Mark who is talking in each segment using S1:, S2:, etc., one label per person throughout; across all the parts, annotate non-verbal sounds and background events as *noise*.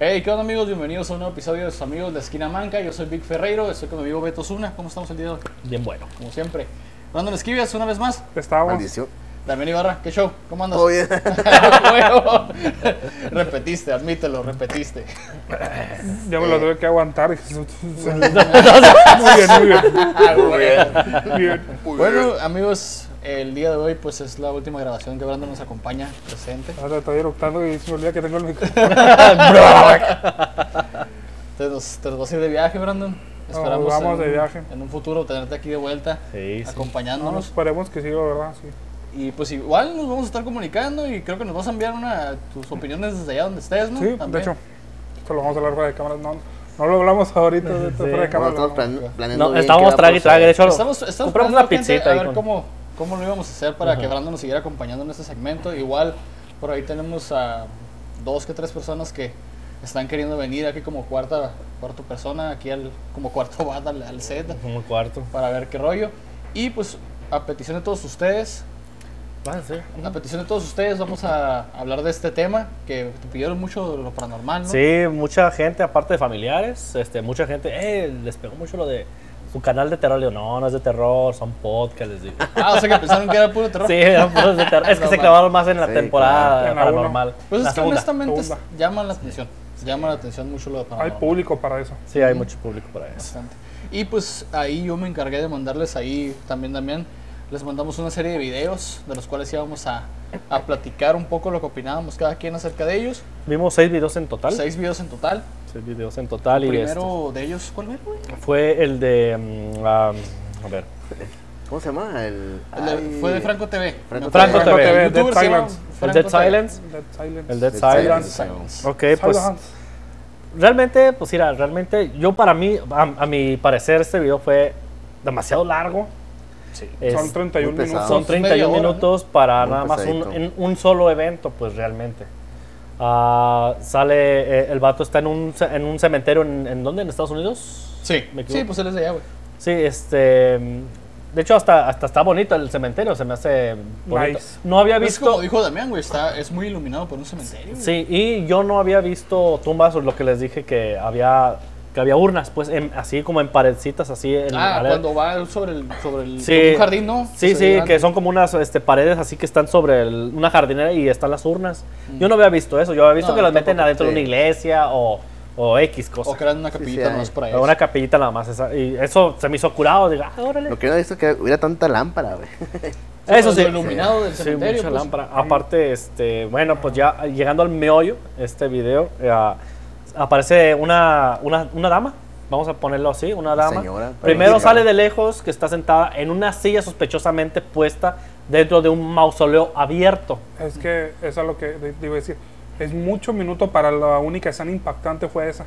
S1: Hey, ¿qué onda amigos? Bienvenidos a un nuevo episodio de sus amigos de Esquina Manca. Yo soy Vic Ferreiro, estoy con mi amigo Beto Zuna. ¿Cómo estamos el día de hoy?
S2: Bien bueno.
S1: Como siempre. Brandon Esquivias, una vez más.
S3: Estábamos.
S4: Maldición.
S1: Damián Ibarra, ¿qué show? ¿Cómo andas? Ah, *laughs*
S4: Todo bien.
S1: Huevo. *laughs* repetiste, admítelo, repetiste.
S3: Yo me
S4: Eh.
S3: lo tuve que aguantar. muy bien, muy bien.
S4: Ah,
S3: Bien.
S1: Bueno, amigos, el día de hoy pues es la última grabación que Brandon nos acompaña presente.
S3: Ahora estoy eructando y se me olvida que tengo el micrófono.
S1: Te, nos- te vas a ir de viaje, Brandon.
S3: vamos
S1: en,
S3: de viaje.
S1: en un futuro tenerte aquí de vuelta,
S2: Sí, sí.
S3: No nos
S1: acompañándonos.
S3: esperemos que siga, ¿verdad? Sí.
S1: Y pues igual nos vamos a estar comunicando y creo que nos vas a enviar una, tus opiniones desde allá donde estés, ¿no?
S3: Sí, de
S1: También.
S3: hecho, esto lo vamos a hablar fuera de cámara. No, no lo hablamos ahorita, de esto
S2: Sí.
S3: fuera de
S4: Bueno,
S3: cámara.
S4: estamos
S3: lo hablamos.
S4: plan- planeando.
S2: No,
S4: bien
S2: estábamos
S4: qué
S2: trague y
S4: vamos a
S2: trague. De hecho,
S1: Estamos, estamos
S2: compramos una
S1: pensando, gente,
S2: pizzita
S1: a
S2: ahí
S1: ver
S2: con-
S1: cómo, cómo lo íbamos a hacer para que
S2: Ajá.
S1: Brandon nos siguiera acompañando en este segmento. Igual por ahí tenemos a dos que tres personas que están queriendo venir aquí como cuarta, cuarta persona, aquí al, como cuarto *laughs* bat al, al set
S2: Como cuarto.
S1: para ver qué rollo. Y pues a petición de todos ustedes,
S2: Van, sí.
S1: a petición de todos ustedes vamos a hablar de este tema que te pidieron mucho de lo paranormal, ¿no?
S2: Sí, mucha gente, aparte de familiares, este, mucha gente, eh, les pegó mucho lo de su canal de terror. Le digo, no, no es de terror, son
S1: *laughs*
S2: podcasts, les digo.
S1: Ah, o sea que pensaron que era puro terror.
S2: Sí, eran puros de terror. Es que
S1: No,
S2: se
S1: man.
S2: clavaron más en la
S4: Sí,
S2: temporada
S3: claro. En la
S2: paranormal.
S1: Pues
S2: la
S1: es que
S2: segunda.
S1: honestamente
S3: segunda.
S1: es- llama la atención. Llama la atención mucho lo de
S3: Hay
S1: paranormal.
S3: público para eso.
S2: Sí, hay mucho público para eso.
S1: Bastante. Y pues ahí yo me encargué de mandarles ahí también, Damián. Les mandamos una serie de videos de los cuales íbamos a, a platicar un poco lo que opinábamos cada quien acerca de ellos.
S2: Vimos seis videos en total.
S1: Seis videos en total.
S2: Seis videos en total. Y
S1: Primero de ellos, ¿cuál era, güey?
S2: este, fue el de. mm, ah, a ver.
S4: ¿Cómo se llama? El,
S1: El de-
S4: ay,
S1: Fue de Franco TV.
S4: Franco
S1: Me
S2: Franco
S1: acuerdo.
S2: TV,
S1: El
S3: Dead
S1: youtuber se llama
S3: Silence.
S2: El
S1: Franco
S2: Dead
S1: TV.
S2: Silence.
S3: Dead Silence.
S2: El Dead
S4: Dead
S2: Silence.
S4: Silence.
S1: Silence.
S2: Ok, pues.
S3: Silence.
S2: Realmente, pues mira, realmente yo para mí, a, a mi parecer, este video fue demasiado largo.
S1: Sí.
S2: Es-
S3: Son 31
S4: muy pesado.
S3: minutos.
S2: son
S1: Son
S2: 31
S1: media hora,
S2: minutos para
S4: Muy
S2: nada más un,
S4: pesadito.
S2: en un solo evento, pues realmente. Ah, sale, eh, el vato está en un, ce- en un cementerio, ¿en, en dónde? ¿En Estados Unidos?
S1: Sí,
S2: ¿Me equivoco?
S1: sí, pues él es de allá, güey.
S2: Sí, este... mm, De hecho, hasta, hasta está bonito el cementerio, se me hace bonito.
S3: Nice.
S2: No había
S1: Pues Es como
S2: visto...
S1: dijo Damián, güey, está, es muy iluminado por un cementerio. güey.
S2: Sí, y yo no había visto tumbas, o lo que les dije que había, que había urnas, pues en- así como en paredcitas, así en
S1: Ah,
S2: ale-
S1: cuando va sobre el, sobre el
S2: Sí.
S1: como un jardín, ¿no?
S2: Sí,
S1: Se
S2: sí,
S1: llevan-
S2: que son como unas este, paredes así que están sobre el- una jardinera y están las urnas. Yo no había visto eso, yo había visto
S1: Mm. No,
S2: que
S1: yo
S2: las meten
S1: tampoco,
S2: adentro de una
S4: sí.
S2: iglesia o, o X cosa.
S1: O crean una capillita
S4: hay.
S1: más para
S2: O una capillita nada más. esa- y eso se me hizo curado, digo, ah, órale.
S4: Lo que no he visto es que hubiera tanta lámpara, güey.
S2: Eso
S1: Lo
S2: sí.
S1: iluminado del
S2: Sí,
S1: cementerio,
S2: mucha
S1: pues.
S2: lámpara. Aparte, este, bueno, pues ya llegando al meollo, este video, eh, aparece una, una, una dama, vamos a ponerlo así, una dama.
S4: señora,
S2: Primero
S4: parece.
S2: sale de lejos que está sentada en una silla sospechosamente puesta dentro de un mausoleo abierto.
S3: Es que eso es lo que de- te iba a decir. Es mucho minuto para la única escena impactante fue esa.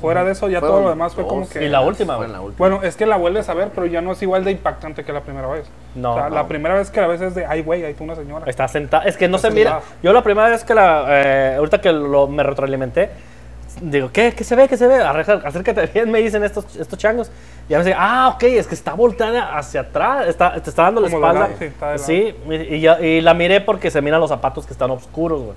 S3: Fuera de eso, ya *laughs* todo lo demás fue como
S4: dos,
S3: que.
S2: Y la última,
S4: fue
S2: güey.
S4: la última.
S3: Bueno, es que la vuelves a ver, pero ya no es igual de impactante que la primera vez.
S2: No,
S3: O sea, La
S2: no.
S3: primera vez que la ves es de, ay, güey, ahí está una señora.
S2: Está sentada. Es que no
S3: Está
S2: se mira.
S3: sentada.
S2: Yo la primera vez que la. eh, ahorita que lo, me retroalimenté, digo, ¿qué, ¿qué se ve? ¿Qué se ve? Arreja- Acércate bien, me dicen estos, estos changos. Y a veces, ah, ok, es que está volteada hacia atrás. Está, te está dando la
S3: Como de
S2: espalda.
S3: lado, sí, está de lado.
S2: sí, y, y ya- y la miré porque se miran los zapatos que están oscuros, güey.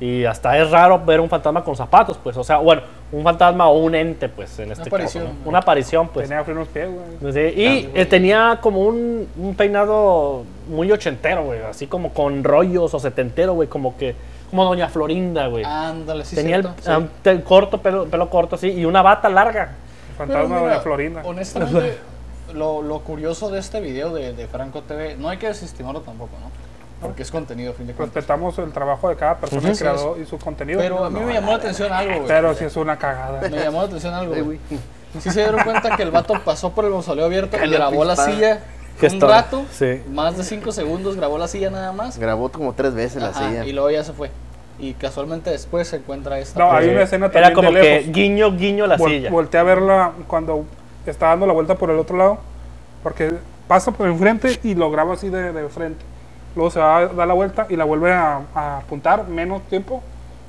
S2: Y hasta es raro ver un fantasma con zapatos, pues. O sea, bueno, un fantasma o un ente, pues, en este
S1: aparición.
S2: caso. ¿no? Una aparición, pues.
S3: Tenía frío en los pies, güey.
S2: Sí, y eh, tenía como un, un peinado muy ochentero, güey. Así como con rollos o setentero, güey. Como que. Como Doña Florinda, güey.
S1: Ándale, Ah, sí,
S2: tenía el,
S1: cierto, sí.
S2: ah, te- corto, pelo, pelo corto así. Y una bata larga.
S1: Pero
S3: Fantasma de
S1: mira,
S3: la Florinda.
S2: *laughs*
S1: Honestamente, lo, lo curioso de este video de, de Franco TV, no hay que desestimarlo tampoco, ¿no? Porque es contenido, a fin de cuentas.
S3: Respetamos el trabajo de cada persona,
S2: Ujú.
S3: el creador y su contenido.
S1: Pero a mí me llamó la atención algo, güey.
S3: Pero sí es una cagada.
S1: Me llamó la atención algo,
S4: Ay,
S1: güey. Sí se dieron cuenta que el vato pasó por el mausoleo *laughs* abierto y
S4: Cállate,
S1: grabó la
S4: hispana.
S1: silla
S2: Qué
S1: un
S2: estaba-
S1: rato,
S2: sí.
S1: más de 5 segundos, grabó la silla nada más.
S4: Grabó como tres veces la
S1: Ajá,
S4: silla.
S1: y luego ya se fue. Y casualmente después se encuentra esta.
S3: No, hay
S2: Eh,
S3: una escena también
S2: Era como
S3: de
S2: que
S3: lejos.
S2: guiño, guiño la
S3: Vol-
S2: silla.
S3: volteé a verla cuando está dando la vuelta por el otro lado, porque pasa por enfrente y lo graba así de, de frente. Luego se va a dar la vuelta y la vuelve a, a apuntar, menos tiempo,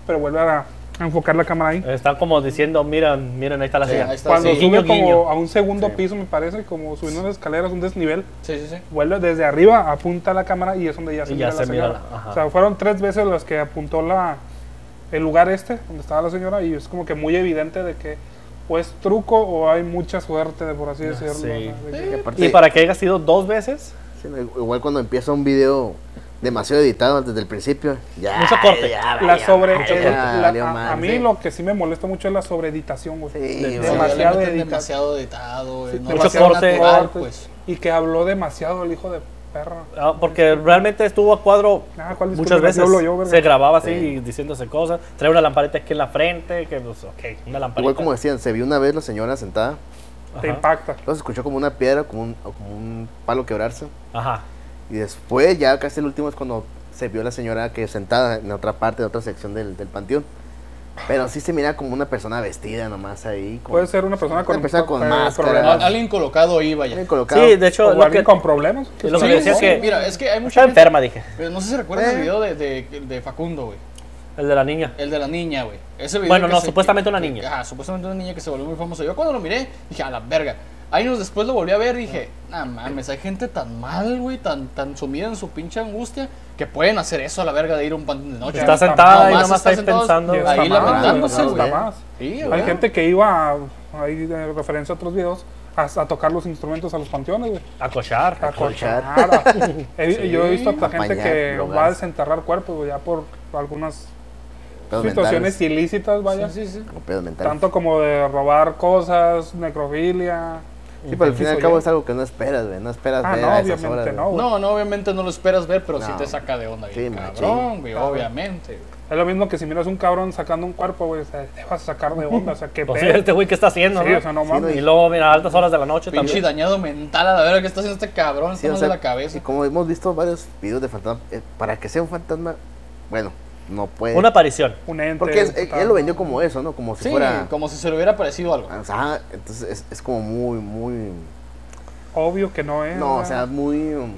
S3: pero vuelve a, a enfocar la cámara ahí.
S2: Están como diciendo, miren, miren, ahí está la
S1: Sí,
S2: silla.
S1: ahí está.
S3: Cuando
S1: sí.
S3: sube
S2: Guiño,
S3: como
S2: guiño.
S3: a un segundo piso, me parece, como subiendo unas escaleras, un desnivel,
S1: Sí, sí, sí.
S3: vuelve desde arriba, apunta la cámara y es donde ya se
S2: Y ya
S3: mira la
S2: se mira
S3: señora.
S2: la- ajá.
S3: o sea, fueron tres veces las que apuntó la, el lugar este donde estaba la señora y es como que muy evidente de que o es truco o hay mucha suerte, de por así
S2: Ah,
S3: decirlo.
S2: sí.
S3: o sea, de que-
S4: Y aparte-
S2: Y para que haya sido dos veces,
S4: Sí, no, Igual cuando empieza un video demasiado editado desde el principio, ya.
S2: Mucho corte.
S3: la
S4: ya valió
S3: sobre
S4: Ah, madre,
S3: el-
S4: ya
S3: la-
S4: valió
S3: a, a
S4: madre,
S3: mí
S4: sí.
S3: lo que sí me molesta mucho es la sobreeditación, güey.
S4: Sí,
S3: De-
S4: güey.
S1: Sí,
S3: demasiado
S1: obviamente es
S3: editado.
S1: demasiado editado, güey, no
S2: mucho
S1: va a ser
S2: corte.
S1: natural,
S3: Cortes.
S1: pues.
S3: Y que habló demasiado el hijo de perra.
S2: ah, porque realmente estuvo a cuadro
S3: Ah, ¿cuál disculpa?
S2: muchas veces.
S3: Yo hablo yo, verga.
S2: se grababa así
S4: Sí.
S2: y diciéndose cosas. Trae una lamparita aquí en la frente, que pues, ok, una lamparita.
S4: Igual como decían, se vio una vez la señora sentada,
S2: Ajá.
S3: Te impacta.
S4: luego se escuchó como una piedra, como un, o como un palo quebrarse.
S2: Ajá.
S4: Y después, ya casi el último es cuando se vio la señora que sentada en otra parte, en otra sección del, del panteón. Pero sí se mira como una persona vestida nomás ahí. con-
S3: Puede ser una persona con,
S4: Una persona con
S3: eh,
S4: máscara.
S1: Al-
S3: problemas.
S1: Alguien colocado ahí, vaya.
S4: bien colocado.
S2: Sí, de hecho,
S3: O
S2: lo que,
S3: alguien con problemas.
S2: es lo que
S1: Sí,
S2: le decía
S1: sí,
S2: que
S1: Mira, es que hay mucha
S2: está
S1: gente.
S2: enferma, dije.
S1: eh, No sé si recuerdan
S4: Eh.
S1: el video de, de- de Facundo, güey.
S2: El de la niña.
S1: El de la niña, güey. Ese video
S2: Bueno,
S1: que
S2: no,
S1: se-
S2: supuestamente una
S1: que-
S2: niña.
S1: Ajá, supuestamente una niña que se volvió muy famosa. Yo cuando lo miré, dije, a la verga. Años después lo volví a ver y dije, nah mames, hay gente tan mal, güey, tan, tan sumida en su pinche angustia, que pueden hacer eso a la verga de ir a un pan de noche.
S2: Está
S1: güey.
S2: sentada y
S1: Nomás
S2: nomás
S1: está
S2: ahí
S1: sentados
S2: pensando.
S3: Y
S2: güey.
S3: está
S1: Ahí
S3: mal,
S1: lamentándose,
S3: güey, está
S1: güey.
S3: más.
S1: Sí,
S3: Hay
S1: güey.
S3: gente que iba, a- ahí de referencia a otros videos, a, a tocar los instrumentos a los panteones, güey.
S2: A cochar.
S3: A
S4: Acolchar.
S3: colchar. He vi- Yo he visto a gente
S4: Apañar,
S3: que
S4: drogas.
S3: va a desenterrar cuerpos, güey, ya por algunas
S4: Pedos
S3: situaciones
S4: mentales.
S3: ilícitas, vaya.
S1: Sí, sí, sí.
S4: Como pedos mentales.
S3: Tanto como de robar cosas, necrofilia.
S4: Sí, pero al fin y al
S3: Oye.
S4: cabo es algo que no esperas, güey. No esperas
S3: Ah,
S4: ver
S3: no,
S4: a esas
S3: obviamente
S4: horas.
S3: no,
S4: güey.
S3: güey.
S1: No, no, obviamente no lo esperas ver, pero sí
S4: No.
S1: te saca de onda,
S4: Sí,
S1: bien
S4: machín.
S1: cabrón, güey,
S3: Cabrón.
S1: obviamente. güey.
S3: Es lo mismo que si miras un cabrón sacando un cuerpo, güey, o sea, te vas a sacar de onda, o sea,
S2: *laughs*
S3: qué
S2: Pues sí,
S3: pedo.
S2: este güey, ¿qué está haciendo?
S3: Sí,
S2: no?
S3: o sea, no
S4: Sí,
S3: mames.
S4: güey.
S2: Y luego, mira, a altas horas de la noche
S1: Pinche
S2: también.
S1: dañado mental, a la verga, que está haciendo este cabrón, está
S4: Sí, o
S1: mal
S4: sea,
S1: de la cabeza.
S4: Y como hemos visto varios videos de fantasma, eh, para que sea un fantasma, bueno, no puede.
S2: Una aparición.
S3: Un ente.
S4: porque es- eh,
S3: puta,
S4: él lo vendió como eso, ¿no? Como si
S1: Sí,
S4: fuera. Ah,
S1: como si se le hubiera parecido algo.
S4: Ajá, entonces es, es como muy, muy.
S3: Obvio que no es.
S4: No, o
S3: güey.
S4: sea, muy. um,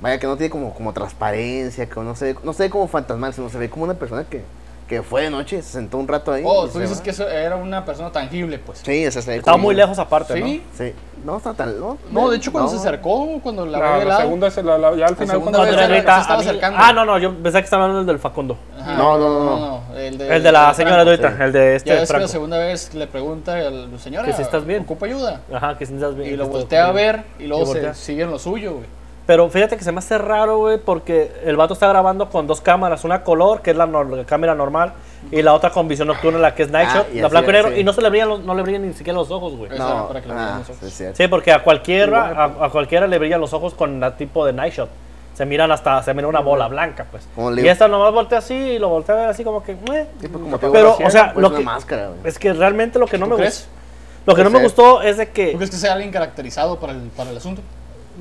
S4: Vaya, que no tiene como, como transparencia, que no se, ve, no se ve como fantasmal, sino se ve como una persona que, que fue de noche, se sentó un rato ahí.
S1: Oh,
S4: y
S1: tú
S4: se
S1: dices
S4: va.
S1: que eso era una persona tangible, pues.
S4: Sí, o sea, se ve
S2: Estaba
S4: como-
S2: muy lejos aparte, ¿no?
S1: Sí.
S4: Sí, no está tan. No,
S1: No, de hecho cuando
S4: no.
S1: se acercó, cuando la,
S3: La,
S1: vio de
S3: la
S1: lado,
S3: segunda es la, la- ya al final
S1: segunda
S3: cuando
S2: Cuando
S1: vez
S2: le
S1: era la que
S2: grita
S1: se estaba
S2: a mí-
S1: acercando.
S2: Ah, no, no, yo pensé que estaba hablando del del Facundo.
S1: Ajá,
S4: No, no, no,
S1: no, El de,
S2: El de la señora de
S1: Eh, Franco.
S2: ahorita, el de
S1: Ya
S2: este
S1: ves que la
S2: Franco.
S1: segunda vez le pregunta a la señora,
S2: Que si estás bien.
S1: ocupa ayuda.
S2: Ajá, que si estás bien.
S1: Y lo
S2: estás
S1: voltea a
S2: bien.
S1: ver y luego
S2: Y
S1: se
S2: voltea.
S1: siguen lo suyo, güey.
S2: este Pero fíjate que se me hace raro, güey, porque el vato está grabando con dos cámaras, una color, que es la, nor- la cámara normal, y la otra con visión nocturna, la que es Night
S4: Ah,
S2: Shot,
S4: y
S2: la
S4: así,
S2: blanco y negro,
S4: así.
S2: y no se le brillan, los- no le brillan ni siquiera los ojos, güey.
S1: Esa era
S4: No,
S1: para que lo
S4: ah,
S1: vieran los
S4: sí,
S1: ojos.
S4: es cierto.
S2: Sí, porque a cualquiera, a, a cualquiera le brillan los ojos con el tipo de Night Shot. Se miran hasta, se mira una bola blanca, pues.
S4: Como
S2: Y
S4: le digo-
S2: esta nomás voltea así y lo voltea a ver así como que, "Meh".
S4: Sí, pues, como te digo,
S2: Pero,
S4: parecía
S2: o sea,
S4: pues,
S2: lo
S4: una
S2: que-
S4: máscara, güey.
S2: Es que realmente lo que no
S1: ¿Tú
S2: me
S1: crees?
S2: gustó, lo que no me
S4: Puede ser.
S2: gustó es de que
S1: ¿Tú crees que sea alguien caracterizado para el, para el asunto?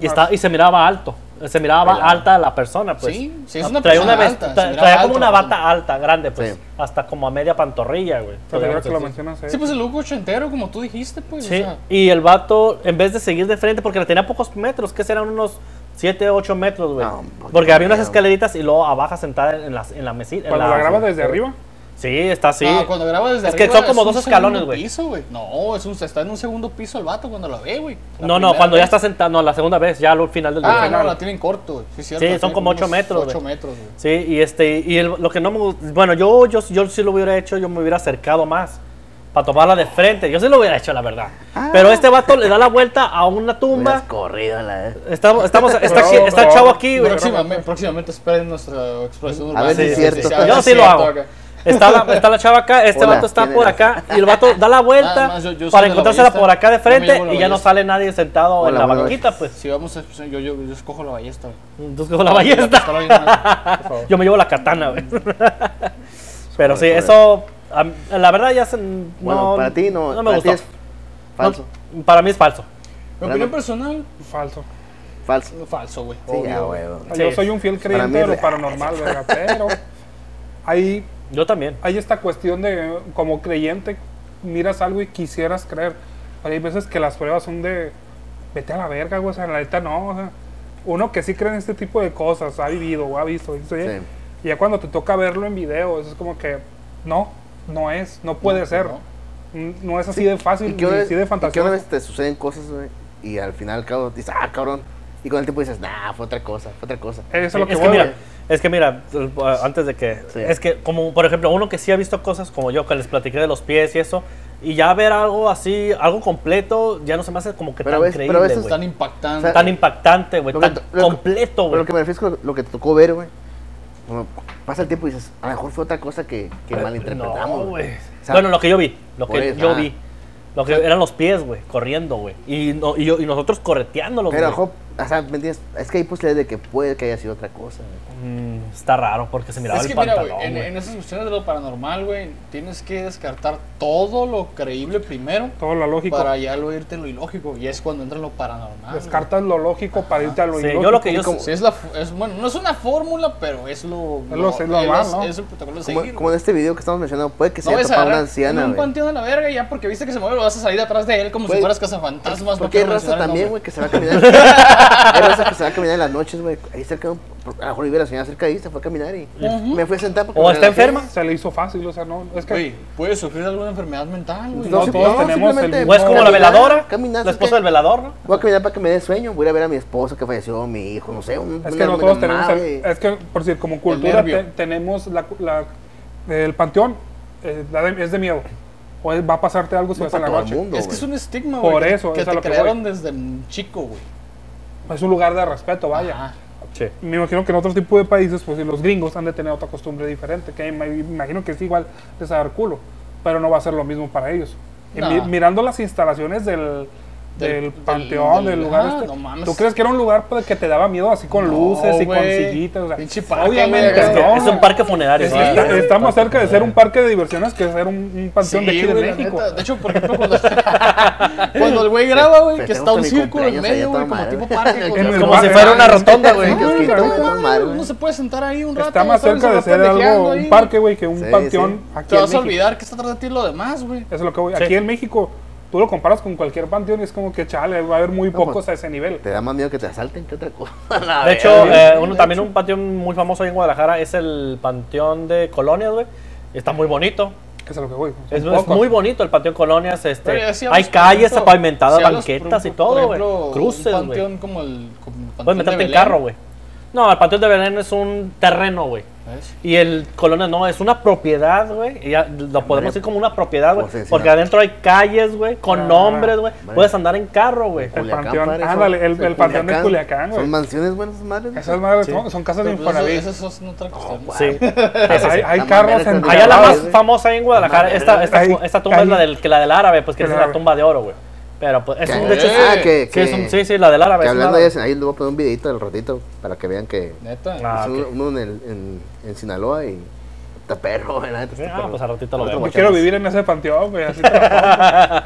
S2: y está y se miraba alto, se miraba
S4: Pelado.
S2: alta la persona, pues.
S1: Sí, sí, es una
S2: traía
S1: persona
S2: una
S1: alta, se
S2: tra-
S1: miraba
S2: traía
S1: alta
S2: como una
S1: la
S2: bata
S1: persona.
S2: alta, grande, pues,
S4: Sí.
S2: hasta como a media pantorrilla, güey.
S3: Se le ve
S2: Podríamos
S3: que lo
S2: decir.
S3: mencionas. eh.
S1: Sí, pues el look ochentero, como tú dijiste, pues.
S2: Sí,
S1: o sea,
S2: y el vato, en vez de seguir de frente, porque le tenía pocos metros, que serán unos 7, 8 metros, güey.
S1: pues,
S4: Ah, un poquito
S2: porque había unas
S4: menos.
S2: escaleritas y luego abajo sentada en la, en la mesita. en
S3: Cuando la grabas desde arriba,
S2: Sí, está así.
S1: no, cuando graba desde
S2: Es que
S1: arriba,
S2: son como
S1: es un
S2: dos escalones,
S1: segundo
S2: güey.
S1: piso, güey. No, es un, está en un segundo piso el vato cuando lo ve, güey. La
S2: No, no,
S1: primera
S2: cuando ya
S1: vez.
S2: está sentado, no, la segunda vez, ya al final del
S1: Ah,
S2: video.
S1: no, la tienen corto, güey. Sí, cierto,
S2: Sí,
S1: la
S2: son
S1: tienen
S2: como ocho
S1: unos
S2: metros,
S1: Ocho
S2: güey.
S1: metros, güey.
S2: Sí, y este y el- lo que no me gust- bueno, yo, yo yo sí lo hubiera hecho, yo me hubiera acercado más para tomarla de frente. Yo sí lo hubiera hecho, la verdad. Pero
S1: Ah.
S2: este vato le da la vuelta a una
S4: Hubieras
S2: tumba.
S4: corrido a la vez.
S2: Estamos, estamos
S3: *laughs*
S2: está, aquí-
S3: No,
S2: está el
S3: no.
S2: chavo aquí, güey.
S1: Próximamente, próximamente esperen nuestra exploración
S4: A
S1: urbana.
S4: ver si es cierto.
S1: a ver
S2: Yo
S1: si es
S2: sí lo
S1: cierto
S2: hago.
S1: acá.
S2: Está la, está la chava acá, este
S4: Hola,
S2: vato está
S4: ¿quién
S2: por
S4: eres?
S2: acá y el vato da la vuelta
S1: Nada más, yo- yo soy
S2: para
S1: de la
S2: encontrársela
S1: ballesta.
S2: por acá de
S1: Yo me
S2: frente
S1: llevo la
S2: y ya no
S1: ballesta.
S2: sale nadie sentado
S4: Hola,
S2: en la
S4: buenas
S2: banquita, pues.
S1: Si vamos a yo, yo, yo escojo la ballesta, güey.
S2: Entonces con la ballesta.
S1: Pistola bien alta, por
S2: *laughs*
S1: favor.
S2: Yo me llevo la katana,
S4: *laughs*
S2: güey. Pero sí,
S4: Joder.
S2: eso a mí- la verdad ya se, no
S4: Bueno, para ti no.
S2: me
S4: para ti
S2: gustó.
S4: es falso.
S2: No, para mí es falso.
S1: Mi opinión personal,
S3: falso.
S4: Falso.
S1: falso, güey.
S4: Sí, ya,
S1: obvio,
S4: güey.
S1: güey.
S2: Sí.
S3: Yo soy un fiel
S4: Para mí
S3: creyente de lo
S4: es-
S3: paranormal,
S1: *laughs*
S3: verga, pero ahí
S2: Yo también.
S3: hay esta cuestión de como creyente miras algo y quisieras creer. Hay veces que las pruebas son de vete a la verga, güey, o sea, la neta no, o sea, uno que sí cree en este tipo de cosas, ha vivido o ha visto, y
S4: Sí.
S3: y ya cuando te toca verlo en video, eso es como que no, no es, no puede
S2: pues
S1: No,
S3: ser.
S1: no.
S3: N- No es así de fácil,
S4: Y que una
S3: ni
S4: vez-
S3: así de
S4: y que una
S3: fantasioso.
S4: vez te suceden cosas, güey, y al final, cabo, dices, ah, cabrón. Y con el tiempo dices, nah, fue otra cosa, fue otra cosa.
S3: Eso es lo que
S2: es que
S3: voy,
S2: mira,
S3: güey.
S2: Es que mira, el- ah, antes de que...
S4: Sí.
S2: Es que como, por ejemplo, uno que sí ha visto cosas como yo, que les platiqué de los pies y eso, y ya ver algo así, algo completo, ya no se me hace como que
S4: Pero a
S2: tan
S4: veces- pero a
S2: creíble,
S4: veces
S2: güey.
S1: Tan impactante.
S2: Tan impactante, güey,
S4: Lo que
S2: tan
S4: to- lo que-
S2: completo,
S4: Pero
S2: güey.
S4: lo que me refiero es que lo que te tocó ver, güey. como Pasa el tiempo y dices, a lo mejor fue otra cosa que, que malinterpretamos.
S2: No, güey.
S4: O sea,
S2: bueno, lo que yo vi, lo que
S4: por eso,
S2: yo
S4: ah.
S2: vi. Lo que eran los pies, güey, corriendo, güey. Y, no- y, yo- y nosotros correteándolos,
S4: Pero,
S2: güey.
S4: ojo, o sea, ¿me entiendes? Es que hay posibilidades de que puede que haya sido otra cosa. güey.
S2: Mm, está raro porque se miraba
S1: Es
S2: el
S1: que mira,
S2: pantalón,
S1: güey, en,
S2: güey.
S1: en esas cuestiones de lo paranormal, güey, tienes que descartar todo lo creíble primero
S3: Todo lo lógico.
S1: para ya lo irte lo ilógico. Y es cuando entra lo paranormal.
S3: Descartas lo lógico para irte a lo
S2: Sí,
S3: ilógico.
S2: yo lo que yo
S1: güey. Sí, es la, fu- es, bueno, no es una fórmula, pero es lo.
S3: Es lo- es lo más, ¿no?
S1: es el protocolo de
S4: Como,
S1: seguir,
S4: como
S1: güey.
S4: en este video que estamos mencionando, puede que
S1: no
S4: se haya
S1: ves
S4: topado
S1: a
S4: una
S1: en
S4: anciana,
S1: un
S4: güey.
S1: panteón a la verga y ya porque viste que se mueve lo vas a salir atrás de él como
S4: Güey,
S1: si fueras cazafantasmas.
S4: Porque hay
S1: quiero mencionar
S4: raza
S1: el
S4: también,
S1: nombre.
S4: güey, que se va a caminar.
S2: *laughs*
S4: hay raza que se va a caminar en las noches, güey. Ahí cerca, de un- a lo mejor vive la señora cerca ahí, se fue a caminar y
S1: Ujú.
S4: me fui a sentar. porque
S2: O
S4: me
S2: está
S4: relajé.
S2: enferma.
S3: Se le hizo fácil, o sea, no. Es que.
S1: Güey, puedes sufrir alguna enfermedad mental, güey.
S3: No,
S1: No,
S4: sí,
S3: todos tenemos
S4: simplemente
S3: el-
S2: O es como la
S4: caminar,
S2: veladora,
S4: Caminar,
S2: la
S4: ¿sí qué?
S2: esposa del velador, ¿no?
S4: Voy a caminar para que me dé sueño. Voy a ir a ver a mi esposo que falleció, mi hijo, no sé. Un,
S3: Es
S4: una-
S3: que no
S4: una
S3: todos tenemos. el-
S4: madre.
S3: es que, por decir, como cultura,
S1: nervio.
S3: te- tenemos la, cu- la- el panteón. eh, da de- es de miedo. O es- va a pasarte algo si
S4: No
S3: vas a
S4: para
S3: la
S4: todo el
S3: noche.
S4: mundo,
S1: es que es
S4: güey.
S1: un estigma,
S3: Por
S1: güey. que-
S3: eso,
S1: que
S3: es a
S1: te
S3: lo que
S1: crearon desde chico, güey.
S3: Es un lugar de respeto, vaya.
S1: Ajá.
S2: Sí.
S3: Me imagino que en otro tipo de países, pues si los gringos han de tener otra costumbre diferente, que me imagino que es igual les va a dar culo, pero no va a ser lo mismo para ellos. Y mi-
S1: No.
S3: mirando las instalaciones del,
S1: Del-
S3: del,
S1: del-
S3: panteón, del,
S1: del-
S3: lugar
S1: ah,
S3: este,
S1: no mames.
S3: ¿tú crees que era un lugar pues, que te daba miedo así con
S1: No,
S3: luces y con
S1: güey.
S3: sillitas? O sea,
S1: Pinche parque,
S3: obviamente
S1: güey.
S2: Es, que
S3: no,
S2: es un parque funerario.
S3: Es
S2: sí.
S3: que está-
S2: Es un
S3: estamos
S2: parque
S3: cerca de ser un
S2: funerario.
S3: parque de diversiones que ser un, un
S1: Sí,
S3: panteón de aquí de
S1: güey, la
S3: México.
S1: neta. De hecho, por ejemplo,
S3: *laughs*
S1: cuando, cuando el güey graba, güey, que
S4: Festejamos
S1: está un
S4: mi
S1: círculo en
S4: cumpleaños allá
S1: medio,
S4: toda
S1: güey, como
S4: madre.
S1: tipo
S2: *laughs*
S1: parque. con-
S4: En
S2: Es
S3: el
S2: como si
S3: barrio.
S2: fuera una rotonda, güey.
S4: Sí, que es
S3: Ay,
S4: quinto,
S3: la
S4: güey,
S3: neta,
S4: toda madre,
S1: Uno
S4: güey.
S1: se puede sentar ahí un rato.
S3: Está más
S1: ¿sabes?
S3: cerca de
S1: Está
S3: ser
S1: pendejeando
S3: algo,
S1: ahí,
S3: un parque, güey, que un
S4: Sí,
S3: panteón
S4: sí.
S3: aquí
S1: Te
S3: en
S1: vas a
S3: México.
S1: olvidar que está atrás de ti lo demás, güey.
S3: Eso es lo que voy.
S2: Sí.
S3: Aquí en México, tú lo comparas con cualquier panteón y es como que, chale, va a haber muy
S4: pues,
S3: pocos a ese nivel.
S4: Te da más miedo que te asalten que otra cosa. La
S1: Ah,
S2: De
S4: verga,
S2: hecho,
S4: güey.
S2: eh, uno, también un panteón muy famoso ahí en Guadalajara es el panteón de Colonias, güey. Está muy bonito.
S3: Eso es lo que voy.
S2: Es, es
S3: Son pocos.
S2: muy bonito el panteón Colonias.
S1: Pero
S2: Este,
S1: ya si
S2: hay
S1: hablas, por
S2: calles
S1: ejemplo,
S2: pavimentadas,
S1: si hablas, por
S2: banquetas y
S1: ejemplo-
S2: todo,
S1: por ejemplo,
S2: güey. Cruces,
S1: Un
S2: güey.
S1: panteón como el. como el panteón
S2: Puedes
S1: de
S2: meterte en
S1: Belén.
S2: carro, güey. No, el panteón de Belén es un terreno, güey.
S1: ¿Ves?
S2: Y el Colonia no, es una propiedad, güey. y Ya lo podemos decir como una propiedad, güey.
S4: Pues, sí, sí,
S2: porque
S4: no.
S2: adentro hay calles, güey, con
S3: Ah,
S2: nombres, güey.
S4: vale.
S2: Puedes andar en carro, güey.
S4: Culiacán,
S3: panteón,
S4: padre,
S3: ándale,
S4: son-
S3: el-
S4: son
S3: el panteón de Culiacán, güey.
S4: Son mansiones buenas esas madres. güey.
S3: Esas madres
S2: Sí.
S3: son, son casas de
S1: Pero Pues, eso-
S3: Infonavit.
S1: eso es- eso es otra cuestión.
S4: guau.
S2: Sí.
S3: Hay, hay
S4: La
S3: carros
S4: manera
S3: en
S4: de
S2: Allá la
S4: Claro,
S2: más
S4: güey.
S2: famosa ahí en Guadalajara, esta, esta,
S3: Ahí-
S2: esta tumba
S3: ahí-
S2: es la del, que la del árabe, pues que es
S3: Claro.
S2: la tumba de oro, güey. Pero pues, es
S4: Que-
S2: un, de hecho, es-
S4: ah, que,
S2: sí,
S4: que,
S2: es un- sí, sí, la del árabe.
S4: que
S2: es
S4: hablando
S2: una-
S4: de eso, ahí les voy a poner un videito del ratito para que vean que
S1: Neta.
S2: Ah,
S4: hizo
S2: ok.
S4: uno en, el- en, en Sinaloa y está perro, güey, la neta, está
S2: Ah,
S4: perro.
S2: pues al ratito lo vemos.
S4: Otro
S3: Yo
S4: guachamazo.
S3: quiero vivir en ese panteón, güey. así te la-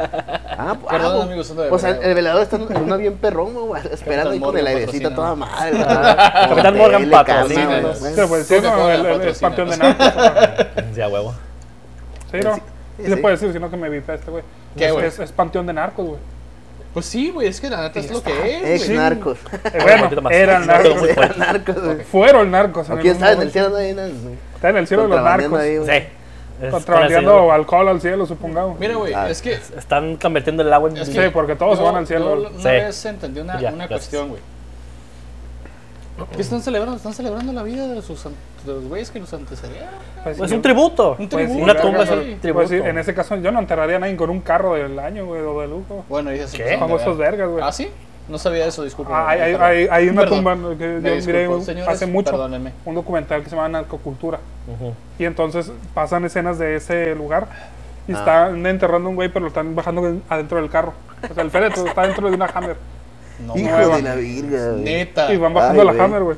S4: Ah, pues,
S1: Perdón,
S4: ah, pues,
S1: amigos, ando de
S4: pues, el
S1: velador.
S4: el velador está en una bien perrón, güey, esperando ahí con
S1: Morgan
S4: el airecito a toda
S2: *laughs*
S4: madre. güey.
S2: Capitán
S4: Con la
S2: Morgan
S4: tele, cama,
S2: patrocina,
S4: güey.
S1: güey.
S3: Sí, pues, sí,
S1: Creo que
S3: no,
S1: juega
S3: el, el- el
S1: patrocina.
S3: panteón de narcos. ¿no?
S2: Sí, a huevo.
S3: Sí, no.
S4: Sí,
S3: Sí
S4: sí.
S3: se puede decir, sino que me vipe este, güey.
S1: ¿Qué,
S3: Es-
S1: güey?
S3: Es, es panteón de narcos, güey.
S1: Pues sí, güey, es que la neta es lo que es.
S4: Ex
S1: güey.
S4: narcos.
S3: Eh,
S2: Un poquito
S3: bueno,
S2: más.
S3: eran
S2: Sí,
S4: *laughs*
S3: narcos.
S2: muy fuerte.
S4: Narcos, güey.
S3: Fueron narcos. en
S4: O
S3: el
S4: quién sabe, en
S3: mundo,
S4: el cielo no hay nada.
S3: güey. Está en el cielo de los
S4: Contrabandeando
S3: narcos.
S4: ahí, güey.
S2: Sí. Es-
S3: Contrabandeando alcohol al cielo, supongamos.
S1: Mira, güey,
S4: Ah.
S1: es que
S2: Están convirtiendo el agua en.
S1: Es
S3: Sí,
S1: que-
S3: porque todos se
S1: Yo-
S3: van al cielo.
S1: Yo una
S2: Sí.
S1: vez entendí una,
S2: Ya,
S1: una
S2: gracias.
S1: cuestión, güey. ¿Qué están celebrando? Están celebrando la vida de, sus, an- de los güeyes que los antecedieron.
S3: Pues,
S2: Pues
S3: yo-
S2: un tributo.
S1: Un
S3: Pues
S1: tributo.
S3: sí,
S2: Una tumba es
S1: verga,
S2: un
S1: güey.
S2: tributo.
S3: Pues sí, en ese caso yo no enterraría a nadie con un carro del año, güey, o de lujo.
S1: Bueno, dices.
S2: ¿Qué?
S3: Famosos vergas, güey.
S1: ¿Ah, sí? No sabía eso, disculpa.
S3: Ah, hay, hay- hay- hay una
S1: Perdón.
S3: tumba que yo
S1: Me
S3: miré
S1: disculpo,
S3: un-
S1: señores,
S3: hace mucho,
S1: perdónenme.
S3: un documental que se llama Narcocultura.
S2: Ujú.
S3: Y entonces pasan escenas de ese lugar y
S1: Ah.
S3: están enterrando a un güey, pero lo están bajando en- adentro del carro. O sea, el féretro está dentro de una Hammer.
S1: No,
S4: Hijo
S1: güey.
S4: de la virga, güey.
S1: Neta.
S3: Y van bajando
S4: Ay,
S3: la
S4: güey.
S3: Hammer, güey,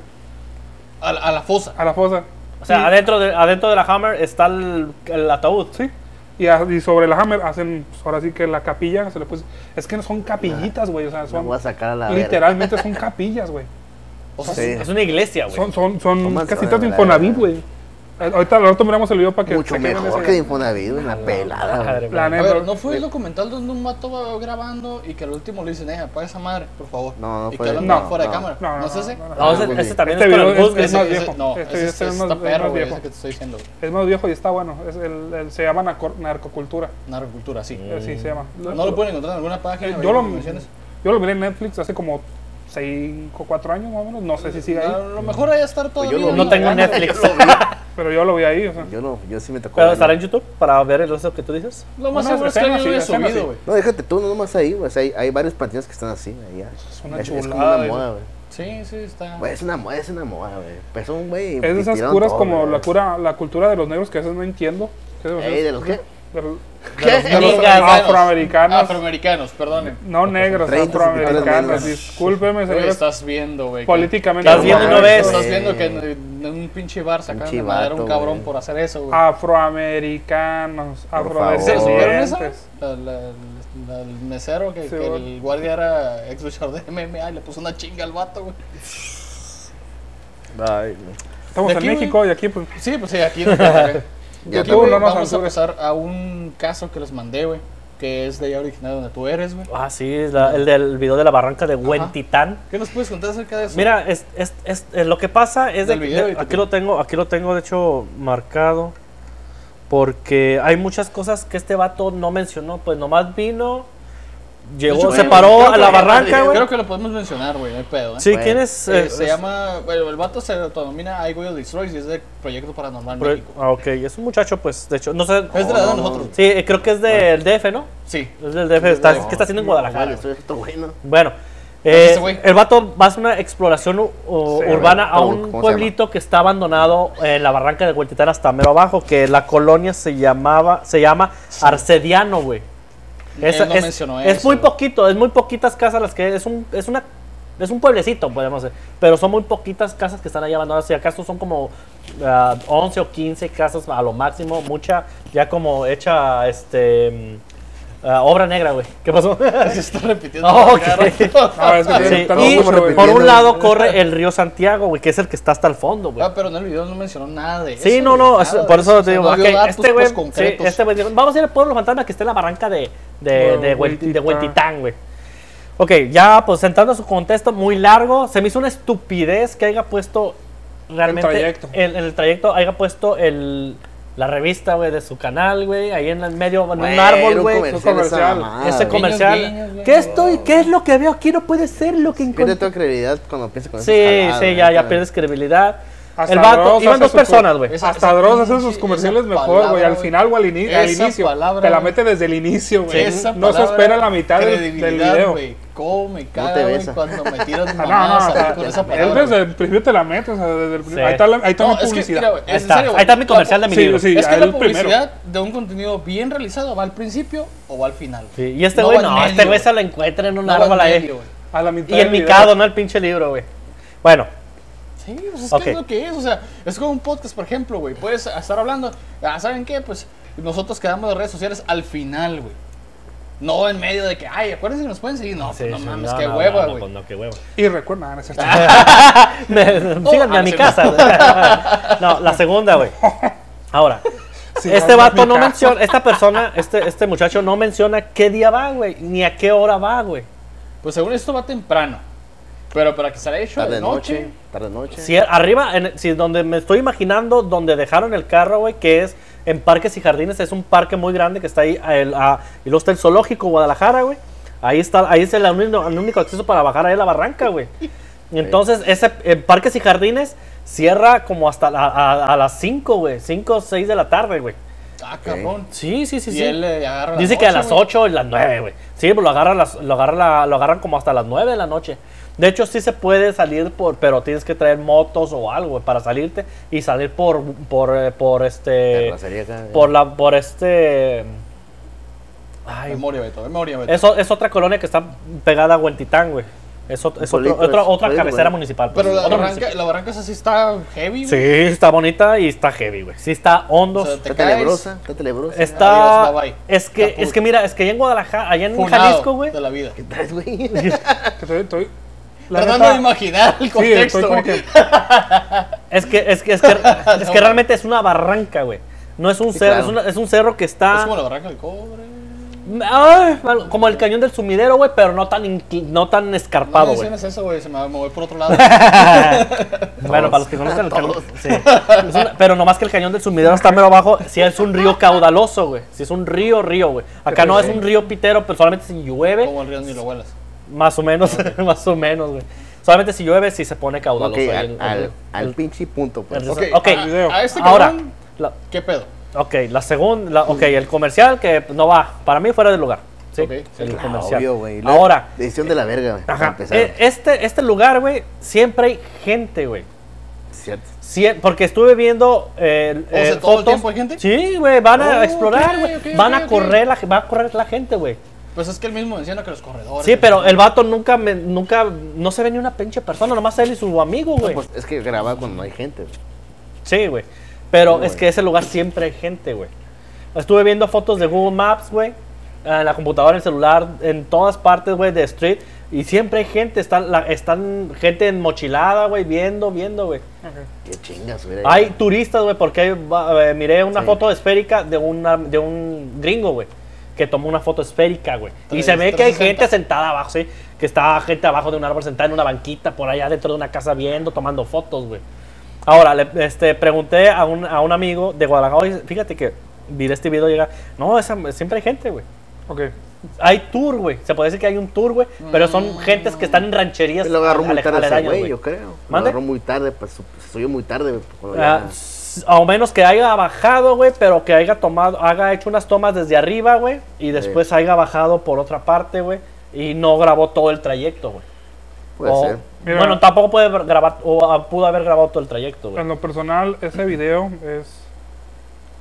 S1: A, la- a la fosa.
S3: a la fosa.
S2: O sea, adentro de, adentro de la Hammer está el, el ataúd.
S3: Sí. Y, a- y sobre la Hammer hacen, pues, ahora sí que la capilla, se le puso- es que no son capillitas, güey, o sea,
S4: Me
S3: son,
S4: voy a sacar a la verga.
S3: literalmente son capillas, güey.
S1: O sea,
S4: Sí.
S2: Es una iglesia, Ah, güey.
S3: Son, son, son
S4: Son mansiones,
S3: casitas de
S4: la
S3: Infonavit,
S4: verdad.
S3: güey. Eh, Ahorita, ahorita miramos el video para que...
S4: Mucho
S3: se queden
S4: mejor
S3: ese-
S4: que de Infonavit, una pelada,
S2: Ah, Madre mía.
S4: güey.
S3: La
S1: A
S3: neta.
S1: ver, ¿no fue el documental donde un mato va grabando y que al último le dicen, eh, apaga esa madre, por favor?
S4: No, no
S1: y
S4: fue-
S1: que hablan
S3: no,
S1: fuera
S4: no,
S1: de cámara.
S3: no,
S1: No,
S3: no,
S1: es ese?
S3: no, no,
S2: No, ese,
S4: muy bien.
S2: ese también
S3: Este
S2: es con
S3: video
S2: el Gus,
S3: es-
S2: güey.
S3: más
S1: Ese- ese-
S3: viejo.
S1: No,
S3: Este-
S1: ese,
S3: este es
S1: ese
S3: más-
S1: está perro,
S3: más
S1: güey,
S3: viejo.
S1: ese que te estoy diciendo. güey.
S3: Es más viejo y está bueno. Es el, el- se llama narco- narcocultura.
S1: Narcocultura, sí.
S3: Así se llama.
S1: No lo pueden encontrar en alguna página.
S3: Eh, yo,
S1: güey,
S3: lo,
S1: en las menciones.
S3: yo lo miré en Netflix hace como 5 4 años más o menos. No sé si sigue
S1: A
S3: ahí,
S1: lo mejor haya estar todo
S4: Pues yo
S1: vivo.
S4: lo
S2: No
S4: vi,
S2: tengo
S4: ¿verdad?
S2: Netflix.
S4: *laughs* Yo lo vi.
S3: pero yo lo vi ahí. O sea.
S4: Yo, no, yo sí me tocó.
S2: Pero
S4: verlo.
S2: estará en YouTube para ver el resto que tú dices.
S1: Lo más
S3: Unas
S1: seguro es que
S3: escenas,
S1: alguien lo haya
S3: sí, escenas,
S1: subido,
S3: sí.
S1: güey.
S4: No, déjate tú, no nomás ahí, güey. o sea, hay, hay varios panteones que están así, güey. ya.
S3: Es una
S4: es, es como
S3: chulada,
S4: una
S3: güey.
S4: moda, güey.
S1: Sí, sí, está.
S4: Güey, Pues,
S1: *laughs*
S4: es una moda, es una moda, güey. Pues son, güey.
S3: Es de esas
S4: tiraron
S3: curas
S4: todo,
S3: como
S4: güey.
S3: la, cura, la cultura de los negros que a veces no entiendo. ¿Qué o sea,
S4: Ey, ¿de los qué?
S3: del-
S1: ¿Qué? Ah,
S3: de los
S1: Americanos.
S3: afroamericanos.
S1: Afroamericanos, perdonen.
S3: No negros,
S4: 30
S3: afroamericanos.
S4: centímetros menos.
S3: Discúlpeme,
S1: Güey,
S3: señores.
S1: estás viendo, güey. que-
S3: Políticamente
S2: Estás viendo y no ves.
S1: Estás
S4: Sí.
S1: viendo que en en un pinche bar sacaron
S4: Pinche
S1: de madera a un
S4: vato,
S1: cabrón
S4: güey.
S1: por hacer eso,
S3: Ah,
S1: güey.
S3: Afroamericanos,
S4: favor.
S1: ¿Se supieron esa?
S3: afrodescendientes.
S1: La- la- la- el mesero que,
S3: Sí,
S1: que
S3: güey.
S1: el guardia era ex luchador de MMA y le puso una chinga al vato, güey.
S4: Ay, güey.
S3: Estamos
S1: De
S3: en
S1: aquí, güey.
S3: México y aquí, pues,
S1: Sí, pues sí, aquí. güey. Y
S4: Ya
S1: aquí,
S4: te-
S1: güey,
S3: no nos
S1: vamos a
S3: censures.
S1: pasar a un caso que les mandé, güey. Que es de allá original donde tú eres, güey.
S2: Ah, sí, es la- el del video de la barranca de Huentitán.
S1: ¿Qué nos puedes contar acerca de eso?
S2: Mira, es, es- es- eh, lo que pasa es de,
S1: Del video
S2: de-
S1: y te-
S2: aquí lo tengo, aquí lo tengo de hecho marcado porque hay muchas cosas que este vato no mencionó, pues nomás vino, llegó,
S1: De hecho,
S2: se
S1: güey,
S2: paró
S1: creo
S2: a
S1: que- creo
S2: la
S1: que-
S2: barranca, güey.
S1: Creo que lo podemos mencionar, güey, no hay pedo. ¿eh?
S2: Sí,
S4: Bueno,
S2: ¿quién es?
S1: Eh,
S2: Eh,
S1: se
S2: es-
S1: llama, bueno, el vato se autodenomina I Will Destroy y es de Proyecto Paranormal
S2: pro-
S1: México.
S2: ah, ok, es un muchacho, pues, de hecho, no sé.
S1: Es de la edad de
S4: no,
S1: nosotros.
S4: no.
S2: Sí, eh, creo que es del DF, ¿no?
S1: Sí. *laughs*
S2: Es del DF, está, ¿qué está haciendo en Guadalajara?
S4: Vale, esto es otro güey, ¿no?
S2: Bueno,
S1: Entonces,
S2: eh,
S1: ese güey.
S2: el vato va a hacer una exploración u- u-
S3: Sí,
S2: urbana
S4: güey.
S2: a
S4: ¿Cómo-
S2: un
S4: cómo se
S2: pueblito que está abandonado en la barranca de Hueltitán hasta mero abajo, que la colonia se llamaba, se llama Arcediano, güey. Esa-
S1: no
S2: es,
S1: mencionó
S2: es
S1: eso,
S2: muy
S1: güey.
S2: poquito, es muy poquitas casas las que es un, es una es un pueblecito, podemos decir, pero son muy poquitas casas que están ahí abandonadas, si acaso son como ah, 11 o 15 casas a lo máximo, mucha ya como hecha este mm, ah, obra negra, güey.
S1: *laughs*
S2: ¿Qué pasó?
S1: Se está repitiendo.
S2: Ah,
S1: *laughs* la cara.
S2: *laughs* ok. Ah,
S3: a ver, es que
S2: Sí,
S3: tienen tanto
S2: y
S4: como
S3: mucho, güey.
S2: por un
S4: repitiendo.
S2: lado corre el río Santiago, güey, que es el que está hasta el fondo, güey.
S1: Ah, pero en el video no mencionó nada de eso.
S2: Sí, no, no,
S1: güey,
S2: es-
S1: nada
S2: por
S1: de
S2: eso
S1: O
S2: te
S1: sea,
S2: digo,
S1: no
S2: ok,
S1: dio datos,
S2: este güey,
S1: pues,
S2: sí,
S1: concretos.
S2: este güey dijo, vamos a ir al pueblo fantasma que está en la barranca de, de,
S3: Bueno,
S2: de Huel- de
S3: Hueltitán.
S2: Hueltitán, güey. Ok, ya pues entrando a su contexto muy largo, se me hizo una estupidez que haya puesto realmente
S3: El trayecto.
S2: en- en el trayecto haya puesto el la revista, güey, de su canal, güey, ahí en el medio, en un
S4: Güey,
S2: árbol,
S4: era
S2: güey.
S4: comercial
S3: un
S4: esa
S3: comercial.
S4: mamada,
S2: Ese
S4: güey.
S2: comercial.
S1: guiños, güey.
S2: ¿Qué estoy? ¿Qué es lo que veo aquí? No puede ser lo que encontré.
S4: Pierde toda credibilidad cuando piensa
S1: Pues,
S4: con
S2: Sí,
S4: esas
S1: ¿eh?
S4: jaladas,
S2: sí, ya, ya
S4: güey.
S2: pierdes credibilidad.
S3: Hasta
S2: el vato,
S3: Dross
S2: iban
S3: hace
S2: dos
S3: su-
S2: personas, güey.
S1: Esa-
S3: Hasta
S1: esa
S3: Dross hace
S1: pinche-
S3: sus
S1: esa
S3: comerciales mejor,
S1: palabra,
S3: güey. Al
S1: güey.
S3: final o al, ini- al
S1: Esa
S3: inicio.
S1: palabra,
S3: te la
S1: güey.
S3: mete desde el inicio, güey.
S1: Esa
S3: No se
S1: palabra,
S3: espera la mitad del, del
S1: credibilidad,
S3: video.
S1: güey. ¿Cómo me caga,
S4: te
S1: güey,
S4: besa.
S1: cuando me tiras
S3: Ah, *laughs*
S1: mamadas
S3: no,
S1: a
S3: no, o
S1: mí
S3: sea,
S1: con esa
S3: él
S1: palabra?
S3: desde
S1: güey?
S3: el principio te la metes. o sea, desde el
S2: Sí.
S3: principio. Ahí está, la- ahí está
S1: No,
S3: mi
S1: es que,
S3: publicidad.
S1: mira, güey,
S2: Ahí
S1: es en
S2: está,
S1: serio,
S2: ahí está mi
S1: güey.
S2: comercial de mi
S3: Sí,
S2: libro.
S3: sí.
S1: es que
S3: ahí
S1: la
S3: el primero.
S1: publicidad de un contenido bien realizado va al principio o va al final.
S2: Sí, Y este güey,
S1: va
S2: no,
S1: en medio,
S2: este güey se la encuentra en un
S1: No va
S2: árbol
S1: en
S2: ahí.
S1: medio, güey.
S3: A la E. mitad
S2: Y
S3: del
S2: en mi
S3: video.
S2: cado, ¿no? El pinche libro, güey. Bueno,
S1: Sí, pues es
S2: Ok.
S1: que es lo que es, o sea, es como un podcast, por ejemplo, güey, puedes estar hablando, ah, ¿saben qué? Pues nosotros quedamos de redes sociales al final, güey. No en medio de que, ay, acuérdense que nos pueden seguir. No, pues
S2: sí,
S1: no
S2: sí,
S1: mames,
S2: no,
S1: qué
S2: no,
S1: hueva,
S2: no, no,
S1: güey.
S2: pues no,
S1: *laughs*
S2: qué hueva.
S3: Y recuerda, nada, no
S2: *laughs*
S3: es cierto.
S2: Me-
S1: Oh,
S2: Síganme
S1: ah,
S2: a mi
S1: sí,
S2: casa. no, la segunda, güey. *laughs* Ahora,
S3: *laughs* Sí,
S2: este
S3: no,
S2: vato
S3: mi
S2: no
S3: casa.
S2: menciona, esta persona, este, este muchacho no menciona qué día va, güey, ni a qué hora va, güey.
S1: Pues según esto va temprano. Pero para que se haya hecho
S4: Tarde
S1: de noche,
S4: noche, tarde noche.
S2: Si arriba, en, si donde me estoy imaginando, donde dejaron el carro, güey, que es en Parques y Jardines, es un parque muy grande que está ahí, a el- a- y luego está el Zoológico Guadalajara, güey. Ahí está, ahí es el único, el único acceso para bajar ahí a la barranca, güey.
S1: *laughs*
S2: Y Entonces, ese, en Parques y Jardines cierra como hasta la- a, a las 5, güey, 5 o 6 de la tarde, güey.
S1: ah, cabrón.
S2: Sí, sí, sí,
S1: Y
S2: sí.
S1: él le agarra
S2: Dice que a las
S1: güey.
S2: 8 y las 9, güey. Sí, pues lo agarran, las- lo, agarran la- lo agarran como hasta las 9 de la noche. De hecho, sí se puede salir, por, pero tienes que traer motos o algo güey, para salirte y salir por, por, eh, por este.
S4: Terracería acá, güey.
S2: Por la, por este. Ay,
S1: Memoria, Beto, memoria, Beto.
S2: es, o- es otra colonia que está pegada a Huentitán, güey. Es, ot- es otro-
S4: pueblito,
S2: otra,
S4: es
S2: otra
S4: pueblo,
S2: cabecera
S4: güey.
S2: municipal. pues,
S1: Pero la
S2: otro
S1: barranca,
S2: municipio.
S1: la barranca esa sí está heavy,
S2: Sí,
S1: güey.
S2: está bonita y está heavy, güey. Sí, está hondo.
S1: O sea, te
S4: Está
S1: caes.
S4: tenebrosa, está tenebrosa.
S2: Está.
S1: Adiós, bye bye.
S2: Es que, es que mira, es que allá en Guadalajara, allá en
S1: Funado
S2: Jalisco, güey.
S1: De la vida.
S4: ¿Qué
S2: *laughs*
S4: traes, güey?
S3: Que estoy- estoy- la
S1: Tratando
S3: neta-
S1: de imaginar el
S3: Sí,
S1: contexto,
S3: estoy como
S1: güey.
S2: *laughs*
S3: que-
S2: Es que, es que, es que, es que realmente es una barranca, güey. No es un
S4: Sí,
S2: cerro,
S4: claro.
S2: es, una- es un cerro que
S1: Es
S2: está.
S1: como la barranca del cobre.
S2: Ah, como el cañón del sumidero, güey, pero no tan, incl- no tan
S1: No me
S2: escarpado, güey.
S1: menciones eso, güey. Se me va a mover por otro
S2: *laughs*
S1: lado.
S2: bueno, para los que conocen el cañón. sí. Es una- pero nomás que el cañón del sumidero está mero abajo, sí es un río caudaloso, güey. Sí es un río, río, güey. Acá no es un río pitero, pero solamente si llueve.
S1: Como el río ni lo huelas.
S2: *laughs* Más o menos, más o menos, güey. Solamente si llueve, si se pone caudaloso.
S4: Ok,
S2: ahí
S4: al,
S2: el-
S4: al-
S2: el-
S4: al
S2: el-
S4: pinche punto, pues.
S2: el-
S1: Ok,
S2: ok.
S1: a-
S3: Video.
S1: A, este
S2: Ahora,
S1: cabrón,
S2: la-
S1: ¿qué pedo?
S2: ok, la segunda, la- ok, el comercial que no va, para mí fuera del lugar. Sí,
S1: Ok, sí,
S2: el
S1: claro,
S2: comercial.
S4: Obvio, güey. La
S2: Ahora,
S4: Decisión de la verga, güey. para
S2: ajá,
S4: empezar.
S2: eh, este, este lugar, güey, siempre hay gente, güey.
S4: Cierto.
S2: Siem- porque estuve viendo eh,
S1: O sea,
S2: eh,
S1: ¿todo el tiempo hay gente?
S2: Sí, güey, van a
S1: Oh,
S2: explorar,
S1: ok,
S2: güey.
S1: ok,
S2: van
S1: ok,
S2: a
S1: ok.
S2: correr, la, va a correr la gente, güey.
S1: Pues es que él mismo menciona que los corredores.
S2: Sí, pero el vato nunca, me- nunca, no se ve ni una pinche persona, nomás él y su amigo, güey.
S4: Pues es que graba cuando no hay gente. güey.
S2: Sí, güey. Pero
S4: Sí,
S2: es
S4: güey.
S2: que ese lugar siempre hay gente, güey. Estuve viendo fotos de Google Maps, güey. En la computadora, en el celular, en todas partes, güey, de Street. Y siempre hay gente. Están, la- están gente enmochilada, güey, viendo, viendo, güey.
S4: Qué chingas, güey.
S2: Hay turistas, güey, porque hay va- eh, miré una
S4: Sí.
S2: foto esférica de, una, de un gringo, güey, que tomó una foto esférica, güey. Y
S1: Tres-
S2: se ve que hay
S1: 360.
S2: gente sentada abajo, ¿sí? Que está gente abajo de un árbol sentada en una banquita por allá dentro de una casa viendo, tomando fotos, güey. Ahora, le este, pregunté a un, a un amigo de Guadalajara, oye, fíjate que vi este video y llega, no, esa, siempre hay gente, güey.
S3: Ok.
S2: Hay tour, güey. Se puede decir que hay un tour, güey, pero son gentes que están en rancherías.
S4: Mm. Lo agarró muy
S2: ale-
S4: tarde ese
S2: aledañas,
S4: güey,
S2: güey.
S4: yo creo. Lo
S2: ¿Mande?
S4: agarró muy tarde, pues su- se subió muy tarde. güey, cuando
S2: Ah,
S4: ya-
S2: s- o menos que haya bajado, güey, pero que haya tomado, haga hecho unas tomas desde arriba, güey, y después haya bajado por otra parte, güey, y no grabó todo el trayecto, güey.
S4: puede
S2: O-
S4: ser.
S3: Mira.
S2: Bueno, tampoco puede ver- grabar, o ah, pudo haber grabado todo el trayecto, güey.
S3: En lo personal, ese video es,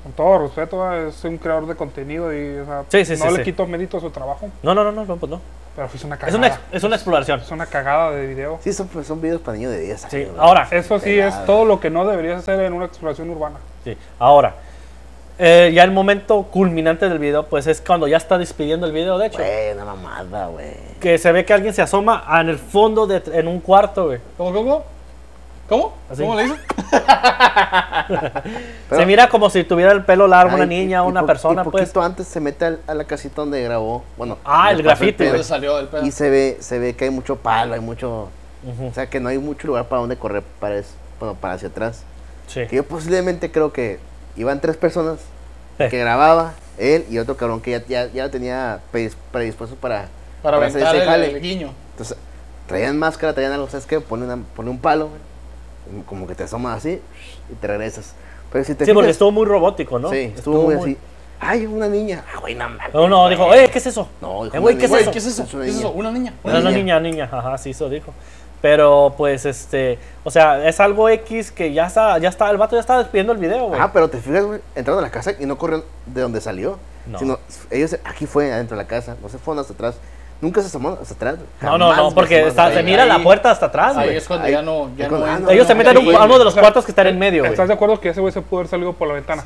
S3: con todo respeto, ¿verdad? es un creador de contenido y o sea,
S2: Sí, sí,
S3: no
S2: sí,
S3: le
S2: sí.
S3: quito mérito a su trabajo,
S2: No, no, no, no, no, pues no.
S3: pero fue una
S2: Es
S3: cagada.
S2: una, ex- es una exploración.
S3: Es una cagada de video. Ah,
S4: Sí, son, pues, son videos para niños de 10 años.
S2: Sí,
S4: güey.
S2: ahora,
S3: Eso sí
S4: Pelada.
S3: es todo lo que no deberías hacer en una exploración urbana.
S2: sí, ahora. eh, ya el momento culminante del video, pues es cuando ya está despidiendo el video, de hecho.
S4: Güey, una mamada, güey.
S2: Que se ve que alguien se asoma ah, en el fondo, de, en un cuarto, güey.
S1: ¿Cómo, cómo? ¿Cómo?
S2: Así.
S1: ¿Cómo le dice?
S4: Pero-
S2: se mira como si tuviera el pelo largo, una
S4: Ay, y-
S2: niña,
S4: y
S2: una
S4: po-
S2: persona,
S4: y
S2: pues.
S4: poquito antes se mete al- a la casita donde grabó. Bueno.
S2: Ah,
S4: donde
S2: el
S4: pasó
S2: grafiti,
S4: pedo,
S1: Pero salió del pedo.
S4: Y se ve, se ve que hay mucho palo, hay mucho.
S2: Ujú,
S4: O sea, que no hay mucho lugar para donde correr para, es- bueno, para hacia atrás.
S2: sí.
S4: Que yo posiblemente creo que iban tres personas
S2: Sí.
S4: que grababa, él y otro cabrón que ya, ya, ya lo tenía predis- predispuesto para,
S1: Para
S4: hacer
S1: aventar
S4: ese
S1: el,
S4: jale.
S1: el guiño.
S4: Entonces, traían máscara, traían algo, ¿sabes qué? Pone, una- pone un palo, güey, como que te asomas así y te regresas. Pero si te
S2: Sí, porque
S4: fijas-
S2: estuvo muy robótico, ¿no?
S4: sí, estuvo, muy así. Ay, una niña. Ah, güey, no mames,
S2: Uno
S4: güey.
S2: dijo, eh, ¿qué es eso?
S4: No, dijo
S2: Eh, güey,
S4: una
S2: ¿qué es
S4: niña.
S1: Güey,
S2: eso?
S1: ¿qué es eso?
S4: Es una
S1: ¿Qué es eso?
S4: niña.
S1: Una niña.
S2: No,
S1: Una
S2: no,
S1: niña.
S2: niña, niña. Ajá, sí, eso dijo. Pero, pues, este... O sea, es algo X que ya está... Ya está el vato ya está despidiendo el video, güey.
S4: Ah, pero te fijas, güey, entraron a la casa y no corrieron de donde salió.
S2: No.
S4: Sino, ellos aquí fue adentro de la casa, no se fueron hasta atrás. Nunca se asomaron hasta atrás. güey.
S2: no, no,
S4: pues, Jamás
S2: no,
S4: se
S2: porque
S4: asomaron
S2: está-
S4: hasta
S2: se
S1: ahí,
S2: mira
S1: ahí.
S2: la puerta hasta atrás,
S1: Ahí
S2: Ah, güey.
S1: es cuando
S4: Ahí-
S1: ya no.
S4: ahí
S1: Ya
S4: cuando-
S1: no
S4: ah,
S1: entra.
S4: no,
S2: Ellos se
S4: no,
S2: meten a
S4: ahí,
S2: un-
S4: güey,
S2: a uno de los
S3: o sea,
S2: cuartos que están en medio, güey.
S3: ¿Estás de acuerdo que ese güey se pudo haber salido por la ventana?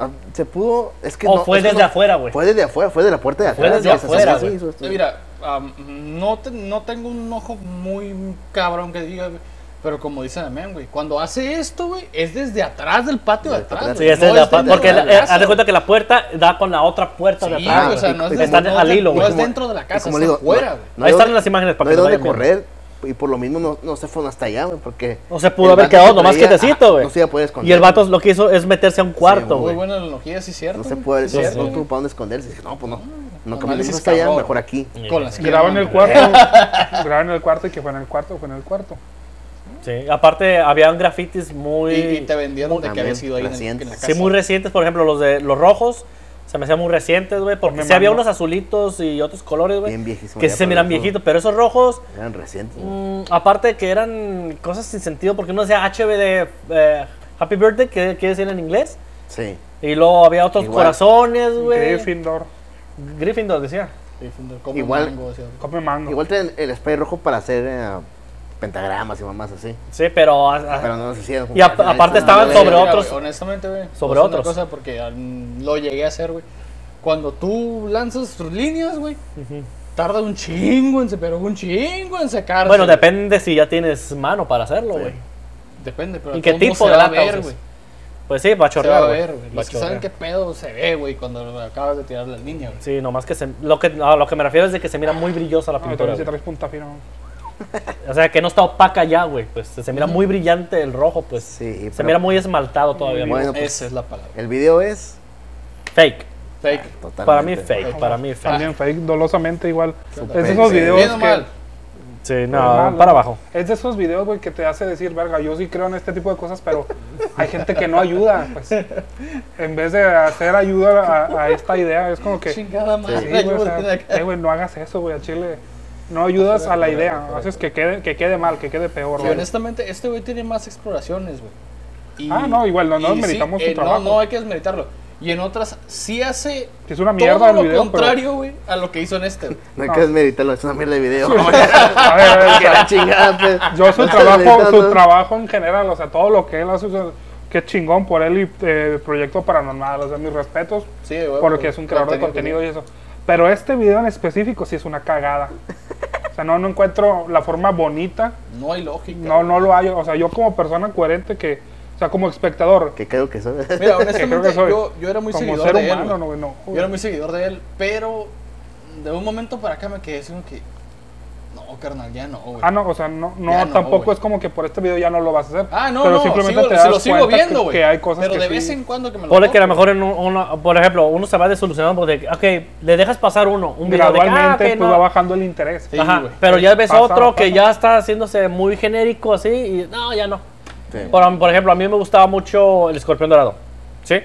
S4: Ah, Se pudo. Es que
S2: O
S4: no,
S2: fue
S4: es que
S2: desde
S4: no-
S2: afuera, güey.
S4: Fue desde afuera, fue de la puerta de
S2: Fue
S4: atrás.
S2: desde
S4: güey, se asomó
S2: afuera,
S4: así,
S2: güey.
S4: hizo esto.
S1: Mira, am, no, te- no tengo un ojo muy cabrón que diga, güey, pero como dice Amén, güey, cuando hace esto, güey, es desde atrás del patio de
S4: Desde
S1: atrás.
S4: atrás.
S2: Sí,
S1: güey,
S2: esa es
S1: no
S2: la
S1: es
S2: pa-
S1: desde
S2: Porque
S1: la
S2: la- eh,
S1: casa,
S2: haz
S1: güey.
S2: de cuenta que la puerta da con la otra puerta de
S1: Sí,
S2: atrás.
S1: güey, o sea,
S4: güey,
S1: no es
S4: y
S1: desde-
S2: están
S1: no
S2: al
S1: es de-
S2: hilo, güey.
S1: No es
S4: Como-
S1: dentro de la
S4: Y
S1: casa,
S4: como
S1: es
S4: le digo,
S1: afuera,
S4: no-
S1: güey.
S4: no
S2: Ahí
S4: hay
S2: están
S4: dónde-
S2: las imágenes para
S4: no
S2: que
S4: hay
S2: lo
S4: dónde
S2: vayan
S4: correr y por lo mismo no, no se fueron hasta allá, güey, porque.
S2: O sea,
S4: el
S2: pudo haber
S4: vato
S2: quedado
S4: que
S2: nomás
S4: traía,
S2: quietecito,
S4: ajá,
S2: güey.
S4: No se iba a poder esconder.
S2: Y el vato lo que hizo es meterse a un cuarto,
S4: güey.
S1: Muy
S2: güey.
S1: buena analogía, sí, es cierto.
S4: No se
S1: güey,
S4: puede,
S1: sí,
S4: no,
S1: cierto,
S4: no
S1: güey.
S4: tuvo para dónde esconderse. Dije, no, pues no. No caminemos
S1: análisis
S4: hasta allá,
S1: cabrón.
S4: mejor aquí.
S1: Con la izquierda.
S3: Graba en el
S1: güey.
S2: *laughs*
S3: cuarto. graba en el cuarto y que fue en el cuarto, fue en el cuarto.
S2: Sí, aparte habían grafitis muy...
S1: Y, y te vendieron de que
S4: También
S1: había sido ahí en, el-
S4: recientes.
S1: en la casa.
S2: Sí, muy recientes, por ejemplo, los de los rojos, se me hacían muy recientes, güey, porque
S3: Me
S2: sí había
S3: mando.
S2: unos azulitos y otros colores, güey,
S4: Bien viejísimo,
S2: que
S4: ya
S2: sí se
S4: para
S2: miran
S4: el sur.
S2: viejitos, pero esos rojos,
S4: Eran recientes. güey.
S2: mm, aparte de que eran cosas sin sentido, porque uno decía HBD, eh, Happy Birthday, que quiere decir en inglés,
S4: Sí.
S2: y luego había otros
S4: Igual.
S2: corazones, güey.
S3: Gryffindor,
S2: Gryffindor decía.
S1: Sí, fue un- como
S4: Igual-
S1: un mango, decía.
S3: come mango.
S4: Igual traen el spray rojo para hacer eh, pentagramas y mamás así.
S2: Sí, pero... ah, ah,
S4: Pero no los hicieron.
S2: Y ap- aparte estaban
S1: No, Ah,
S4: Ándale,
S1: güey,
S2: sobre
S1: mira,
S2: otros.
S1: güey, honestamente, güey. pues,
S2: Sobre
S1: es una
S2: otros.
S1: cosa porque mm, lo llegué a hacer, güey. Cuando tú lanzas tus líneas, güey,
S3: Ah,
S1: tarda un chingo en se- pero un chingo en secarse.
S2: bueno,
S1: güey.
S2: depende si ya tienes mano para hacerlo,
S4: Sí.
S2: güey.
S1: Depende, pero
S2: ¿Y
S1: de
S2: qué
S1: todos modos
S2: tipo
S1: se
S2: de
S1: va a
S2: lata
S1: ver,
S2: usas?
S1: güey.
S2: Pues sí, va a
S1: Se va
S2: chorrear,
S1: a
S2: güey.
S1: ver, güey.
S2: Va a
S1: Los que saben
S2: chorrear.
S1: qué pedo se ve, güey, cuando acabas de tirar la línea, güey.
S2: Sí, nomás que se, lo que a lo que me refiero es de que se mira muy brillosa la
S3: Ah,
S2: pintura.
S3: también si
S2: güey.
S3: traes punta fina.
S2: O sea, que no está opaca ya, güey. Pues se mira muy brillante el rojo, pues.
S4: Sí,
S2: se
S4: pero-
S2: mira muy esmaltado todavía. ¿no?
S4: Bueno, pues,
S1: Esa es la palabra.
S4: el video es.
S2: Fake.
S1: Fake.
S4: Totalmente.
S2: Para mí fake, para mí fake.
S3: También fake, dolosamente igual.
S4: Súper
S3: Es esos
S4: fake.
S3: videos
S1: Bien o
S3: que,
S1: mal.
S2: Sí,
S3: Pero,
S2: no,
S3: no,
S2: para
S3: no.
S2: abajo.
S3: Es de esos videos, güey, que te hace decir, verga, yo sí creo en este tipo de cosas, *laughs* pero hay gente que no ayuda, pues. En vez de hacer ayuda a, a esta idea, es como que. Sí,
S1: Chingada madre. *laughs*
S3: güey, o sea,
S1: ayúdenme acá.
S3: eh, güey, no hagas eso, güey, al chile. No ayudas a la idea, haces que quede, que quede mal, que quede peor,
S1: Sí,
S3: güey.
S1: honestamente, este güey tiene más exploraciones, güey. Y-
S3: Ah, no, igual, no, no
S1: y sí,
S3: desmeritamos su
S1: eh, no,
S3: trabajo.
S1: no hay que desmeritarlo. Y en otras sí hace
S3: Que es una mierda
S1: todo
S3: el
S1: lo
S3: video, pero-
S1: contrario, güey, a lo que hizo en este. güey.
S4: No hay
S3: No.
S4: que desmeritarlo, es una mierda de
S2: *laughs*
S3: *laughs*
S4: video.
S3: A ver, a ver, o
S4: *laughs* Que
S3: sea,
S4: la chingada, pues.
S3: Yo su
S4: No
S3: trabajo,
S4: estás
S3: su
S4: meditando.
S3: trabajo en general, o sea, todo lo que él hace, o sea, qué chingón por él y eh, Proyecto Paranormal, o sea, mis respetos
S1: Sí, güey,
S3: por lo que es un creador de contenido y eso. Pero este video en específico sí es una cagada. O sea, no, no encuentro la forma bonita,
S1: No hay lógica.
S3: no, no lo hay, o sea, yo como persona coherente que, o sea, como espectador,
S4: Que creo que *laughs* eso.
S1: Mira,
S3: *laughs* que creo
S1: honestamente,
S3: que soy
S1: yo, yo era muy
S3: como
S1: seguidor
S3: ser
S1: de él.
S3: humano,
S1: güey.
S3: no, no,
S1: Yo era muy seguidor de él, pero de un momento para acá me quedé diciendo que. No, carnal, ya no, güey.
S3: Ah, no, o sea, no, no,
S1: Ya no,
S3: tampoco
S1: güey.
S3: es como que por este video ya no lo vas a hacer.
S1: Ah, no,
S3: pero
S1: no,
S3: simplemente
S1: sigo-
S3: te
S1: se
S3: das
S1: lo sigo
S3: cuenta
S1: viendo,
S3: que-
S1: güey.
S3: que hay cosas
S1: Pero
S3: que
S1: de
S3: sí-
S1: vez en cuando que me lo.
S2: Ponle que a lo
S1: topo,
S2: mejor, en un- uno, por ejemplo, uno se va desolucionando porque, ok, le dejas pasar uno, un video de que, ah,
S3: gradualmente
S2: ok,
S3: pues
S2: no.
S3: va bajando el interés.
S1: Sí,
S2: Ajá,
S1: güey.
S2: pero ya ves
S3: Pasa,
S2: otro que
S3: pasa.
S2: ya está haciéndose muy genérico así y no, ya no.
S4: Sí.
S2: Por, por ejemplo, a mí me gustaba mucho el escorpión dorado, ¿sí?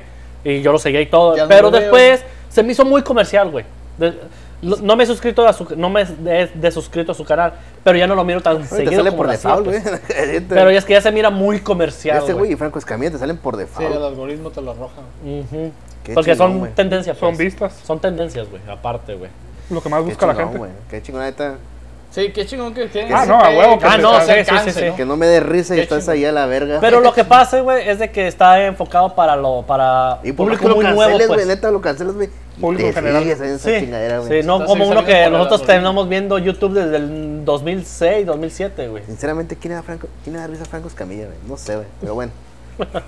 S2: Y yo lo seguía y todo,
S1: Ya no
S2: pero
S1: lo veo.
S2: después se me hizo muy comercial, güey. De- lo- no me he suscrito a su, no me he des- desuscrito a su canal, pero ya no lo miro tan
S4: Te
S2: seguido
S4: sale
S2: como
S4: por
S2: lo hacía,
S4: default, güey. *laughs*
S2: pues. Pero ya es que ya se mira muy comercial,
S4: Este güey
S2: güey.
S4: y Franco Escamilla te salen por
S1: Sí, el
S4: default.
S1: algoritmo te lo arroja. güey.
S2: Ujú.
S4: Qué
S2: Porque
S4: chingón,
S2: son
S4: güey.
S2: tendencias,
S3: Son
S2: pues.
S3: vistas,
S2: Son tendencias, güey, aparte,
S4: *laughs*
S2: güey.
S3: lo que más
S4: Qué
S3: busca la
S4: chingón,
S3: gente.
S4: güey. Qué chingón, neta.
S1: Sí, qué chingón que tiene.
S3: Ah,
S1: ese
S3: no, a
S1: pe-
S3: huevo que
S1: que
S2: Ah, no,
S1: se
S2: sí, sí,
S1: alcance,
S2: sí, sí.
S1: ¿no?
S4: Que no me dé risa y
S1: Qué
S4: estás
S1: chingón.
S4: ahí a la verga.
S2: Pero lo que pasa, güey, es de que está enfocado para lo para
S4: Y por más
S2: público
S4: que lo
S2: muy nuevo,
S4: canceles, güey,
S2: pues.
S4: neta, lo cancelas, güey. y
S3: Público
S4: te
S3: general.
S4: sigues en esa chingadera, güey.
S2: sí, no
S1: Entonces,
S2: como
S1: sí
S2: uno
S1: salió por
S2: que
S1: el
S2: nosotros
S1: algoritmo.
S2: tenemos viendo YouTube desde el 2006, 2007, güey.
S4: Sinceramente, ¿quién le da, Franco, ¿quién le da risa a Franco Escamilla, güey? No sé, güey.
S2: *laughs*
S4: Pero bueno.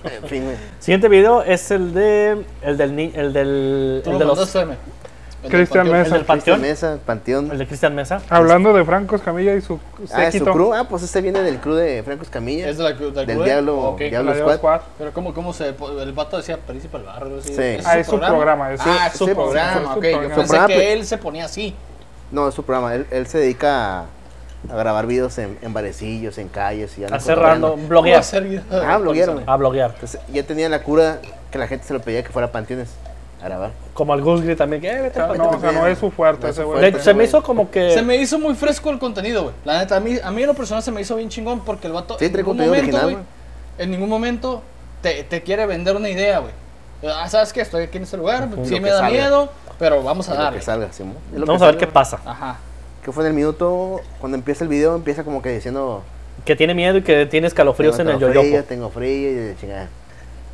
S4: En fin, güey.
S2: Siguiente video es el de el del ni- el del
S1: Tú
S2: el
S1: lo
S2: de los
S1: mandaste, M. El del
S3: Cristian
S1: panteón.
S2: el del
S4: Cristian
S2: panteón,
S4: Mesa, Panteón.
S2: el de Cristian Mesa.
S3: Hablando de Franco Escamilla y su
S4: Ah, es su
S3: séquito,
S4: crew. Ah, pues este viene del crew de Franco Escamilla.
S1: Es de la, del,
S4: Del
S1: club?
S4: Diablo-
S1: Ok.
S4: Diablo-
S3: la de
S4: Squad.
S3: Squad.
S1: Pero ¿cómo, cómo se.? El vato decía Príncipe del Barrio. Sí.
S4: Sí.
S3: Ah, es su programa, es su-
S1: ah, es su
S4: sí,
S1: programa.
S3: sí,
S1: ok.
S3: su
S1: Yo
S3: programa.
S1: pensé
S4: Su programa,
S1: que
S4: pues.
S1: él se ponía así.
S4: No, es su programa. Él, él se dedica a, a grabar videos en, en barecillos, en calles y
S2: Hacer random, bloguear,
S4: Ah, bloguearon.
S1: bloguearon.
S2: a bloguear.
S4: Entonces, ya tenía la cura que la gente se lo pedía que fuera a panteones a grabar.
S2: Como al Gus Gris también, que eh, vete
S3: O sea,
S2: al
S3: no, o sea, no es su fuerte
S4: No es
S3: ese
S4: su
S3: güey.
S2: panteón. De hecho, se me
S4: güey.
S2: hizo como que
S1: Se me hizo muy fresco el contenido, güey. La neta, a mí, a mí en lo personal se me hizo bien chingón porque el vato.
S4: Sí,
S1: en
S4: trae
S1: ningún
S4: contenido
S1: momento,
S4: original,
S1: güey, En ningún momento te, te quiere vender una idea, güey. Ah, ¿sabes qué? Estoy aquí en este lugar. Sí me
S4: Lo que
S1: da
S4: salga.
S1: miedo, pero vamos a
S4: Es lo que
S1: darle.
S4: salga, Simón. Es lo
S2: vamos
S4: que
S2: a ver
S4: salga.
S2: qué pasa.
S1: Ajá.
S4: Que fue en el minuto, cuando empieza el video, empieza como que diciendo...
S2: Que tiene miedo y que tiene escalofríos en
S4: tengo
S2: el
S4: frío,
S2: yoyopo, Ah,
S4: Tengo frío y de chingada.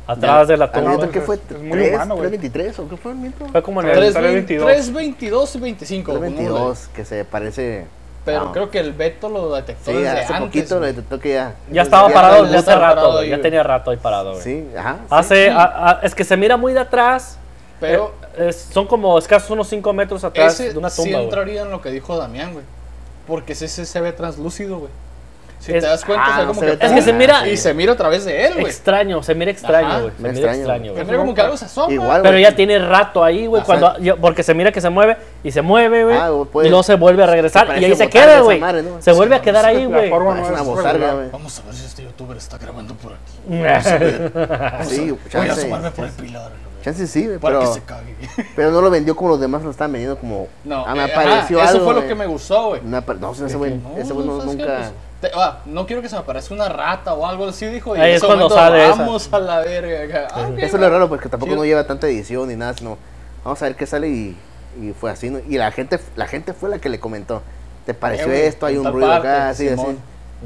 S2: atrás de la
S4: ¿Al
S2: tumba.
S4: minuto qué fue?
S3: Es muy
S4: ¿Tres?
S3: humano, güey.
S4: ¿3.23 o qué fue el minuto?
S2: Fue como en el
S3: Tres.
S1: 3.22
S3: 22.
S1: 3.22 y 25. lo pongo, güey.
S4: 22, que se parece...
S1: Pero
S4: no.
S1: creo que el Beto lo detectó
S4: Sí,
S1: desde
S4: hace
S1: antes.
S4: poquito
S1: güey.
S4: le detectó que ya...
S2: ya estaba
S4: ya
S2: parado Ah,
S4: estaba-
S2: desde hace
S1: parado
S2: rato, güey.
S1: ahí,
S2: Ya
S1: güey.
S2: tenía rato ahí parado, güey.
S4: Sí, ajá. sí.
S2: Hace, a- a- es que se mira muy de atrás,
S1: Pero
S2: eh, es- son como escasos unos 5 metros atrás
S1: ese
S2: de una
S1: sí
S2: tumba, güey.
S1: entraría en lo que dijo Damián, güey. Porque ese, ese se ve translúcido, güey. Si
S2: Es-
S1: te das cuenta,
S4: ah,
S1: o sea,
S4: no
S1: como
S4: se
S1: que,
S4: ve tan-
S2: Es que se mira-
S1: Y se mira a través de él, güey.
S2: Extraño, se mira
S1: Ajá.
S2: extraño, güey. Se
S4: Me
S2: mira
S4: extraño,
S2: extraño,
S1: Se
S2: güey.
S1: mira como que algo se asoma.
S4: Igual,
S2: Pero
S4: güey.
S2: ya tiene rato ahí, güey,
S4: Ajá.
S2: cuando yo- porque se mira que se mueve y se mueve, güey.
S4: Ah, güey, puede-
S2: y luego se vuelve a regresar y
S4: parece
S2: ahí se
S4: botarga
S2: queda,
S4: esa
S2: güey.
S4: madre, ¿no?
S2: Se vuelve a quedar ahí,
S3: La
S2: güey.
S3: forma no
S4: Parece una
S3: es
S4: bozarga,
S3: regular.
S4: güey.
S1: Vamos a ver si este youtuber está grabando por
S2: *laughs*
S1: aquí.
S4: Sí,
S1: Voy a
S4: chance.
S1: asomarme por el pilar, güey,
S4: Chance sí, güey,
S1: Para
S4: pero,
S1: que se cague.
S4: *laughs* pero no lo vendió como los demás lo estaban vendiendo, como...
S1: No,
S4: ah, me
S1: eh,
S4: apareció
S1: ajá,
S4: algo.
S1: eso fue lo
S4: güey.
S1: que me gustó, güey.
S4: Una per- no, ese güey
S1: No,
S4: ese güey no-
S1: ¿sabes qué?
S4: nunca...
S1: Pues, te- ah, no quiero que se me aparezca una rata o algo así, dijo. Y
S2: Ahí
S1: en
S2: es
S1: ese
S2: cuando
S1: momento,
S2: sale esa.
S1: Vamos a la verga. acá. Ah, ok,
S4: Eso es lo raro, porque tampoco
S1: Sí.
S4: no lleva tanta edición ni nada, sino vamos a ver qué sale y, y fue así. ¿no? Y la gente, la gente fue la que le comentó, ¿te pareció
S1: güey,
S4: esto? Hay
S1: en
S4: un
S1: tal
S4: ruido acá,
S1: parte,
S4: así, así.
S1: Simón.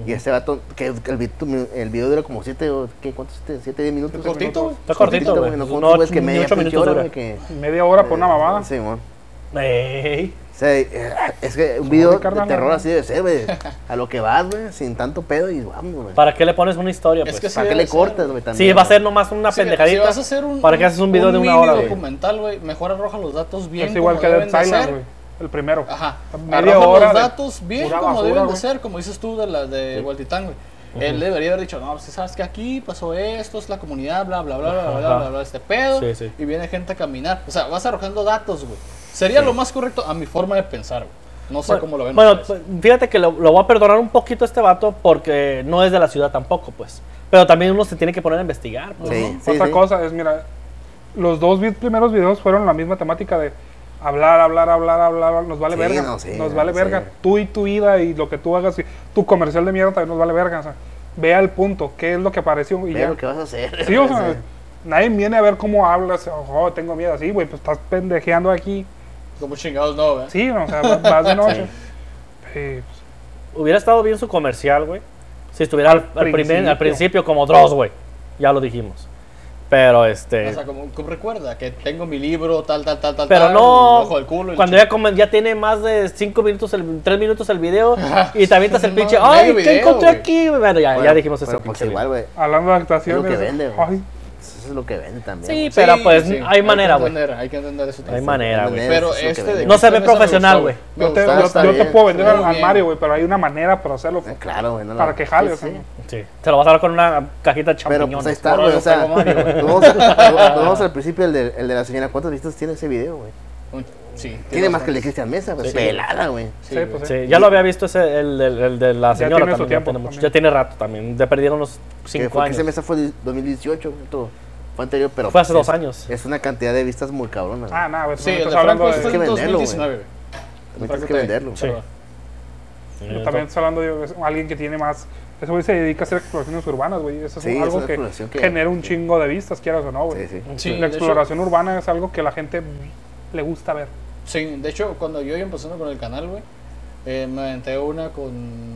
S4: Y ese vato, que el, vi- el video dura como 7 o ¿qué? ¿Cuántos? 7, 10 minutos.
S1: Cortito, güey.
S2: Está cortito, güey.
S4: No,
S2: No,
S4: como es que
S2: ni
S4: media
S2: ocho
S4: pinche
S2: minutos
S4: hora,
S2: dura.
S4: güey, que...
S3: Media hora por una mamada.
S4: Sí, mon.
S2: Ey.
S4: O sea, eh, es que un video de
S3: carnal,
S4: terror
S3: ¿no?
S4: así debe
S3: *laughs*
S4: ser, güey. A lo que vas, güey, sin tanto pedo y vamos, güey.
S2: ¿Para qué le pones una historia, pues?
S1: Es que sí
S4: ¿Para qué
S1: debe
S4: le
S1: ser,
S4: cortas,
S1: güey.
S4: güey? también,
S2: Sí, va a
S4: güey?
S2: ser nomás una
S1: Sí,
S2: pendejadita.
S1: Si vas a hacer un,
S2: ¿Para qué haces un video de una
S1: mini
S2: hora, güey?
S1: documental, güey, mejor arroja los datos bien
S3: Es
S1: como
S3: igual que Dead
S1: deben de
S3: Silence,
S1: ser.
S3: güey. El primero.
S1: Ajá.
S3: Media
S1: Arroja
S3: hora
S1: los
S3: de
S1: datos bien
S3: pura
S1: como
S3: basura,
S1: deben de
S3: güey.
S1: ser, como dices tú de la de Hualtitán, güey. Él debería haber dicho, no, si sabes que aquí pasó esto, es la comunidad, bla, bla, bla, bla, bla, bla,
S2: Ajá.
S1: bla, bla, este pedo.
S2: Sí, sí.
S1: Y viene gente a caminar. O sea, vas arrojando datos, güey. Sería lo más correcto a mi forma de pensar, güey. No sé
S2: Bueno,
S1: cómo lo ven.
S2: Bueno,
S1: ustedes.
S2: pues, fíjate que lo, lo voy a perdonar un poquito a este vato porque no es de la ciudad tampoco, pues. Pero también uno se tiene que poner a investigar. pues.
S4: Sí, sí,
S3: Otra
S4: sí.
S3: cosa es, mira, los dos vi- primeros videos fueron la misma temática de hablar, hablar, hablar, hablar, nos vale
S4: Sí,
S3: verga.
S4: no, sí,
S3: nos
S4: no,
S3: vale
S4: sí.
S3: verga. Tú y tu vida y lo que tú hagas, y tu comercial de mierda también nos vale verga. O sea, ve al punto, qué es lo que apareció y
S4: Ve
S3: ya.
S4: lo que vas a hacer.
S3: Sí, o
S4: *laughs*
S3: sea,
S4: Este.
S3: nadie viene a ver cómo hablas. Ojo, tengo miedo así, güey, pues estás pendejeando aquí.
S1: Como chingados no, ¿eh? ¿verdad?
S3: Sí, o sea, vas-
S4: *laughs*
S3: vas de noche. Sí, pues,
S2: Hubiera estado bien su comercial, güey. Si estuviera al, al primer- al
S3: principio.
S2: principio como Dross, güey. Ya lo dijimos. Pero este...
S1: O sea, como, como recuerda que tengo mi libro, tal, tal, tal, tal.
S2: Pero
S1: tal,
S2: no,
S1: el ojo del culo y la
S2: cuando
S1: chingada.
S2: ya, comen- ya tiene más de 5 minutos, el, 3 minutos el video y te avientas el
S1: No,
S2: pinche,
S1: medio
S2: ¡ay,
S1: video,
S2: qué encontré
S1: güey.
S2: aquí! Bueno, ya,
S4: Bueno,
S2: ya dijimos eso.
S4: Pero pues igual, güey.
S3: hablando de
S4: Es lo
S3: actuaciones.
S4: que vende, güey.
S3: ay,
S4: Eso es lo que venden también.
S2: Sí,
S4: güey.
S2: pero
S1: Sí,
S2: pues
S1: sí,
S2: hay
S1: que
S2: manera, güey.
S1: entender, Hay que entender eso
S2: Hay
S1: también.
S2: manera, güey.
S4: manera.
S1: Pero
S4: Eso es lo que
S1: este
S4: venden.
S1: de
S2: No se ve
S1: Cristian, esa me
S2: profesional,
S1: gustó,
S2: güey.
S1: Me
S3: yo te,
S1: gustó,
S3: yo-
S4: está
S3: yo te
S4: bien.
S3: puedo vender
S1: Muy
S3: al
S1: bien.
S3: armario, güey, pero hay una manera para hacerlo.
S4: Eh, Claro, güey. no la-
S3: Para que jale,
S4: sí,
S3: o sea,
S4: sí.
S3: no.
S2: Sí, se lo vas a dar con una cajita de
S4: Pero pues ahí
S2: champiñones.
S4: está,
S1: Por
S4: güey.
S1: algo
S4: O sea,
S1: tengo Mario, güey.
S4: nos *laughs* vamos, a- nos vamos al principio el de, el de la señora. ¿Cuántas vistas tiene ese video, güey?
S1: Un- Sí.
S4: Tiene más que
S1: razón.
S4: el de Cristian Mesa, güey.
S1: Sí.
S4: Pelada, güey.
S1: Sí,
S3: Sí,
S1: güey.
S3: pues,
S2: Sí, ya lo había visto ese, el, el- el de la
S3: Ya
S2: señora
S3: tiene
S2: también,
S3: su
S2: ya
S3: tiempo
S2: tiene mucho-
S3: también.
S2: ya tiene rato también, ya perdieron unos
S4: Que
S2: 5
S4: fue- que
S2: años.
S4: ese Mesa fue el 2018, güey, todo. Fue anterior, pero.
S2: Fue hace
S4: pues,
S2: dos años.
S4: Es una cantidad de vistas muy cabrona. güey.
S3: Ah, nada, güey,
S1: Sí,
S3: no
S1: el de
S3: estás hablando
S1: Franco
S3: de...
S1: fue en
S4: Tienes que venderlo,
S1: 2019, güey.
S4: También tienes
S1: Franco
S4: que
S1: TV.
S4: venderlo.
S2: Sí.
S1: Perdón.
S3: Pero también estás hablando de es alguien que tiene más. Ese güey se dedica a hacer exploraciones urbanas, güey. Eso es
S4: Sí, es
S3: algo
S4: una
S3: que,
S4: exploración que-
S3: genera un chingo de vistas, quieras o no, güey.
S4: Sí, sí.
S1: Sí,
S3: La
S1: de hecho-
S3: exploración urbana es algo que la gente le gusta ver.
S1: Sí, de hecho, cuando yo iba empezando con el canal, güey, eh, me aventé una con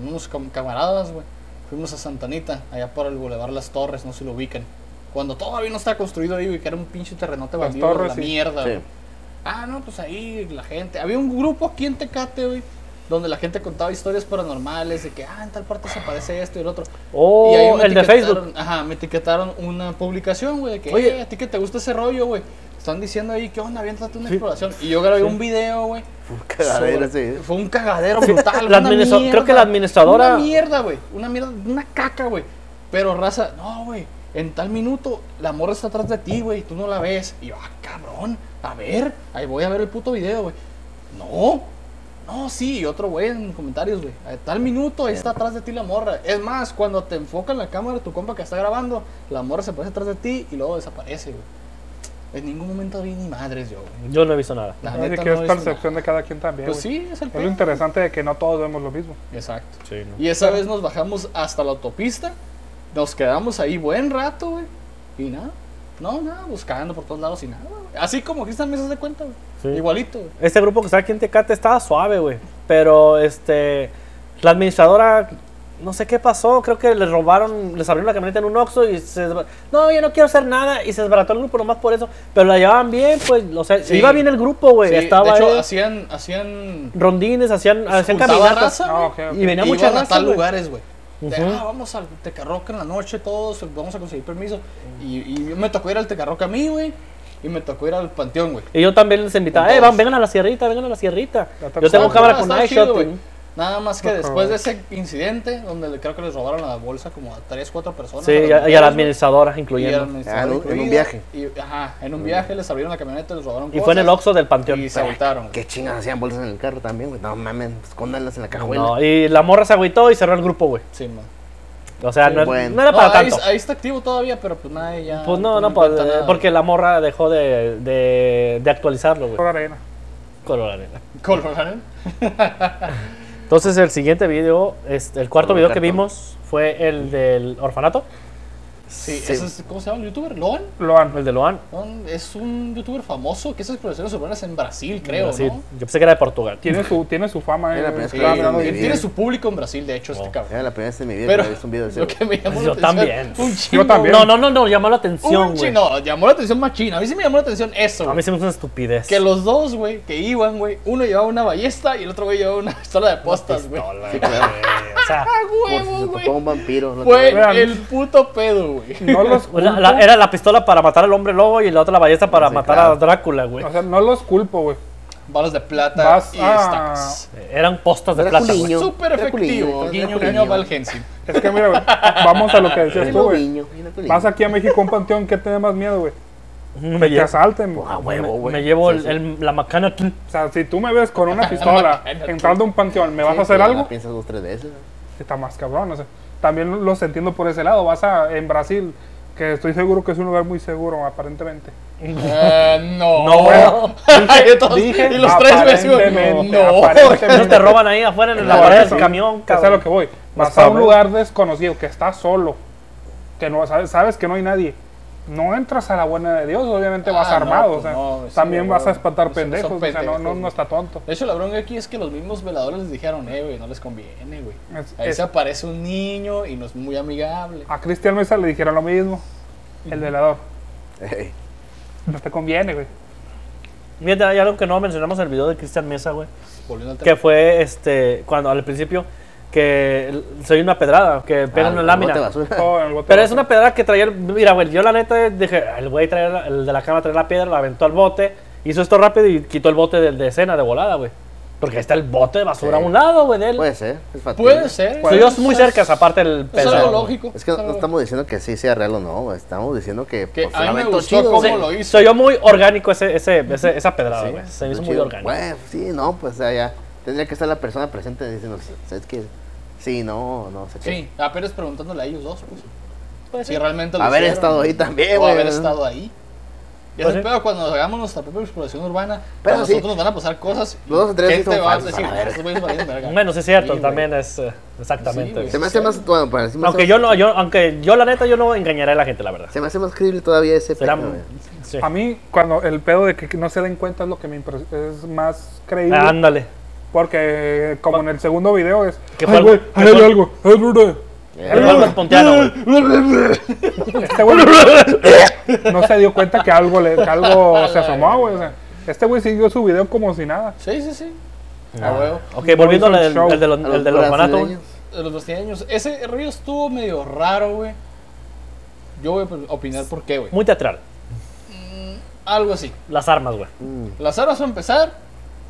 S1: unos cam- camaradas, güey. Fuimos a Santanita, allá por el Boulevard Las Torres, no se lo ubican. Cuando todavía no estaba construido ahí, güey, que era un pinche terrenote
S3: Las
S1: bandido,
S3: Torres,
S1: la
S3: sí.
S1: mierda,
S4: Sí.
S1: güey. Ah, no, pues ahí la gente. Había un grupo aquí en Tecate, güey, donde la gente contaba historias paranormales, de que, ah, en tal parte se aparece esto y el otro. Y ahí
S2: Oh,
S1: me
S2: el de
S1: etiquetaron-
S2: Facebook.
S1: Ajá, me etiquetaron una publicación, güey, de que,
S2: Oye.
S1: "Eh, a ti que te gusta ese rollo, güey. Están diciendo ahí, ¿qué onda? Aviéntate una
S2: Sí.
S1: exploración. Y yo grabé
S2: Sí.
S1: un video, güey.
S4: Fue un cagadero
S1: sobre-
S4: ese video.
S1: Fue un cagadero brutal.
S2: La
S1: una
S2: administra-
S1: mierda,
S2: creo que la administradora-
S1: Una mierda, güey. Una mierda, una caca, güey. Pero raza, no, güey. En tal minuto, la morra está atrás de ti, güey. y Tú no la ves. Y yo, ah, cabrón. A ver, ahí voy a ver el puto video, güey. No. No, sí, y otro güey en comentarios, güey. A tal minuto, ahí está atrás de ti la morra. Es más, cuando te enfoca en la cámara tu compa que está grabando, la morra se pone atrás de ti y luego desaparece, güey. En ningún momento vi ni madres yo, güey.
S2: Yo no he visto nada.
S1: La
S3: Así
S1: neta
S3: que
S1: no
S3: es
S1: hice
S3: percepción de cada quien también.
S1: nada. Pues
S3: güey.
S1: sí, es el
S3: Es
S1: pedo.
S3: lo interesante de que no todos vemos lo mismo.
S1: Exacto.
S2: Sí, no.
S1: Y esa vez nos bajamos hasta la autopista, nos quedamos ahí buen rato, güey. Y nada, no, nada, buscando por todos lados y nada. güey. Así como Cristian Mesa se da cuenta, güey.
S2: Sí.
S1: Igualito, güey.
S2: Este grupo que está aquí en Tecate estaba suave, güey. Pero este. La administradora. No sé qué pasó. Creo que les robaron. Les abrieron la camioneta en un Oxxo y se. desba- No, yo no quiero hacer nada. Y se desbarató el grupo nomás por eso. Pero la llevaban bien, pues. O sea,
S1: Sí.
S2: iba bien el grupo, güey.
S1: Sí,
S2: Pues, estaba.
S1: de hecho,
S2: él,
S1: hacían, hacían,
S2: Rondines, hacían, hacían
S1: juntaba
S2: caminatas.
S1: raza,
S3: Ah,
S1: güey,
S3: ok, ok.
S2: Y venía
S1: e
S2: mucha
S1: iban a
S2: raza.
S1: tal
S2: güey.
S1: lugares, güey. De,
S2: Ujú.
S1: ah, vamos al Tecarroca en la noche todos, vamos a conseguir permiso. Y, y me tocó ir al Tecarroca a mí, güey. Y me tocó ir al Panteón, güey.
S2: Y yo también les invitaba,
S1: Con
S2: eh,
S1: todos.
S2: van, vengan a la sierrita, vengan a la sierrita.
S3: Ya está
S2: Yo tengo
S3: chido.
S2: cámara
S1: Ah,
S2: con
S1: está
S2: iShot.
S1: chido,
S2: y-
S1: güey. Nada más que
S3: No,
S1: después
S3: cabrón.
S1: de ese incidente, donde le- creo que les robaron la bolsa como a 3, 4 personas.
S2: Sí, y
S1: las
S2: a, y a la
S1: mujeres, güey.
S2: administradora
S1: Y
S2: incluyendo.
S1: eran
S4: Ah, en un- en un
S1: incluidas,
S4: viaje.
S1: y- ajá, en un viaje les abrieron la camioneta, les robaron
S2: Y fue en el
S1: cosas
S2: Oxxo del Panteón.
S1: Y se voltaron.
S4: Qué chingas hacían bolsas en el carro también, güey. No mames, escóndanlas en la cajuela.
S2: No, y la morra se agüitó y cerró el grupo, güey.
S1: Sí, man.
S2: O sea, no,
S4: Bueno.
S2: no era
S1: No,
S2: para
S1: ahí,
S2: tanto.
S1: ahí está activo todavía, pero pues nada, ya.
S2: Pues no, no, pues,
S1: importa
S2: eh,
S1: nada. *laughs*
S2: porque la morra dejó de, de, de actualizarlo, güey.
S3: Toda arena.
S2: Color arena.
S1: Colorado.
S2: Entonces el siguiente video, este, el cuarto
S4: Color
S2: video que
S4: cartón.
S2: vimos fue el del orfanato,
S1: Sí,
S4: Sí.
S1: ese es- ¿cómo se llama el youtuber? ¿Loan?
S3: Lo han.
S2: el de Loan.
S1: Loan Es un youtuber famoso que hace exploraciones urbanas en Brasil, creo,
S2: Brasil.
S1: ¿no?
S2: Yo pensé que era de Portugal.
S3: Tiene su, tiene su fama.
S4: Era la
S3: eh,
S4: primera vez que
S3: estaba
S4: Ah, lo vi en
S3: hablando
S4: mi
S1: él
S3: de-
S4: vida.
S1: tiene su público en Brasil, de hecho, este
S2: Oh.
S1: cabrón.
S4: Era la primera vez en mi vida
S1: Pero
S4: que había visto un video de ese,
S1: lo
S4: güey.
S1: que me llamó
S2: Yo
S1: la
S2: también.
S1: atención. Un
S3: Yo
S1: chingo.
S3: también.
S2: No, no, no, no, llamó la atención,
S1: Un
S2: güey.
S1: chino, llamó la atención más china. A mí sí me llamó la atención eso.
S2: A mí
S1: güey.
S2: se me hizo una estupidez.
S1: Que los dos, güey, que iban, güey, uno llevaba una ballesta y el otro güey llevaba una *laughs* pistola de postas, güey.
S2: Pistola,
S4: Sí, claro.
S2: O sea,
S1: ¡Ah,
S4: Como si
S1: huevo,
S4: se
S1: güey!
S4: topó un vampiro. ¿no?
S1: Fue
S3: Vean.
S1: el puto pedo, güey.
S3: No los culpo.
S2: la- la- era la pistola para matar al hombre lobo y la otra la ballesta para
S4: Sí,
S2: matar a
S4: claro.
S2: Drácula, güey.
S3: O sea, no los culpo, güey.
S1: Balas de plata
S3: Vas
S1: y
S3: a-
S1: stacks.
S2: Eran postas de
S4: Era
S2: plata, güey.
S4: culiño.
S1: Súper
S4: era
S1: efectivo.
S4: culiño,
S1: Guiño, guiño,
S4: era culiño.
S1: Val Hensin.
S3: Es que mira, güey, vamos a lo que decías
S4: Era
S3: tú, güey.
S4: niño, era niño.
S3: Vas aquí a México a un panteón, ¿qué te da más miedo, güey?
S2: Me
S3: que te
S2: llevo,
S3: asalten.
S4: Pues, a
S2: me,
S4: huevo, güey.
S2: me llevo el-
S4: Sí, sí.
S2: el- la macana. tl.
S3: O sea, si tú me ves con
S4: *laughs*
S3: una pistola
S1: Imagínate.
S3: entrando a un panteón, ¿me vas
S4: Sí,
S3: a hacer
S4: ya la
S3: algo?
S4: piensas dos, tres veces. ¿no?
S3: Está más cabrón, o sea, También los entiendo por ese lado. Vas a, en Brasil, que estoy seguro que es un lugar muy seguro, aparentemente.
S1: Eh, no.
S2: No,
S1: *laughs*
S2: bueno,
S1: Y todos-
S2: dije,
S1: y los tres me siguen,
S3: aparentemente,
S1: No.
S3: aparentemente.
S2: No te roban ahí afuera en la
S4: Claro,
S2: pared
S3: eso,
S2: del camión,
S3: eso es a lo que
S2: cabrón.
S3: voy. Vas
S2: Vas
S3: a
S2: a
S3: un
S2: ver.
S3: lugar desconocido, que estás solo, que no sabes, sabes que no hay nadie. No entras a la buena de Dios, obviamente vas
S1: Ah, no,
S3: armado.
S1: pues
S3: o sea,
S1: no, sí,
S3: también vas a
S1: huevo. Sí,
S3: espantar
S1: son
S3: pendejos, o sea, no,
S1: pendejos,
S3: no, no
S1: güey.
S3: está tonto.
S1: De hecho, la bronca aquí es que los mismos veladores les dijeron, eh, güey, no les conviene, güey.
S3: Es-
S1: Ahí
S3: es-
S1: se aparece un niño y no es muy amigable.
S3: A Cristian Mesa le dijeron lo mismo, el velador.
S4: Ey,
S3: No te conviene, güey.
S2: Fíjate, hay algo que no mencionamos en el video de Cristian Mesa, güey.
S1: Volviendo al
S2: Que
S1: tema.
S2: fue este, cuando al principio que el- soy una pedrada, que pega
S4: al-
S2: una
S4: al
S2: lámina.
S4: bote
S2: *laughs*
S4: basura.
S3: Todo en el bote
S2: Pero
S3: de
S2: es una pedrada que traía. el- Mira, güey, yo la neta dije, el güey traía la- el de la cama traía la piedra, la aventó al bote, hizo esto rápido y quitó el bote de, de escena de volada, güey. Porque ahí está el bote de basura
S4: Sí.
S2: a un lado, güey, de él.
S4: *laughs* Puede ser, es factible.
S1: Puede ser.
S2: Estoy yo muy cerca, aparte el
S1: Es
S2: peso.
S1: algo
S2: güey.
S1: lógico.
S4: Es que no, no
S1: algo-
S4: estamos diciendo que sí sea real o no, güey, estamos diciendo que,
S1: Que
S4: pues,
S1: a mí me
S4: aventó
S1: gustó cómo
S4: güey.
S1: lo hizo.
S2: Soy yo muy orgánico ese, ese, ese- esa pedrada,
S4: Sí,
S2: güey. Se me
S4: está
S2: hizo muy
S4: chido.
S2: orgánico.
S4: Bueno, sí, no, pues o sea, ya tendría que estar la persona presente diciendo, ¿sabes qué? Sí, no, no sé qué.
S1: Sí, apenas preguntándole a ellos dos, pues.
S2: Pues
S1: Si realmente lo
S4: Haber
S1: hicieron,
S4: estado ahí también,
S1: O
S4: güey.
S1: haber estado ahí. Y
S2: Pues
S1: es el
S2: sí.
S1: pedo cuando hagamos nuestra propia exploración urbana.
S4: Pero
S1: a
S4: sí.
S1: nosotros nos van a pasar cosas.
S4: Los dos o tres sí
S1: gente
S4: son
S1: va a
S4: falsos,
S1: decir,
S4: a la verga.
S1: "Estos güeyes valieron verga".
S2: Bueno, sí es cierto,
S1: Sí, güey.
S2: también es eh,
S1: Sí,
S2: exactamente.
S1: güey.
S2: güey.
S4: Se me hace más, bueno, para decir más-
S2: aunque yo no, yo, aunque yo la neta yo no engañaré a la gente, la verdad.
S4: Se me hace más creíble todavía ese
S2: Será,
S4: pedo, güey.
S2: sí.
S3: A mí, cuando el pedo de que no se den cuenta es lo que me impres- es más creíble.
S2: Ah, Ándale.
S3: Porque, como en el segundo video, es.
S2: Que fue
S3: Ay, güey,
S2: algo- que
S3: ahí hay
S2: fue-
S3: algo. ay, Rure".
S2: El Álvaro Espontiano, güey. *laughs*
S3: Este güey no se dio cuenta que algo, le, que algo se asomó, güey. o sea, este güey siguió su video como si nada.
S1: Sí, sí, sí.
S2: Ah.
S1: A huevo.
S2: Ok, volviendo al
S3: hizo el
S2: del,
S3: show.
S2: al del,
S4: A
S2: al
S4: los
S2: del orfanato, güey.
S4: brasileños.
S1: De los brasileños. Ese río estuvo medio raro, güey. Yo voy a opinar por qué, güey.
S2: Muy teatral.
S1: Algo así.
S2: Las armas, güey.
S4: Mm,
S1: Las armas para empezar,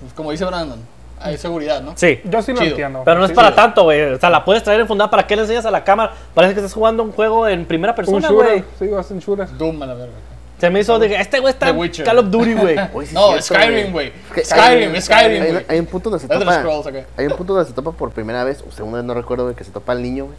S1: pues, como dice Brandon, hay seguridad, ¿no?
S2: Sí.
S3: Yo sí lo
S1: Chido.
S3: entiendo.
S2: Pero no es
S1: Sí,
S2: para
S1: sí.
S2: tanto, güey. O sea, la puedes traer enfundada. ¿Para qué le enseñas a la cámara? Parece que estás jugando un juego en primera
S3: Un
S2: persona,
S3: shooter,
S2: güey.
S3: sí, vas en shooter.
S1: Doom a la verga.
S2: Se me hizo, dije, este güey está
S1: The
S2: en
S1: Witcher.
S2: Call of Duty, güey.
S4: Uy, sí
S1: No,
S4: es cierto,
S1: Skyrim, güey.
S4: Es que
S1: Skyrim,
S4: hay-
S1: Skyrim,
S4: hay-
S1: güey.
S4: Hay un punto donde se
S1: Elder Scrolls
S4: topa.
S1: acá.
S4: Hay un punto donde se topa por primera vez, o segunda vez, no recuerdo, güey, que se topa al niño, güey.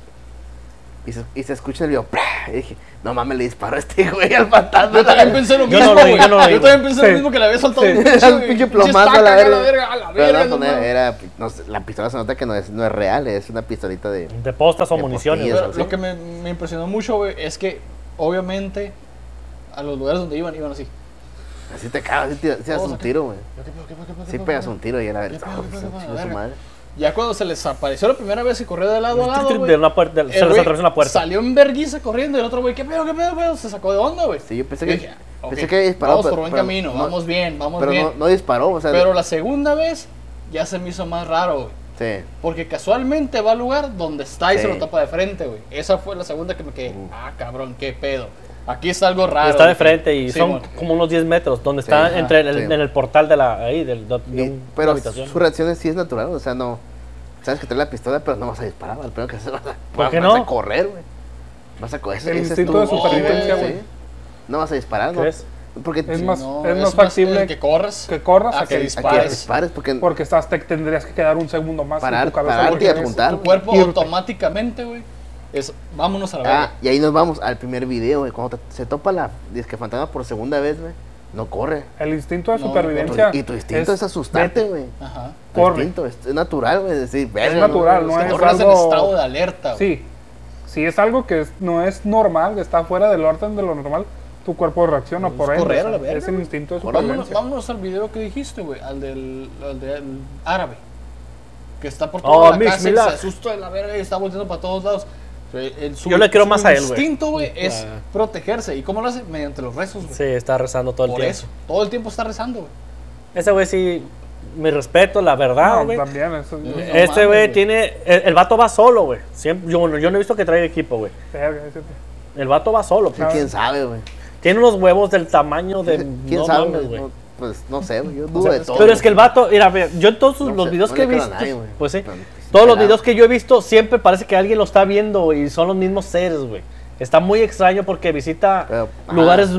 S4: Y se, y se escucha el video. ¡pra! Y dije, no mames, le disparó a este güey al *laughs* fantasma.
S1: Yo también pensé lo
S2: Yo
S1: mismo,
S2: no lo
S1: güey.
S2: vi, yo no lo vi,
S1: Yo también pensé
S3: Sí.
S1: lo mismo que le había soltado
S4: *laughs*
S3: Sí.
S1: un
S4: Era un
S1: güey,
S4: pinche plomazo a
S1: estaca
S4: la
S1: acá
S4: verga.
S1: A la
S4: Pero
S1: verga,
S4: no,
S1: no
S4: no,
S1: mames.
S4: era, no sé, la pistola se nota que no es, no es real, es una pistolita de.
S2: De postas o
S4: De
S2: municiones,
S4: postillas.
S2: güey.
S1: Pero
S4: ¿sí?
S1: lo que me, me impresionó mucho, güey, es que obviamente a los lugares donde iban, iban así.
S4: Así te cagas, así te, te das
S1: Vamos
S4: un
S1: acá.
S4: tiro, güey.
S1: Yo, ¿qué pedo, qué pedo, qué pedo, qué
S4: Sí
S1: pedo,
S4: pegas
S1: qué pedo?
S4: un tiro y a la
S1: Qué
S4: verga.
S1: pedo,
S4: oh,
S1: qué
S4: se
S1: pedo, qué pedo,
S4: chingó
S1: la
S4: su
S1: verga.
S4: madre.
S1: pues, Ya cuando se les apareció la primera vez y corrió de lado a lado,
S2: De
S1: güey,
S2: una puerta-
S1: el
S2: se les
S1: Eh, güey
S2: atravesó una puerta.
S1: Salió en verguiza corriendo y el otro güey, ¿qué pedo, qué pedo, qué pedo? Se sacó de onda, güey.
S4: Sí, yo pensé
S1: Yo
S4: que.
S1: dije, "Ah, "Ok,
S4: Pensé que había disparado.
S1: Vamos
S4: pero-
S1: por buen
S4: pero
S1: camino,
S4: no-
S1: vamos bien, vamos
S4: Pero
S1: bien.
S4: no, no disparó, o sea.
S1: Pero la segunda vez ya se me hizo más raro, güey.
S4: Sí.
S1: Porque casualmente va al lugar donde está y
S4: Sí.
S1: se lo tapa de frente, güey. Esa fue la segunda que me quedé. Ah, cabrón, qué pedo. Aquí está algo raro.
S2: Está de
S1: dije.
S2: frente y
S1: Sí,
S2: son
S1: mon.
S2: como unos 10 metros, donde está
S4: ajá,
S2: entre el,
S4: sí.
S2: en el portal de la ahí, del, de,
S4: Y-
S2: un- una
S4: pero
S2: habitación.
S4: su reacción en sí es natural, o sea, no. Sabes que trae la pistola, pero no vas a disparar, al primero que haces *laughs* vas a,
S2: ¿Por qué
S4: vas a
S2: no?
S4: correr, güey. Vas a correr.
S3: El instinto de
S1: supervivencia,
S3: güey.
S4: No vas a disparar, ¿no?
S2: ¿Crees?
S4: Porque
S3: Es
S4: sí,
S3: más-
S1: No,
S3: es
S1: es
S3: más
S1: más
S3: factible
S1: el que corras.
S3: que corras
S1: a
S3: a
S1: que
S3: que
S4: a que
S1: dispares.
S4: dispares, porque,
S3: Porque estás, te, tendrías que quedar un segundo más
S4: parar,
S3: en tu cabeza.
S4: pararte y
S3: porque es-
S4: apuntar.
S1: Tu
S4: güey.
S1: cuerpo
S3: Irte.
S1: automáticamente, güey, es vámonos a la
S4: Ah,
S1: verga.
S4: y ahí nos vamos al primer video, güey. Cuando te- se topa la disque fantasma por segunda vez, güey, no corre.
S3: El instinto de
S1: No,
S4: Tu-
S3: supervivencia.
S4: y tu instinto es,
S3: es-
S4: asustarte,
S3: vete.
S4: güey.
S1: Ajá.
S4: Tu
S3: Corre.
S4: instinto es, es natural, güey. decir, verga,
S3: natural,
S4: güey,
S3: no
S1: Te
S3: es
S1: corras en
S3: algo-
S1: estado de alerta, güey.
S3: Sí. Si es algo que es- no es normal, que está fuera del orden de lo normal, tu cuerpo reacciona por ende.
S1: correr a la
S3: o sea,
S1: verga,
S3: Es el instinto de
S1: Vámonos,
S3: supervivencia.
S1: vámonos al video que dijiste, güey, al del, al del árabe. Que está por
S2: Oh,
S1: toda la
S2: Mitch
S1: casa y se
S2: Millar.
S1: asusta de la verga y está volteando para todos lados. Eh, el- su-
S2: Yo le creo más a él, güey.
S1: Su instinto, güey, es
S2: Ah.
S1: protegerse. ¿Y cómo lo hace? Mediante los rezos, güey.
S2: Sí, está rezando todo el
S1: Por
S2: tiempo.
S1: eso. Todo el tiempo está rezando, güey.
S2: Ese güey sí, mi respeto, la
S3: No,
S2: verdad, güey.
S3: Ah, también, eso-
S1: Eh, No
S2: este
S1: mames,
S2: güey
S1: güey.
S2: tiene. El, el vato va solo, güey. Siempre- Yo, yo no he visto que traiga equipo, güey.
S3: verga, ese-
S2: El vato va solo,
S4: Sí,
S2: pues.
S4: ¿Quién sabe, güey?
S2: Tiene unos huevos del tamaño de.
S4: *laughs* ¿Quién
S2: no
S4: sabe,
S2: mames,
S4: güey?
S2: güey.
S4: No, pues no sé, güey. Yo dudo
S1: sea,
S4: de
S1: es
S4: todo.
S2: Pero es que el vato, mira, ve, yo en todos
S4: No
S2: los
S4: sé,
S2: videos
S4: no
S2: que he
S4: le creo a
S2: visto,
S4: nadie, güey.
S2: pues sí,
S4: No, no,
S2: todos los
S4: pelado.
S2: videos que yo he visto siempre parece que alguien lo está viendo güey, y son los mismos seres, güey. Está muy extraño porque visita
S4: Pero, ajá.
S2: lugares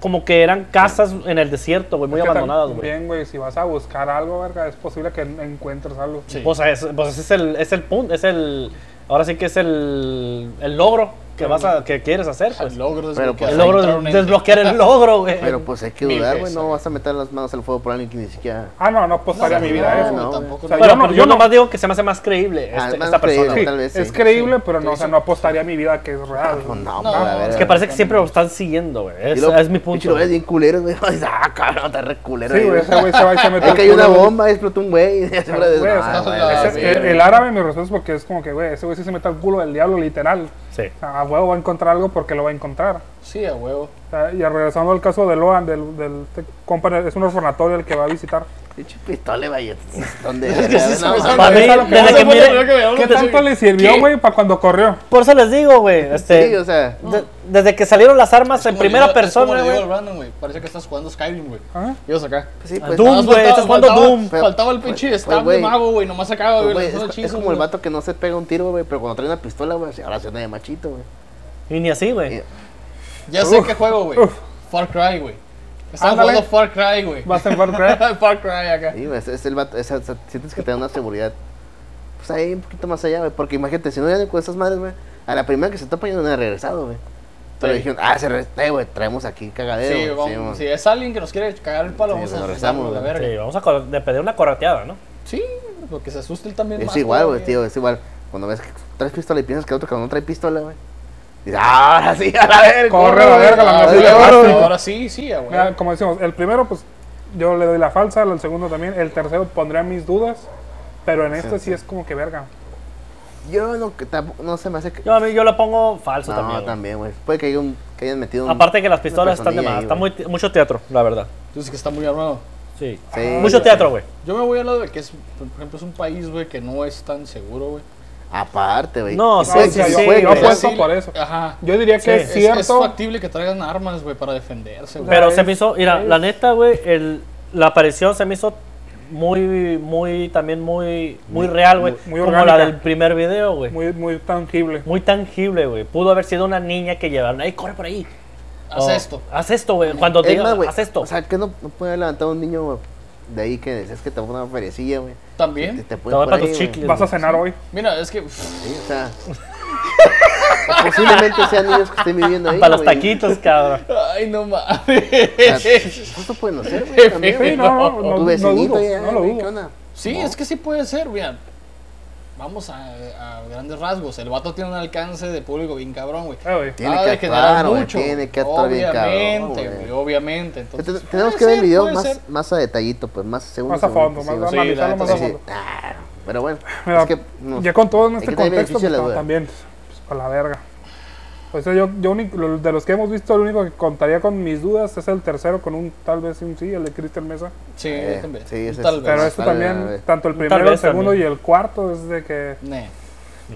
S2: como que eran casas en el desierto, güey, muy
S3: Es que
S2: abandonadas, güey.
S3: También, güey, si vas a buscar algo, verga, es posible que en- encuentres algo.
S1: Sí.
S2: Pues, es, pues ese es el, es el punto, es el. Ahora sí que es el, el logro que vas a, que quieres hacer, pues.
S1: El logro
S4: Pero,
S1: desbloquear.
S4: pues,
S2: El logro
S1: Entraron
S2: de
S1: en-
S2: desbloquear el logro, güey.
S4: Pero pues hay que
S1: Mil
S4: dudar, güey.
S1: veces.
S4: No vas a meter las manos al fuego por alguien que ni siquiera.
S3: Ah, no, no apostaría
S1: No,
S3: mi vida ¿eh? a eso.
S4: no,
S3: güey.
S1: tampoco.
S3: O sea,
S2: Bueno,
S3: yo no,
S2: ¿eh? pero
S3: yo no-
S2: nomás digo que se me hace más creíble
S4: Ah,
S2: este-
S4: más
S2: esta persona.
S4: creíble.
S3: sí,
S4: tal vez
S3: es
S4: sí.
S3: creíble, pero no, o sea,
S1: Sí,
S3: no apostaría mi vida a que es real.
S4: Pues, no,
S1: No,
S4: por la
S1: no,
S4: verga.
S2: Es que parece que siempre lo están siguiendo, güey.
S4: Y
S2: Es,
S4: luego,
S2: es mi
S4: pinche
S2: punto.
S4: lo ves bien culero, güey. *laughs* Ah, cabrón, está re culero.
S3: Sí,
S4: ahí,
S3: güey, ese güey se va y se mete.
S4: Es que hay
S3: el
S4: una
S3: culo,
S4: bomba, explotó un güey. *laughs* y se fue de-
S3: Güey, o
S4: Ah,
S3: sea,
S4: güey,
S1: la
S4: ese-
S3: Ese- el, el árabe me respeto porque es como que, güey, ese güey sí se mete al culo del diablo, literal.
S2: Sí.
S3: O sea, a huevo va a encontrar algo porque lo va a encontrar.
S1: Sí, a
S2: *laughs*
S1: huevo.
S3: O sea, y regresando al caso de Loan, del, del te- compa, es un orfanatorio el que va a visitar.
S4: Pinche pistola, güey.
S3: *laughs*
S4: ¿Dónde?
S1: Esa- esa
S2: Para mí, desde que
S1: fue
S2: mire-
S1: la primera me dieron
S3: ¿Qué
S1: la
S3: tanto
S1: atención.
S3: le sirvió,
S1: ¿Qué?
S3: güey, para cuando corrió?
S2: Por eso les digo, güey. Este,
S4: Sí, o sea.
S2: de- desde que salieron las armas en
S1: Como
S2: primera
S1: le digo- es como le
S2: persona,
S1: digo
S2: güey.
S1: al Brandon, güey. Parece que estás jugando Skyrim, güey.
S3: ¿Ah?
S1: Ibas acá.
S4: Sí,
S2: Ah,
S4: pues.
S2: Doom,
S1: Nada más
S2: güey,
S1: faltaba-
S2: estás jugando
S1: faltaba-
S2: Doom.
S4: Pero-
S1: Faltaba el pinche
S4: pues,
S1: stab de
S4: güey.
S1: mago, güey. Nomás
S3: Ah,
S1: acaba,
S4: pues,
S1: güey.
S4: güey, es,
S1: lanzando
S4: es
S1: hechizos,
S4: como el
S1: güey.
S4: vato que no se pega un tiro, güey, pero cuando trae una pistola, güey, se- ahora se anda de machito, güey.
S2: Y ni así, güey.
S1: Ya sé
S3: Uf,
S1: qué juego, güey.
S3: uf.
S1: Far Cry, güey. Estaban
S3: Ándale.
S1: jugando Far Cry, güey.
S3: Vas a encontrar.
S1: *laughs* Far Cry acá.
S4: Sí, güey, es, es el vato, es- es- sientes que te da una seguridad. Pues ahí un poquito más allá, güey, porque imagínate, si no hubieran con estas madres, güey, a la primera que se topa ya no hubieran regresado, güey. Pero
S1: Sí.
S4: dijeron, ah, se regresó, eh, güey, traemos aquí cagadero.
S1: Sí,
S4: sí,
S1: vamos.
S4: güey.
S1: Si es alguien que nos quiere cagar el palo,
S4: Sí,
S1: vamos
S4: nos
S1: a
S4: rezamos,
S1: rezarlo, la
S4: güey.
S1: verga.
S2: Sí, vamos a cor- de pedir una correteada, ¿no?
S1: Sí, porque se asuste él también.
S4: Es
S1: más
S4: igual, güey,
S1: todavía.
S4: tío, es igual. Cuando ves que traes pistola y piensas que el otro cabrón no trae pistola, güey. Dices, "Ah, ahora sí, a la verga.
S3: Corre a la
S4: güey,
S3: verga, la
S4: a
S1: Ah,
S3: Sí,
S1: güey,
S3: ya
S1: ahora-
S3: básico.
S1: Ahora sí, sí, ya, güey.
S3: Mira, como decimos, el primero, pues yo le doy la falsa, el segundo también, el tercero pondría mis dudas, pero en este sí, es como que verga.
S4: Yo no, que tampoco- no se me hace que.
S2: Yo, a mí- yo lo pongo falso
S4: no,
S2: también. güey.
S4: también, güey. Puede que, haya un- que hayan metido un.
S2: Aparte que las pistolas
S4: una
S2: están de
S4: personilla
S2: más.
S4: ahí,
S2: Está
S4: güey.
S2: muy, te- mucho teatro, la verdad.
S1: Entonces que está muy armado.
S2: Sí.
S4: Sí,
S2: mucho
S4: güey.
S2: teatro, güey.
S1: Yo me voy a lado de que es, por ejemplo, es un país, güey, que no es tan seguro, güey.
S4: Aparte, güey.
S2: No,
S4: Y
S2: sí,
S4: puede
S2: sí,
S4: que
S2: sí,
S4: lo juegue,
S3: yo
S4: güey. pues,
S3: apuesto
S1: Fácil.
S3: por eso.
S1: Ajá.
S3: Yo diría que
S2: Sí.
S3: es
S1: Es,
S3: cierto.
S1: es factible que traigan armas, güey, para defenderse, güey.
S2: Pero
S3: es-
S2: se me hizo, mira,
S3: es-
S2: la neta, güey, el- la aparición se me hizo muy, muy, también muy, muy real, güey.
S3: muy
S2: Como la
S3: orgánica.
S2: del primer video, güey. Muy,
S3: muy, muy tangible.
S2: tangible, güey. Pudo haber sido una niña que llevaron, ¡ay, corre por ahí!
S1: Haz
S4: Oh.
S2: O,
S1: esto.
S2: Oh, Haz esto, güey. Cuando te
S4: Es más,
S2: digan,
S4: güey,
S2: haz esto.
S4: O sea, que no, no puede levantar un niño güey, de ahí que decías que te pone una feriecilla, güey. Te,
S1: También.
S4: te
S2: te
S4: puede
S2: voy
S4: por
S2: para
S4: ahí,
S2: tus
S4: güey.
S2: chicles.
S3: Vas a
S2: güey.
S3: cenar hoy.
S1: Mira, es que pff,
S4: Sí, o sea. o posiblemente sean niños que estén viviendo ahí.
S2: Para los
S4: güey.
S2: taquitos, cabrón.
S1: ay, no mames.
S3: *laughs*
S4: O sea, Eso puede no ser, güey. También,
S3: Sí,
S4: güey.
S3: no, no, no,
S4: Tu
S3: no
S4: vecinito,
S3: dudo,
S4: ya,
S3: no lo
S4: güey,
S3: dudo.
S4: ¿qué onda?
S1: *laughs* Sí, es que sí puede ser, mira. Vamos a, a grandes rasgos. El vato tiene un alcance de público bien cabrón, güey.
S3: Eh, güey.
S4: Tiene
S1: Ha
S4: que
S1: de generar
S4: actuar, güey, tiene que actuar bien cabrón,
S1: Obviamente,
S4: güey.
S1: güey, obviamente. Entonces,
S4: Te- Tenemos
S1: puede
S4: que ver el
S1: ser,
S4: video
S1: puede ser.
S4: más, más a detallito, pues más segundo.
S3: Más a fondo,
S4: segundo, sí,
S3: más,
S4: güey.
S1: sí, la
S3: analizarlo más
S1: neta,
S3: a
S1: sí.
S3: fondo.
S4: Ah, pero bueno,
S3: Mira,
S4: es que no,
S3: ya con todo en
S4: es
S3: este
S4: que también
S3: contexto,
S4: difícil,
S3: pues,
S4: güey.
S3: también, pues, para la verga. O sea, yo, yo único- lo- de los que hemos visto, el único que contaría con mis dudas es el tercero, con un tal vez un sí, el de Cristian Mesa.
S1: Sí,
S4: Eh,
S1: también.
S4: sí, ese
S1: Tal
S4: es-
S1: vez.
S3: Pero
S4: Bueno,
S3: este
S4: Pues, tal vez,
S3: también,
S4: güey.
S3: tanto el
S2: Tal
S3: primero, el
S2: vez
S3: segundo
S2: también.
S3: y el cuarto es de que...
S1: Ne.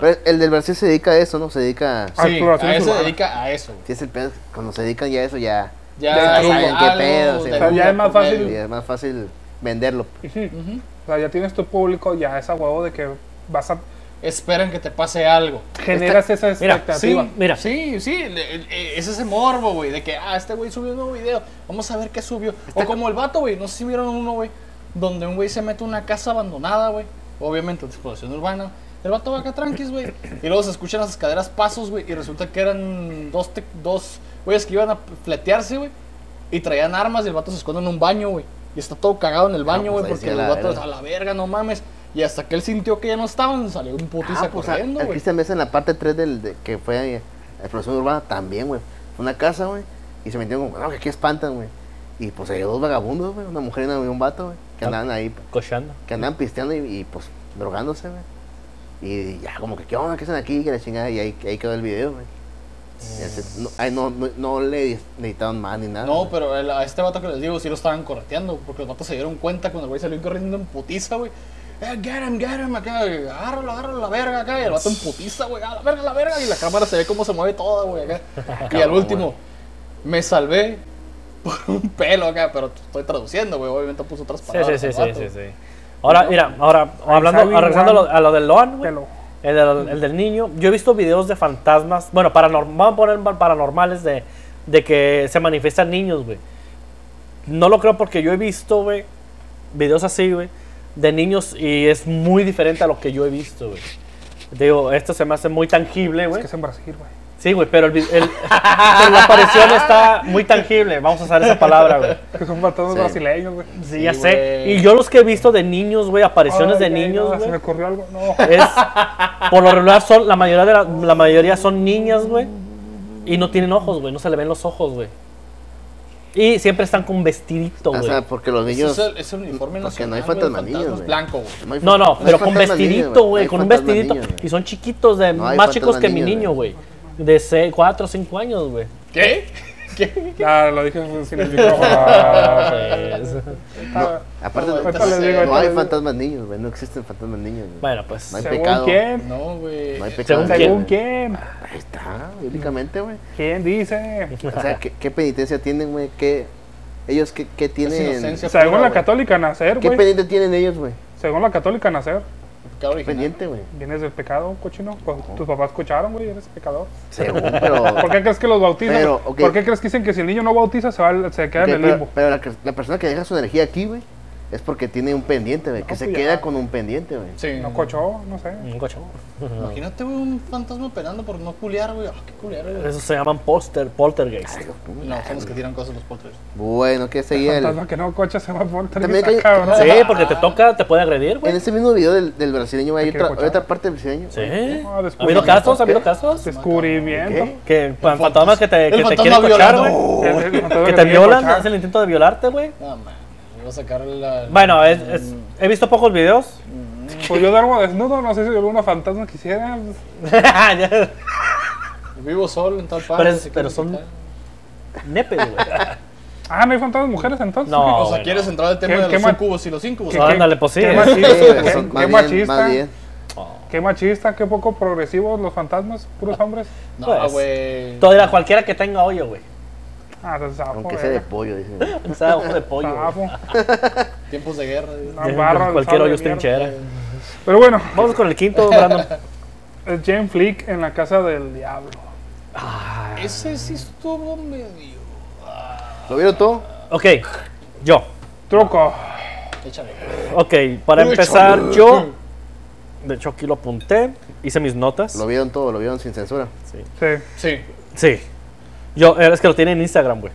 S4: pero el del Brasil se dedica a eso, ¿no? Se dedica.
S3: Ah,
S1: Sí,
S3: exploración
S1: a eso se
S3: urbana.
S1: dedica a eso. güey.
S4: Si es el pedo, cuando se dedican ya a eso, ya.
S1: Ya,
S4: Ya
S1: hay
S4: saben qué
S1: algo
S4: pedo,
S1: de
S4: sí.
S1: duda
S4: Pero
S3: ya es más
S1: por medio.
S3: fácil
S4: Y es más fácil venderlo.
S3: Ujú.
S1: Ujú.
S3: O sea, ya tienes tu público, ya esa huevo de que vas a
S1: Esperan que te pase algo.
S3: generas esa
S2: Mira,
S1: Sí,
S3: expectativa.
S2: mira.
S1: sí, sí, le- le- es ese morbo, güey, de que, ah, este güey subió un nuevo video, vamos a ver qué subió. O como el vato, güey, no sé si vieron uno, güey, donde un güey se mete a una casa abandonada, güey, obviamente de exploración urbana. El vato va acá tranquis, güey, y luego se escuchan las escaleras pasos, güey, y resulta que eran dos, te- dos güeyes que iban a fletearse, güey, y traían armas y el vato se esconde en un baño, güey. Y está todo cagado en el baño,
S4: pues
S1: güey,
S4: ahí sí
S1: porque
S4: a
S1: el
S4: la
S1: vato
S4: verga.
S1: a la verga, no mames. Y hasta que él sintió que ya no estaban, salió un putiza
S4: Ah, pues, a-
S1: corriendo,
S4: el
S1: güey.
S4: Cristian Mesa en la parte 3 del, de- que fue eh, explosión urbana también, güey. Fue una casa, güey. Y se metieron como, no, que aquí espantan, güey. Y pues había dos vagabundos, güey. Una mujer y una- y un vato, güey. Que
S2: Ah.
S4: andaban ahí,
S2: Cochando.
S4: que andaban pisteando y, y, pues drogándose, güey. Y ya, como que, ¿qué onda? ¿Qué hacen aquí? Que la chingada. Y ahí, ahí quedó el video, güey. Y ese- No, ay, no, no, no le necesitaban más ni nada.
S1: No,
S4: güey.
S1: pero el- a este vato que les digo sí lo estaban correteando, porque los vatos se dieron cuenta cuando el güey salió corriendo en putiza, güey. Eh, get him, get him, acá, agárralo, agárralo, la verga, acá, y el vato en putiza, güey, a la verga, a la verga, y la cámara se ve cómo se mueve toda, güey, acá. Y al
S4: Cabrón,
S1: último, me salvé por un pelo acá, pero estoy traduciendo, güey, obviamente puso otras
S2: Sí, sí,
S1: palabras.
S2: sí,
S1: el
S2: sí,
S1: vato.
S2: sí, sí. Ahora, mira, ahora, hablando,
S3: sabe
S2: regresando a lo,
S3: igual.
S2: a lo del Loan, güey,
S3: Pelo.
S2: el, del- el del niño, yo he visto videos de fantasmas, bueno, paranormal, vamos a poner paranormales de de que se manifiestan niños, güey. No lo creo porque yo he visto, güey, videos así, güey, de niños y es muy diferente a lo que yo he visto, güey. Te Digo, esto se me hace muy tangible,
S3: Es
S2: güey.
S3: que es en Brasil, güey.
S2: Sí, güey, pero, el vi- el- *laughs* pero la aparición está muy tangible. Vamos a usar esa palabra, güey.
S3: Que son fantasmas
S4: Sí.
S3: brasileños, güey.
S2: Sí, ya
S1: Sí,
S2: sé.
S1: güey.
S2: Y yo los que he visto de niños, güey, apariciones de
S3: Ay, ay,
S2: niños,
S3: no,
S2: güey.
S3: Se me ocurrió algo.
S2: *laughs*
S3: No.
S2: es por lo regular son la mayoría de la, la mayoría son niñas, güey, y no tienen ojos, güey, no se le ven los ojos, güey. Y siempre están con vestidito,
S4: Ah, O
S2: güey.
S4: sea, porque los niños.
S1: es, el, es el uniforme
S4: porque no
S1: nacional.
S4: hay
S1: güey,
S4: fantasmanillos,
S1: fantasmas
S4: güey.
S1: blanco, güey.
S4: hay
S2: No,
S4: fan-
S2: no,
S4: hay
S2: pero con
S4: fantasmas niños,
S2: vestidito,
S4: No
S2: güey,
S4: hay
S2: con un
S4: fantasmas
S2: vestidito.
S4: niños, güey.
S2: y son chiquitos, de,
S4: No hay
S2: más chicos que mi
S4: fantasmas
S2: niño,
S4: niños,
S2: güey. De 4 o 5 años, güey.
S1: ¿Qué? ¿Qué?
S3: Ah, lo dije
S2: *laughs*
S3: sin el micrófono. Ah,
S2: Pues,
S3: ah,
S4: Aparte,
S1: Ahorita
S4: no,
S1: les digo,
S4: no
S3: ahorita
S4: hay
S3: les
S4: fantasmas niños, güey. No existen fantasmas niños, güey.
S2: bueno, pues.
S4: No hay
S3: ¿Según
S4: pecado.
S3: quién?
S1: No, güey.
S4: No hay pecado.
S2: Según
S4: güey.
S3: ¿Según quién?
S4: Ahí está, bíblicamente, güey.
S3: ¿Quién dice?
S4: O sea, ¿qué, qué penitencia tienen, güey? ¿Qué, ellos, qué, qué tienen?
S1: inocencia.
S3: Según la
S1: güey.
S3: católica nacer,
S4: ¿Qué
S3: güey.
S4: pendiente tienen ellos, güey?
S3: Según la católica nacer.
S1: Pecado original.
S4: Pendiente, güey.
S3: Vienes del pecado, cochino. Pues, Tus papás escucharon, güey, eres pecador.
S4: Según,
S3: *laughs*
S4: pero.
S3: ¿Por qué crees que los bautizan?
S4: Pero, ok.
S3: ¿Por qué crees que dicen que si el niño no bautiza se, va al- se queda
S4: Ok,
S3: en el
S4: pero,
S3: limbo?
S4: pero la, que- la persona que deja su energía aquí, güey, es porque tiene un pendiente, güey. Que
S3: No,
S4: se
S3: pues
S4: queda
S3: ya.
S4: con un pendiente, güey.
S1: Sí.
S3: No cochó, no sé.
S2: *laughs* Un cochón.
S1: Imagínate, güey, un fantasma penando por no culiar, güey. Ah, qué culiar, güey.
S2: Eso se llaman poster, poltergeist.
S1: No, son los que tiran cosas los polters.
S4: Bueno, que seguía el-
S3: Fantasma que no cocha se va a poner
S4: También
S3: bien
S4: que-
S3: cabrón.
S2: Sí, porque te toca, te puede agredir,
S4: En
S2: güey.
S4: ese mismo video del, del brasileño, güey, hay
S3: ¿Te
S4: otra,
S3: quiero
S4: hay
S3: escuchar?
S4: otra parte del brasileño.
S2: Sí.
S4: güey.
S2: ¿Ha
S3: No,
S2: habido
S3: descubrimiento.
S2: casos? ¿Ha habido casos?
S3: Descubrimiento.
S2: Que
S4: ¿Qué?
S2: fantasmas que te,
S1: El
S2: que te
S1: fantasma
S2: quieren cochar,
S1: violando.
S2: güey.
S4: Oh.
S3: El- el fantasma
S2: Que te
S3: quiere
S2: violan,
S3: cochar.
S2: es el intento de violarte, güey.
S1: No, man. Voy a sacar la.
S2: Bueno, es- es- he visto pocos videos. *laughs*
S3: Pues yo duermo desnudo, no sé si alguna fantasma quisiera. pues,
S2: Ya,
S1: Vivo solo en tal parte.
S2: Pero es-
S1: si
S2: pero
S1: quieres
S2: son-
S1: quitar.
S2: Nepe, güey.
S3: Ah, ¿no hay fantasmas mujeres entonces?
S2: No.
S1: O sea,
S2: bueno.
S1: quieres entrar al tema
S3: ¿Qué-
S1: de
S3: qué
S1: los
S3: ma-
S1: incubos y los incubos.
S3: ¿Qué-
S1: Ah,
S3: qué-
S2: Ándale, pues sí.
S3: qué
S2: es-
S3: machista,
S4: Sí, güey,
S3: qué- qué
S4: son- más bien,
S3: machista.
S4: más bien.
S3: Qué machista, qué poco progresivos los fantasmas, puros
S2: Ah.
S3: hombres.
S1: No,
S2: pues,
S1: güey.
S2: Todavía cualquiera que tenga hoyo, güey.
S3: Ah, se zafó,
S4: Aunque sea de
S3: verga.
S4: pollo, dicen. güey.
S2: O sea, ojo de pollo. güey.
S3: Zafo.
S1: Tiempos de guerra. güey.
S3: Una barra,
S2: cualquier
S3: de
S2: hoyo es
S3: mierda.
S2: trinchera.
S3: Pero bueno,
S2: Vamos con el quinto, Brandon.
S3: el Jane Flick en la casa del diablo.
S2: Ah,
S1: Ese sí estuvo medio.
S4: ¿Lo vieron todo?
S2: Ok, yo.
S3: Truco.
S1: Échale. Mm,
S2: Ok, para
S1: Uy,
S2: empezar,
S1: chale.
S2: yo. De hecho, aquí lo apunté. Hice mis notas.
S4: Lo vieron todo, lo vieron sin censura.
S3: Sí.
S1: Sí.
S2: Sí. Yo, eh, es que lo tiene en Instagram, güey.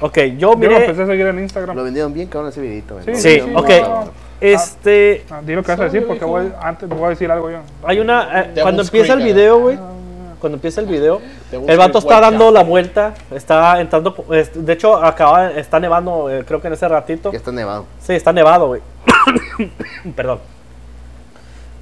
S2: Ok,
S1: Oh,
S2: yo
S3: Yo lo
S2: miré.
S3: empecé a seguir en Instagram.
S4: Lo vendieron bien, cabrón, ese videito, güey.
S3: Sí,
S4: Lo
S2: Sí,
S4: vendieron
S2: ok.
S4: bien, cabrón.
S2: Este.
S3: Ah, di lo que vas a decir porque voy, antes voy a decir algo yo.
S2: Hay una. eh,
S1: Devil's
S2: cuando empieza el
S1: Creek, eh.
S2: video,
S3: Ah,
S2: güey. Cuando empieza el video,
S1: Devil's
S2: el vato
S1: Creek,
S2: está
S1: White
S2: dando
S1: Chapel.
S2: la vuelta. Está entrando. po- es- De hecho, acaba. Está nevando, eh, creo que en ese ratito.
S4: Ya está nevado.
S2: Sí, está nevado, güey. *coughs* Perdón.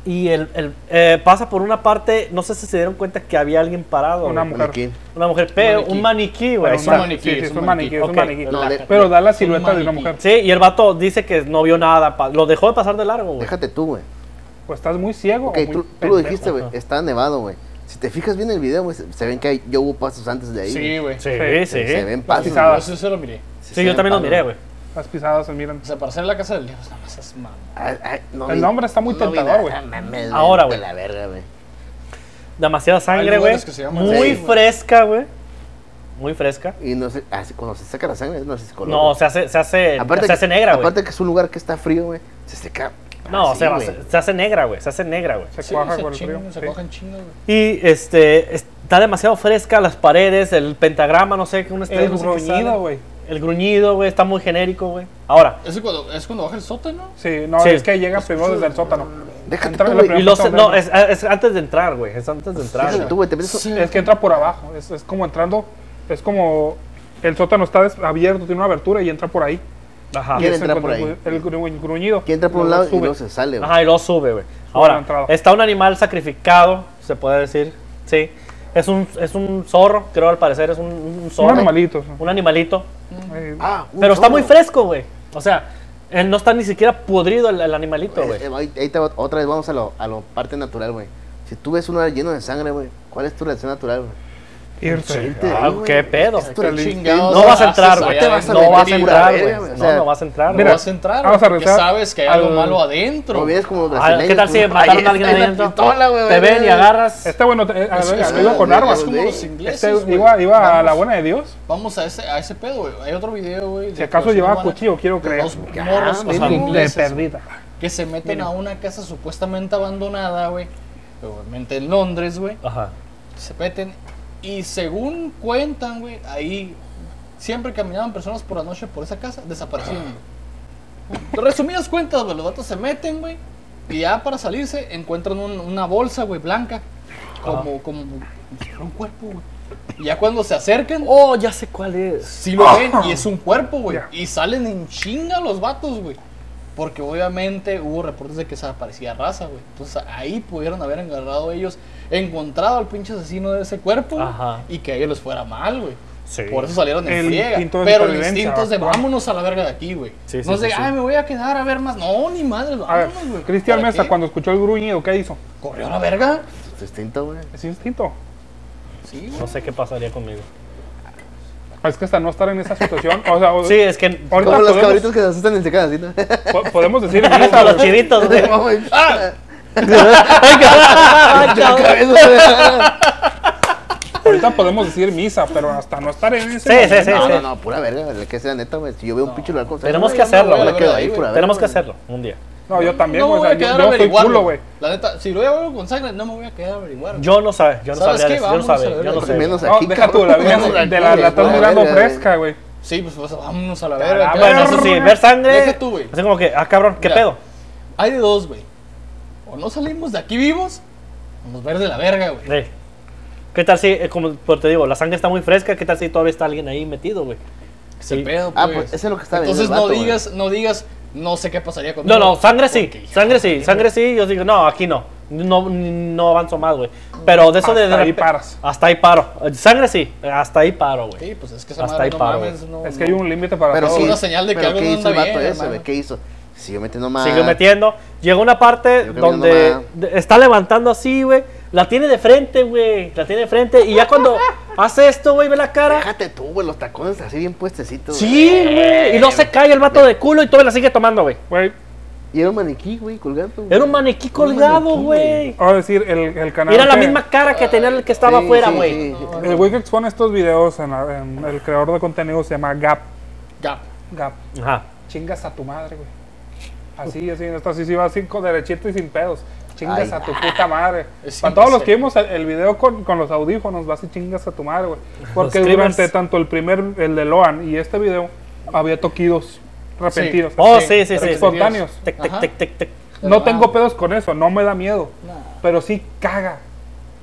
S2: Y el, el, eh, pasa por una parte, no sé si se dieron cuenta que había alguien parado.
S3: Una
S2: güey.
S3: Claro.
S4: Aquí.
S2: Una mujer, pero un maniquí, güey.
S3: Pero
S2: ahí
S3: un
S2: está.
S3: maniquí, sí, sí, es un maniquí, es un
S2: Ok.
S3: maniquí.
S4: No, de-
S3: Pero da la silueta de una mujer.
S2: Sí, y el vato dice que no vio nada, pa- lo dejó de pasar de largo, güey.
S4: Déjate tú, güey.
S3: Pues estás muy ciego.
S4: Ok,
S3: o muy
S4: tú, tú lo
S3: pendejo.
S4: dijiste, güey. Está nevado, güey. Si te fijas bien en el video, güey, se, se ven que hay, yo hubo pasos antes de ahí.
S1: Sí,
S4: güey.
S1: güey.
S2: Sí,
S3: Sí,
S2: sí.
S4: Se, se ven pasos.
S3: pisadas.
S1: Yo sí
S4: güey.
S1: se lo miré.
S4: Se-
S2: Sí,
S4: se
S2: yo
S4: ven
S2: también lo
S4: pasos.
S2: miré, güey.
S3: Las pisadas se miran.
S1: O sea, para hacer la casa del diablo, nada más es mamá.
S4: Ay, ay, no
S3: El
S4: vi-
S3: nombre está muy
S4: no vi
S3: tentador,
S4: nada,
S3: güey.
S4: mames,
S2: Ahora,
S4: vete
S2: güey.
S4: a la verga, güey.
S2: Demasiada sangre, güey.
S1: lugares que se llaman
S2: Muy
S4: así,
S1: güey.
S2: fresca, güey. Muy fresca.
S4: Y no sé, ah, se- cuando se saca la sangre, no sé si color.
S2: No,
S4: güey.
S2: se hace, se hace, se
S4: que-
S2: hace negra, güey.
S4: Aparte que es un lugar que está frío, güey. Se seca.
S2: No,
S4: así,
S2: se, va-
S4: güey.
S2: se- se hace negra, güey. Se hace negra, güey.
S3: Se
S1: Sí,
S3: cuaja
S1: se
S3: con el frío.
S1: chingan, se
S3: sí.
S1: cuajan chinos, güey.
S2: Y este está demasiado fresca las paredes, el pentagrama, no sé, un estrella,
S3: El
S2: no sé qué sale.
S3: gruñido, güey.
S2: El gruñido, güey, está muy genérico, güey. Ahora,
S1: Es cuando, es cuando baja el sótano.
S3: Sí, no,
S2: Sí.
S3: es que llega primero desde el sótano.
S4: Déjate
S3: Entra
S4: tú,
S3: en
S4: güey.
S3: la
S2: y
S3: Pero
S2: lo
S3: vamos a
S2: sé- no,
S3: hablar,
S2: es, es antes de entrar, güey. Es antes de entrar.
S4: Déjate
S2: güey.
S4: tú, güey. Te metes-
S1: Sí.
S3: Es que entra por abajo. Es, es como entrando. Es como. El sótano está des- abierto, tiene una abertura y entra por ahí.
S2: Ajá.
S4: ¿Quién
S3: Y es
S4: entra
S3: el-
S4: por ahí?
S3: El gru- el gruñido.
S4: Que entra por un
S3: Luego
S4: lado y
S3: sube.
S4: luego se sale, güey.
S2: Ajá, y luego sube, güey.
S3: la
S2: Ahora,
S3: entrada.
S2: está un animal sacrificado, se puede decir. Sí. Es un, es un zorro, creo al parecer, es un, un zorro.
S3: Son animalitos.
S2: Un animalito.
S3: Eh,
S4: Ah, un
S2: Pero está
S4: zorro.
S2: muy fresco, güey. O sea, él no está ni siquiera pudrido el, el animalito, güey.
S4: Eh, eh, ahí- ahí te va- otra vez vamos a la a lo parte natural, güey. Si tú ves un lugar lleno de sangre, güey, ¿cuál es tu reacción natural, güey?
S3: Irse.
S4: Salte de
S2: Ah,
S4: ahí, güey.
S2: qué pedo.
S4: Esto era
S1: Qué
S4: el
S1: chingados
S4: instinto.
S2: No vas a entrar,
S1: haces
S2: güey.
S1: allá adentro?
S2: No vas a
S1: Pura
S2: entrar,
S4: verga,
S2: güey.
S4: güey. O
S2: No,
S4: sea,
S2: no vas a entrar,
S1: No
S2: güey.
S3: Mira,
S1: vas a entrar,
S3: vamos
S1: güey,
S3: a
S1: porque
S3: regresar
S1: sabes que hay
S2: al-
S1: algo malo adentro.
S4: No vienes como los
S2: Ah,
S4: brasileños.
S2: ¿Qué tal si
S4: como,
S2: mataron
S4: "Ay,
S2: a alguien
S4: esta es la
S2: adentro?
S4: pistola, güey,
S2: Te ven
S4: güey".
S2: y agarras.
S3: Este bueno, te- eh, a-
S1: Eso es,
S3: a- iba con
S1: güey,
S3: armas.
S1: Es como
S4: güey.
S1: los ingleses,
S3: Este
S1: güey.
S3: iba, iba a la
S1: Vamos-
S3: buena de Dios.
S1: Vamos a ese, a ese pedo, güey. Hay otro video, güey. de
S3: Si acaso
S1: los
S3: llevaba
S1: urbanos,
S3: cuchillo, quiero
S1: de
S3: creer.
S1: Los
S4: Ya,
S1: morros
S4: miren,
S1: son
S4: de
S3: De
S1: ingleses, güey,
S3: perdida.
S1: que se meten
S3: Miren.
S1: a una casa supuestamente abandonada, güey. Obviamente en Londres, güey.
S2: Ajá.
S1: Se meten y según cuentan, güey, ahí siempre caminaban personas por la noche por esa casa, desaparecían, güey. Resumidas cuentas, güey, los datos se meten, güey. Y ya para salirse encuentran un- una bolsa, güey, blanca. Como, como, un cuerpo, güey. Y ya cuando se acercan,
S2: Oh, ya sé cuál es.
S1: Sí lo ven y es un cuerpo, güey.
S3: Ah. Ya.
S1: Y salen en chinga los vatos, güey. Porque obviamente hubo reportes de que se aparecía raza, güey. Entonces ahí pudieron haber agarrado ellos, encontrado al pinche asesino de ese cuerpo güey,
S2: Ajá.
S1: y que a ellos les fuera mal, güey.
S2: Sí.
S1: Por eso salieron en
S3: El
S1: friega.
S3: instinto de
S1: Pero el
S3: supervivencia,
S1: instinto es de
S3: claro.
S1: vámonos a la verga de aquí, güey.
S2: Sí, sí,
S1: no sé,
S2: sí, sí.
S1: ay, me voy a quedar a ver más. No, ni madre,
S3: A ver,
S1: vámonos, güey.
S3: Cristian
S1: ¿Para
S3: Mesa,
S1: qué?
S3: cuando escuchó el gruñido, ¿qué hizo?
S1: ¿Corrió a la verga?
S4: *laughs* Tu instinto, güey.
S3: Es instinto.
S1: Sí, güey.
S2: No sé qué pasaría conmigo.
S3: Es que hasta no estar en esa situación. O sea, o-
S2: Sí, es que.
S3: Ahorita
S4: Como los
S3: podemos-
S4: cabritos que se asustan en secada,
S2: *laughs*
S4: así, ¿no?
S3: po- podemos decir
S2: Como
S3: misa,
S2: los chivitos, güey.
S4: *laughs* Vamos, ¡ah!
S2: Ay, cabrón.
S4: Cabeza,
S3: ahorita podemos decir misa, pero hasta no estar en ese
S2: Sí, sí,
S3: momento,
S2: *laughs* sí.
S4: No, no, no, pura verga, la que sea neta, güey. Si yo veo un pinche lugar con
S2: Tenemos
S4: güey,
S2: que hacerlo,
S4: yo me
S2: güey.
S4: quedo ahí, pura verga.
S2: Tenemos que
S4: güey.
S2: hacerlo un día.
S3: No, yo también,
S1: no me
S3: güey.
S1: voy
S3: o
S1: a
S3: sea,
S1: quedar
S3: yo,
S1: a
S3: yo soy
S1: averiguar.
S3: culo, güey.
S1: La neta, si lo veo con sangre, no me voy a quedar a averiguar. güey.
S2: Yo no sé, yo no
S1: ¿Sabes
S2: sabría
S1: qué?
S2: eso, yo no
S1: Vámonos a la
S2: sabría, yo
S1: verga.
S2: no sé. güey.
S4: Menos
S3: No,
S4: Pues aquí,
S3: deja
S4: *laughs*
S3: tú, la vida de la, la estás mirando fresca, güey.
S1: Sí, pues, pues, vámonos a la
S3: la
S1: verga. ¿qué
S2: Bueno,
S1: vamos a
S2: eso
S1: hacer?
S2: sí, ver sangre.
S1: Deja tú, güey.
S2: Así como que, ah, cabrón, ¿qué
S1: Mira.
S2: pedo?
S1: Hay de dos, güey. O no salimos de aquí vivos, o nos ver de la verga, güey.
S2: Sí. ¿Qué tal si, eh, como pues, te digo, la sangre está muy fresca? ¿Qué tal si todavía está alguien ahí metido, güey?
S1: Ese
S2: Sí.
S1: pedo,
S4: Ah, pues, eso es lo que está viendo
S1: Entonces
S4: el vato,
S1: no
S4: güey.
S1: digas, no digas, no sé qué pasaría conmigo.
S2: No, no, sangre sí,
S1: Porque, hija,
S2: sangre sí, sangre sí. Yo digo, no, aquí no, no, no avanzo más, güey. Pero de eso de.
S3: Hasta
S2: de
S3: ahí
S2: repe-
S3: paras.
S2: Hasta ahí paro. Eh, Sangre sí, hasta ahí paro, güey.
S1: Sí, pues es que esa
S2: Hasta
S1: madre
S2: ahí
S1: no
S2: paro,
S1: mames,
S2: güey.
S1: no,
S3: Es que hay un límite para
S4: Pero
S3: todo.
S4: sí,
S1: una señal de que
S4: pero
S1: algo
S4: ¿qué
S1: no
S4: hizo
S1: anda
S4: el vato
S1: bien,
S4: ese, güey?
S1: hermano.
S4: ¿Qué hizo? Si yo metiendo más.
S2: Sigue metiendo. Llega una parte
S4: Yo caminando
S2: donde
S4: más.
S2: de- está levantando así, güey. La tiene de frente, güey. La tiene de frente. Y
S1: *laughs*
S2: ya cuando hace esto, güey, ve la cara.
S4: Déjate tú, güey, los tacones así bien puestecitos.
S2: Sí, güey. Y no se cae el vato de culo y todavía la sigue tomando, güey.
S3: Güey,
S4: Y era un maniquí, güey, colgando. güey.
S2: Era un maniquí colgado,
S1: maniquí, güey.
S2: güey.
S3: vamos a decir, el, el canal.
S2: Era la
S3: que-
S2: misma cara que tenía el que estaba
S4: Sí,
S2: afuera,
S4: sí,
S2: güey.
S4: sí, sí.
S3: El güey que expone estos videos, en la- en el creador de contenido se llama Gap.
S1: Gap.
S3: Gap.
S2: Ajá.
S3: Chingas a tu madre, güey. Así, así, no está así, sí va así con derechito y sin pedos. Chingas
S4: Ay.
S3: a tu puta madre.
S1: Es
S3: Para todos los
S1: imposible.
S3: que vimos el, el video con, con los audífonos, vas y chingas a tu madre, güey. Porque
S2: Los
S3: durante
S2: creamers.
S3: tanto el primer, el de Loan y este video, había toquidos repentidos.
S2: Oh, sí, sí,
S3: pero
S2: sí.
S3: espontáneos.
S2: Tic,
S1: Ajá.
S2: tic, tic, tic, tic.
S3: No
S1: Pero,
S3: tengo
S1: ah,
S3: pedos con eso, no me da miedo.
S1: nah,
S3: Pero sí caga.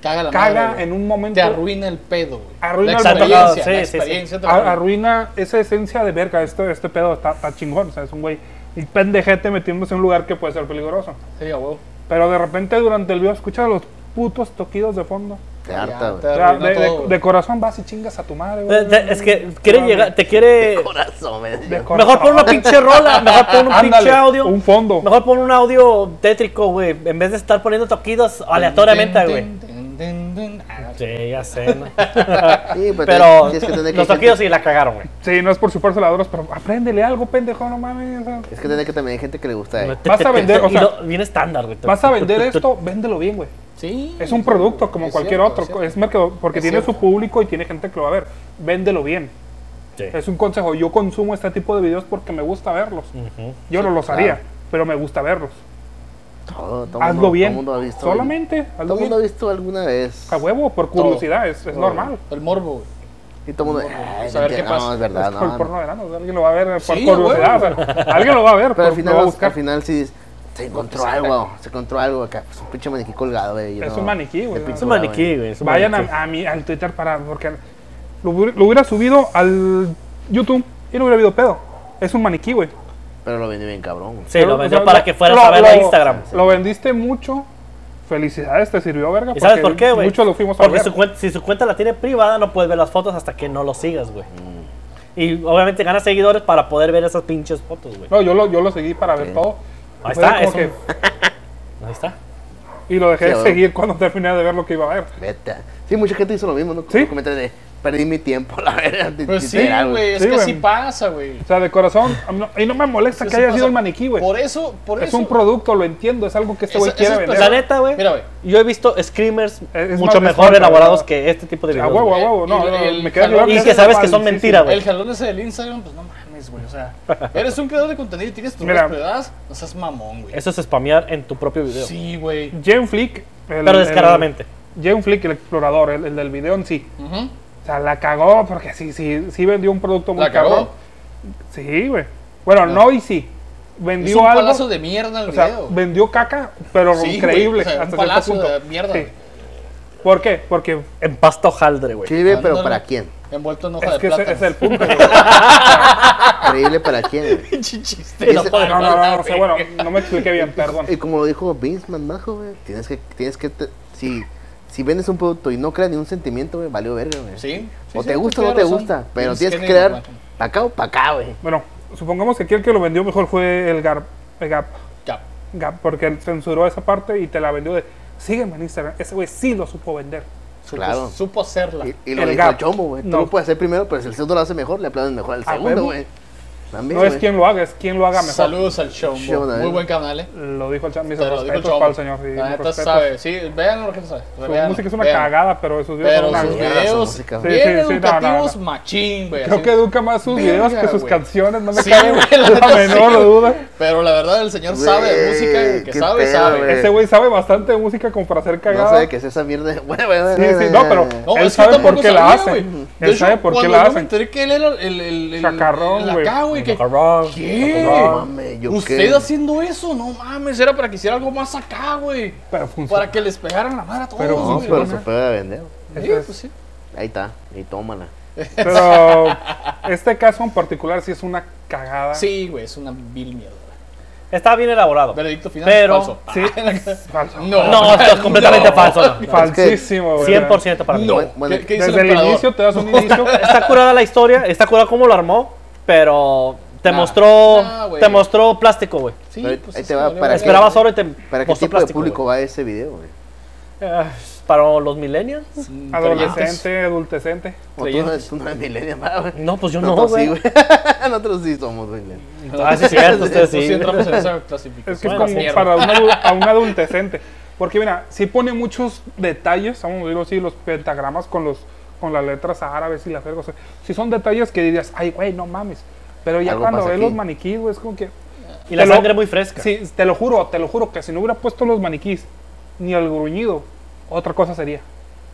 S1: Caga la
S3: Caga
S1: madre,
S3: en
S1: güey.
S3: un momento.
S1: Te arruina el pedo, güey.
S3: Arruina
S1: la
S3: el
S1: experiencia, la
S2: pedo. Sí, sí, sí.
S1: experiencia te lo
S3: A- arruina esa esencia de verga. Este, este pedo está, está chingón. O sea, es un güey. Un pendejete metiéndose en un lugar que puede ser peligroso.
S1: Sí, a huevo.
S3: Pero de repente durante el video escuchas los putos toquidos de fondo.
S4: Te
S1: Ya,
S4: harta,
S1: te
S4: güey.
S3: O sea,
S1: arruinó
S3: de, de-
S1: todo, güey.
S3: de corazón vas y chingas a tu madre,
S2: Eh,
S3: güey.
S2: te- Es que quiere llegar, te quiere.
S4: Corazón, me
S3: De
S4: decía.
S3: corazón.
S2: Mejor pon una pinche rola, mejor pon un
S3: Ándale,
S2: pinche audio.
S3: Un fondo.
S2: Mejor pon un audio tétrico, güey, en vez de estar poniendo toquidos aleatoriamente, güey.
S1: Dun, dun, dun, dun. Ah,
S2: Sí, ya sé. ¿no?
S4: Sí, *laughs* pero,
S2: Pero
S4: tienes que tener que
S2: los
S4: gente-
S2: toquidos sí la cagaron, güey.
S3: Sí, no es por su fuerza ladros, pero apréndele algo, pendejo, no mames. o sea,
S4: Es que tener que también hay gente que le gusta. eh.
S3: Vas a vender, o
S2: Y
S3: sea,
S2: lo- bien estándar, güey.
S3: Vas a vender esto, véndelo bien, güey.
S1: Sí.
S3: Es un producto como
S1: Es
S3: cualquier
S1: cierto,
S3: otro.
S1: es
S3: Es mercado, porque
S1: Es
S3: tiene su
S1: cierto.
S3: público y tiene gente que lo va a ver. Véndelo bien.
S2: Sí.
S3: Es un consejo. Yo consumo este tipo de videos porque me gusta verlos.
S2: Mm.
S3: Yo no los haría,
S4: claro.
S3: pero me gusta verlos.
S4: Todo, todo
S3: hazlo
S4: mundo- todo
S3: bien.
S4: mundo ha visto, güey.
S3: Solamente,
S4: Todo
S3: hazlo
S4: el
S3: bien. Ah,
S4: mundo ha visto alguna vez.
S3: A huevo, por
S1: Todo.
S3: curiosidad, es, es
S4: Todo.
S3: normal.
S1: cierto. El morbo, güey.
S4: Y todo el mundo. ay,
S1: Saber qué
S4: no,
S1: pasa.
S4: es verdad,
S3: es por
S4: no.
S3: porno de enanos, Alguien lo va a ver por
S1: Sí,
S3: curiosidad.
S1: a huevo.
S3: o sea, alguien lo va a ver,
S4: Pero
S3: por-
S4: al final,
S3: lo va a
S4: los-
S3: buscar.
S4: al final sí se encontró algo, se encontró algo acá. Pues un pinche maniquí colgado, güey. yo
S3: Es
S4: no-
S3: un maniquí, güey,
S4: de
S3: ¿no?
S2: Es un
S4: pintura,
S2: maniquí, güey. es un
S3: Vayan
S2: maniquí.
S3: a, a mi, al Twitter para. Porque lo, hubiera- lo hubiera subido al YouTube y no hubiera habido pedo. Es un maniquí, güey.
S4: Pero lo vendí bien cabrón. güey.
S2: Sí, lo
S3: Pero,
S2: vendió
S3: o sea,
S2: para
S3: lo-
S2: que fueras
S3: lo-
S2: a verlo a
S3: lo-
S2: Instagram.
S3: Lo vendiste mucho. Felicidades, te sirvió verga.
S2: ¿Y sabes por qué, güey?
S3: Muchos lo fuimos a
S2: Porque
S3: ver.
S2: su cuenta- si su cuenta la tiene privada, no puedes ver las fotos hasta que no lo sigas, güey. Y obviamente ganas seguidores para poder ver esas pinches fotos, güey.
S3: No, yo lo, yo lo seguí para ver
S4: Sí.
S3: todo.
S2: Ahí
S3: Fue
S2: está,
S3: como
S2: es
S3: que,
S2: un- Ahí está.
S3: Y lo dejé
S4: Sí,
S3: de
S4: güey.
S3: seguir cuando terminé de ver lo que iba a ver.
S4: Vete. Sí, mucha gente hizo lo mismo, ¿no?
S3: Sí.
S4: Los Comentarios de, perdí mi tiempo, *laughs* la verdad.
S1: Pues sí,
S4: literal,
S1: güey, es
S3: Sí,
S1: que
S3: güey.
S1: así pasa, güey.
S3: O sea, de corazón, a mí no- y no me molesta que
S1: Sí
S3: haya
S1: pasa.
S3: sido el maniquí, güey.
S1: Por eso, por
S3: Es
S1: eso.
S3: un producto, lo entiendo, es algo que este
S1: Esa-
S3: güey quiere
S1: esas
S3: vender.
S2: La neta, güey.
S1: Mira, güey.
S2: Yo he visto screamers
S3: Eh, Es- es
S2: mucho
S3: más
S2: mejor
S3: visual,
S2: elaborados
S3: ¿verdad?
S2: que este tipo de
S3: A
S2: videos.
S3: huevo, a
S2: güey.
S3: huevo, no,
S1: Y
S3: no,
S1: el-
S3: me queda
S1: el-
S3: claro
S1: y
S3: es
S1: que
S2: sabes
S3: mal,
S2: que son
S3: sí, sí.
S2: mentira, güey.
S1: El jalón ese del Instagram, pues no mames, güey. O
S3: *laughs*
S1: sea, eres un creador de contenido y tienes tus
S3: Mira.
S1: propiedades, no seas mamón, güey.
S2: Eso es spamear en tu propio video.
S1: Sí, güey.
S3: Jane Flick. el-
S2: Pero descaradamente.
S3: el- Jane Flick, el explorador, el, el del video en sí.
S1: Ujú.
S3: O sea, la cagó porque sí, sí, sí vendió un producto muy
S1: La cagó.
S3: cabrón. Sí, güey. Bueno, no. y sí.
S1: Hizo
S3: Vendió
S1: un
S3: algo.
S1: palazo de mierda al
S3: o sea,
S1: video. güey.
S3: vendió caca, pero
S1: Sí,
S3: increíble.
S1: güey, o sea, un
S3: hasta cierto
S1: palazo
S3: punto.
S1: de mierda,
S3: Sí.
S1: güey.
S3: ¿Por qué? Porque
S2: En pasta hojaldre, güey.
S4: Increíble, pero
S1: Ándale.
S4: ¿para quién?
S1: Envuelto en hoja
S3: es
S1: de
S3: que
S1: plátano.
S3: ese es el punto. güey.
S4: Increíble, ¿para quién? güey?
S2: Chiste, no
S4: Ese-
S2: puedo
S3: No, no, no,
S2: hablar,
S3: no sé,
S2: güey.
S3: bueno, no me
S1: *laughs*
S3: expliqué bien, perdón.
S4: Y como lo dijo Vince McMahon, güey, tienes que, tienes que, te- si, si vendes un producto y no creas ni un sentimiento, güey, valió verga, güey.
S1: *laughs* Sí, sí,
S4: O
S1: sí,
S4: te
S1: tú
S4: gusta o no te
S1: tienes razón.
S4: gusta, pero
S1: Vince
S4: tienes que
S1: Kennedy,
S4: crear
S1: güey.
S4: pa' acá o pa' acá, güey.
S3: Bueno, supongamos que aquí el que lo vendió mejor fue el Gap, el Gap,
S1: Ya.
S3: Gap, porque él censuró esa parte y te la vendió de, sígueme en Instagram, ese güey sí lo supo vender.
S1: Supo,
S4: Claro.
S1: supo hacerla.
S4: Y, y lo
S3: El
S4: dijo
S3: gap.
S4: el chombo, güey. Tú
S3: No.
S4: lo puedes hacer primero, pero si el segundo lo hace mejor, le aplauden mejor al
S3: Ah,
S4: segundo,
S3: huevo.
S4: güey. También,
S3: No es
S4: güey.
S3: quien lo haga, es quien lo haga mejor.
S1: Saludos al show.
S4: Show,
S1: Muy
S4: eh.
S1: buen canal, eh.
S3: Lo dijo el chat, mis
S1: Te lo dijo el
S3: respetos
S1: show.
S3: para el señor. y
S1: La
S3: mis
S1: neta
S3: respetos.
S1: sabe. Sí, vean lo que sabe.
S3: Su
S1: vean,
S3: música es una
S1: vean.
S3: cagada, pero esos videos
S1: Pero
S3: son una
S1: sus
S3: mierda.
S4: mierda, su
S1: videos
S4: música.
S1: bien
S3: Sí, sí, sí, no,
S1: educativos,
S3: no,
S1: machín, güey.
S3: Creo
S1: así.
S3: que educa más sus videos
S1: Verga,
S3: que sus
S1: güey. Eh.
S3: canciones, no me
S1: Sí,
S3: cabe
S1: güey, la neta
S3: la menor
S1: sí.
S3: duda.
S1: Pero la verdad, el señor sabe de
S4: Güey,
S1: música. El que
S4: qué
S1: sabe,
S4: pedo,
S1: sabe.
S4: güey.
S3: Ese güey sabe bastante de música como para hacer
S4: No
S3: cagada.
S4: sabe que es esa mierda. *laughs* Bueno, bueno,
S3: Sí, sí, no, pero
S1: No, es
S3: él
S1: que
S3: sabe
S1: tampoco
S3: por qué la
S1: sabía,
S3: hace.
S1: güey.
S3: Él
S1: De hecho,
S3: sabe por qué
S1: cuando
S3: la
S1: yo me
S3: hace.
S1: enteré que él era el... el, el
S3: Chacarrón,
S1: el
S3: güey.
S1: acá, güey. que-
S2: Cabrón.
S4: No
S1: ¿Qué?
S4: mames, yo
S1: ¿Usted
S4: qué.
S1: haciendo eso? No mames, era para que hiciera algo más acá, güey.
S3: Pero funciona.
S1: Para que les pegaran la madre a todos,
S3: Pero
S1: güey.
S4: No, pero se puede vender.
S1: Sí,
S3: Entonces-
S1: pues sí.
S4: Ahí está, y tómala.
S3: Pero este caso en particular sí es una cagada.
S1: Sí, güey, es una vil mierda.
S2: Está bien elaborado.
S1: Veredicto final
S2: Pero-
S1: falso. *laughs*
S3: Sí.
S1: Ah,
S3: Falso.
S1: *laughs*
S2: No, esto es completamente
S1: no.
S2: falso. no, no.
S3: Falsísimo, güey.
S2: 100% para mí.
S1: No.
S4: Bueno, bueno,
S1: ¿Qué, qué dice
S3: Desde el
S1: emperador?
S3: inicio te das un *laughs* inicio.
S2: Está curada la historia, está curada cómo lo armó, pero te
S1: Nah.
S2: mostró
S1: Nah, güey.
S2: te mostró plástico, güey.
S1: Sí,
S4: Ahí-
S1: pues
S4: ahí
S1: es
S4: te
S1: que
S4: va
S1: valió
S4: para
S1: verga.
S4: qué?
S2: Esperabas oro y te
S4: ¿Para qué
S2: mostró
S4: tipo de
S2: plástico,
S4: público
S2: güey.
S4: va ese video, güey?
S2: Eh, Para los millennials.
S1: Mm, creyentes.
S3: Adolescente, adultecente.
S4: O tú no
S1: Creyentes.
S4: eres- tú no eres milenio, ¿verdad, güey.
S2: No, pues yo no,
S4: Nosotros sí,
S2: güey.
S4: güey. *laughs* Nosotros sí somos millennials.
S2: Ah, sí, es cierto, ustedes
S1: Nosotros
S2: sí.
S1: sí entramos en *laughs* esa clasificación.
S3: Es que es
S2: Bueno,
S3: como
S1: mierda.
S3: para un, adu- a un adultecente. Porque mira, sí pone muchos detalles, vamos a decirlo así, los pentagramas con los con las letras árabes y las vergas. O sea, sí son detalles que dirías, ay, güey, no mames. Pero ya
S4: Algo
S3: cuando
S4: pasa
S3: ves
S4: aquí.
S3: los maniquíes, güey, es como que...
S2: Y la
S3: Te lo-
S2: sangre muy fresca.
S3: Sí, te lo juro, te lo juro, que si no hubiera puesto los maniquíes, ni el gruñido, otra cosa sería.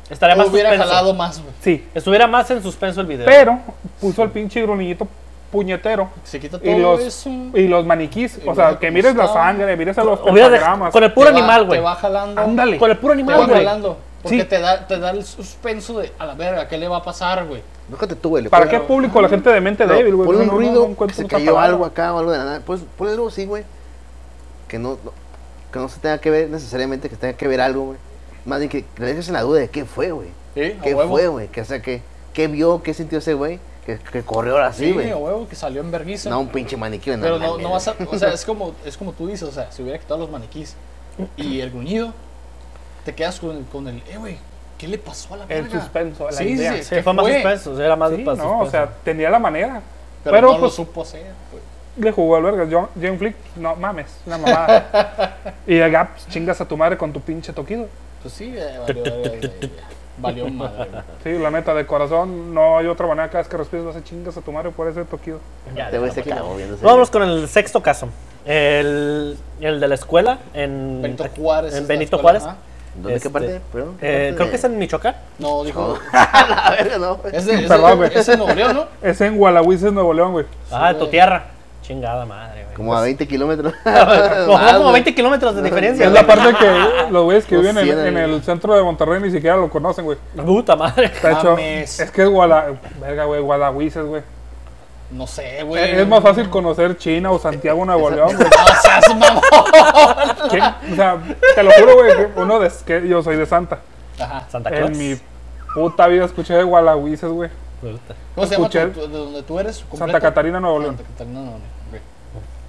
S2: Estaría más
S1: hubiera
S2: suspenso.
S1: jalado más, güey.
S3: Sí,
S2: Estuviera más en suspenso el video.
S3: pero puso el pinche gruñito puñetero
S1: Se quita
S3: y
S1: todo
S3: los,
S1: eso.
S3: y los maniquís.
S1: Y
S3: O sea,
S1: los
S3: que mires la
S1: acostados.
S3: sangre, mires a los
S2: Hubieras dej-
S3: pentagramas.
S2: con el puro
S1: Te va-
S2: animal, güey.
S1: Te va jalando.
S3: Ándale.
S2: Con el puro
S1: Te
S2: animal,
S1: va
S2: güey.
S1: jalando. Porque
S3: Sí.
S1: te, da, te da el suspenso de a la verga, ¿qué le va a pasar, güey?
S4: Déjate tú, güey. le
S3: ¿Para
S4: pones-
S3: qué público la gente de mente
S4: No,
S3: débil, güey?
S4: Ponle
S3: No,
S4: un
S3: no, no,
S4: ruido
S3: no encuentro
S4: que se
S3: otra
S4: cayó
S3: palabra.
S4: algo acá o algo de la nada. Pues ponle algo así, güey. Que no, no- que no se tenga que ver necesariamente, que tenga que ver algo, güey. Más bien que que le dejes en la duda de qué fue, güey.
S1: ¿Sí?
S4: ¿Qué
S1: a huevo.
S4: fue, güey? Que, o sea, que, ¿qué vio, qué sintió ese güey? Que, que corrió ahora sí,
S1: Sí,
S4: güey.
S1: a huevo, que salió en vergüenza.
S4: no, un pinche maniquí, güey,
S1: Pero no,
S4: mames,
S1: no vas a. O sea, es como, es como tú dices, o sea, si hubiera quitado los maniquís y el gruñido, te quedas con, con el. Eh, güey, ¿qué le pasó a la
S3: El
S1: verga?
S3: suspenso, la
S1: Sí,
S3: idea.
S1: sí,
S2: Sí,
S1: ¿Qué
S2: fue más
S1: fue?
S2: suspenso, sí, era más
S3: Sí,
S2: más
S3: no, o
S2: suspenso.
S3: sea, tenía la manera.
S1: Pero,
S3: Pero,
S1: no
S3: pues-
S1: lo supo hacer, güey.
S3: Le jugó al verga. John, Jane Flick, no mames, una mamada. y el Gap, chingas a tu madre con tu pinche toquido.
S1: Pues sí, eh, valió, verga, güey, ya. valió madre. güey.
S3: Sí, la neta, de corazón, no hay otra manera. Cada vez que respires, vas a chingas a tu madre por ese toquido.
S2: Ya,
S4: Este güey se
S2: déjalo.
S4: cagó viendo ese
S2: Vámonos con el sexto caso. El, el de la escuela en
S1: Benito Juárez.
S2: en
S1: es la
S2: Benito
S1: escuela,
S2: Juárez.
S1: ¿ah?
S4: video. ¿Dónde
S2: Este,
S4: qué parte? Perdón, ¿qué
S2: Eh,
S4: parte
S2: creo
S4: de-
S2: que es
S4: *laughs*
S2: en Michoacán.
S1: No, dijo.
S4: A la verga, no, pues. güey.
S1: Es de, es
S3: Perdón,
S1: de,
S3: güey.
S1: es de Nuevo León, ¿no?
S3: Es en Gualahuises, Nuevo León, güey.
S2: ah, de tu
S1: güey.
S2: tierra. Chingada madre, güey.
S4: Como a 20 kilómetros.
S2: Nos
S4: *laughs* Más,
S2: vamos *laughs* como
S4: güey.
S2: 20 kilómetros de diferencia.
S3: Es la
S2: güey.
S3: parte que los güeyes que
S4: No
S3: viven en,
S4: sé,
S3: en
S4: güey.
S3: el centro de Monterrey ni siquiera lo conocen, güey.
S2: *laughs* Puta madre.
S3: Está hecho-
S1: Mames.
S3: Es que es Guala... Verga, güey, Gualahuises, güey.
S1: No sé, güey.
S3: Eh, Es más fácil conocer China o Santiago,
S4: Eh,
S3: Nuevo León, güey.
S1: No seas mamón.
S3: ¿Qué? O sea, te lo juro, güey, que uno de, que yo soy de Santa.
S1: Ajá.
S2: Santa Claus.
S3: En mi puta vida escuché de Gualahuises, güey.
S2: Puta.
S1: ¿Cómo se llama?
S3: Escuché-
S1: tu- tu- ¿De donde tú eres?
S3: Santa
S1: completo?
S3: Catarina, Nuevo León.
S1: Santa Catarina, no, no. güey.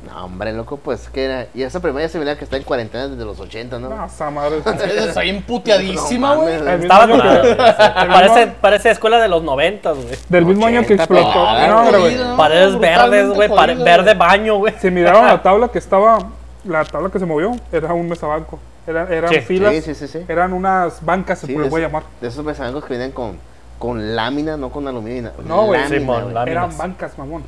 S4: No, hombre, loco, pues que era. Y esa primera se mira que está en cuarentena desde los 80, ¿no?
S3: No, esa
S4: *laughs*
S3: madre.
S1: Está bien puteadísima,
S4: No
S1: güey.
S4: mames,
S3: El
S2: Estaba
S3: mismo
S2: con
S3: año que-
S2: parece, parece escuela de los noventas, güey.
S3: Del mismo año que
S4: 80,
S3: explotó.
S4: pero-
S3: No, hombre, güey.
S1: Jodido, ¿no?
S2: Paredes verdes,
S1: Brutalmente
S2: güey. pare-
S1: jodido,
S2: verde
S1: güey.
S2: baño, güey.
S3: Si miraron la tabla que estaba, la tabla que se movió, era un mesabanco. Era- eran
S2: Sí.
S3: filas,
S4: Sí, sí, sí, sí.
S3: eran unas bancas, se
S4: Sí,
S3: les
S4: de
S3: eh, pues, voy a
S4: esos-
S3: llamar.
S4: De esos mesabancos que vienen con, con lámina, no con aluminio. ni nada.
S3: No, güey.
S4: Lámina,
S2: Simón,
S4: güey.
S2: lámina.
S3: Eran
S2: Láminas.
S3: bancas, mamón.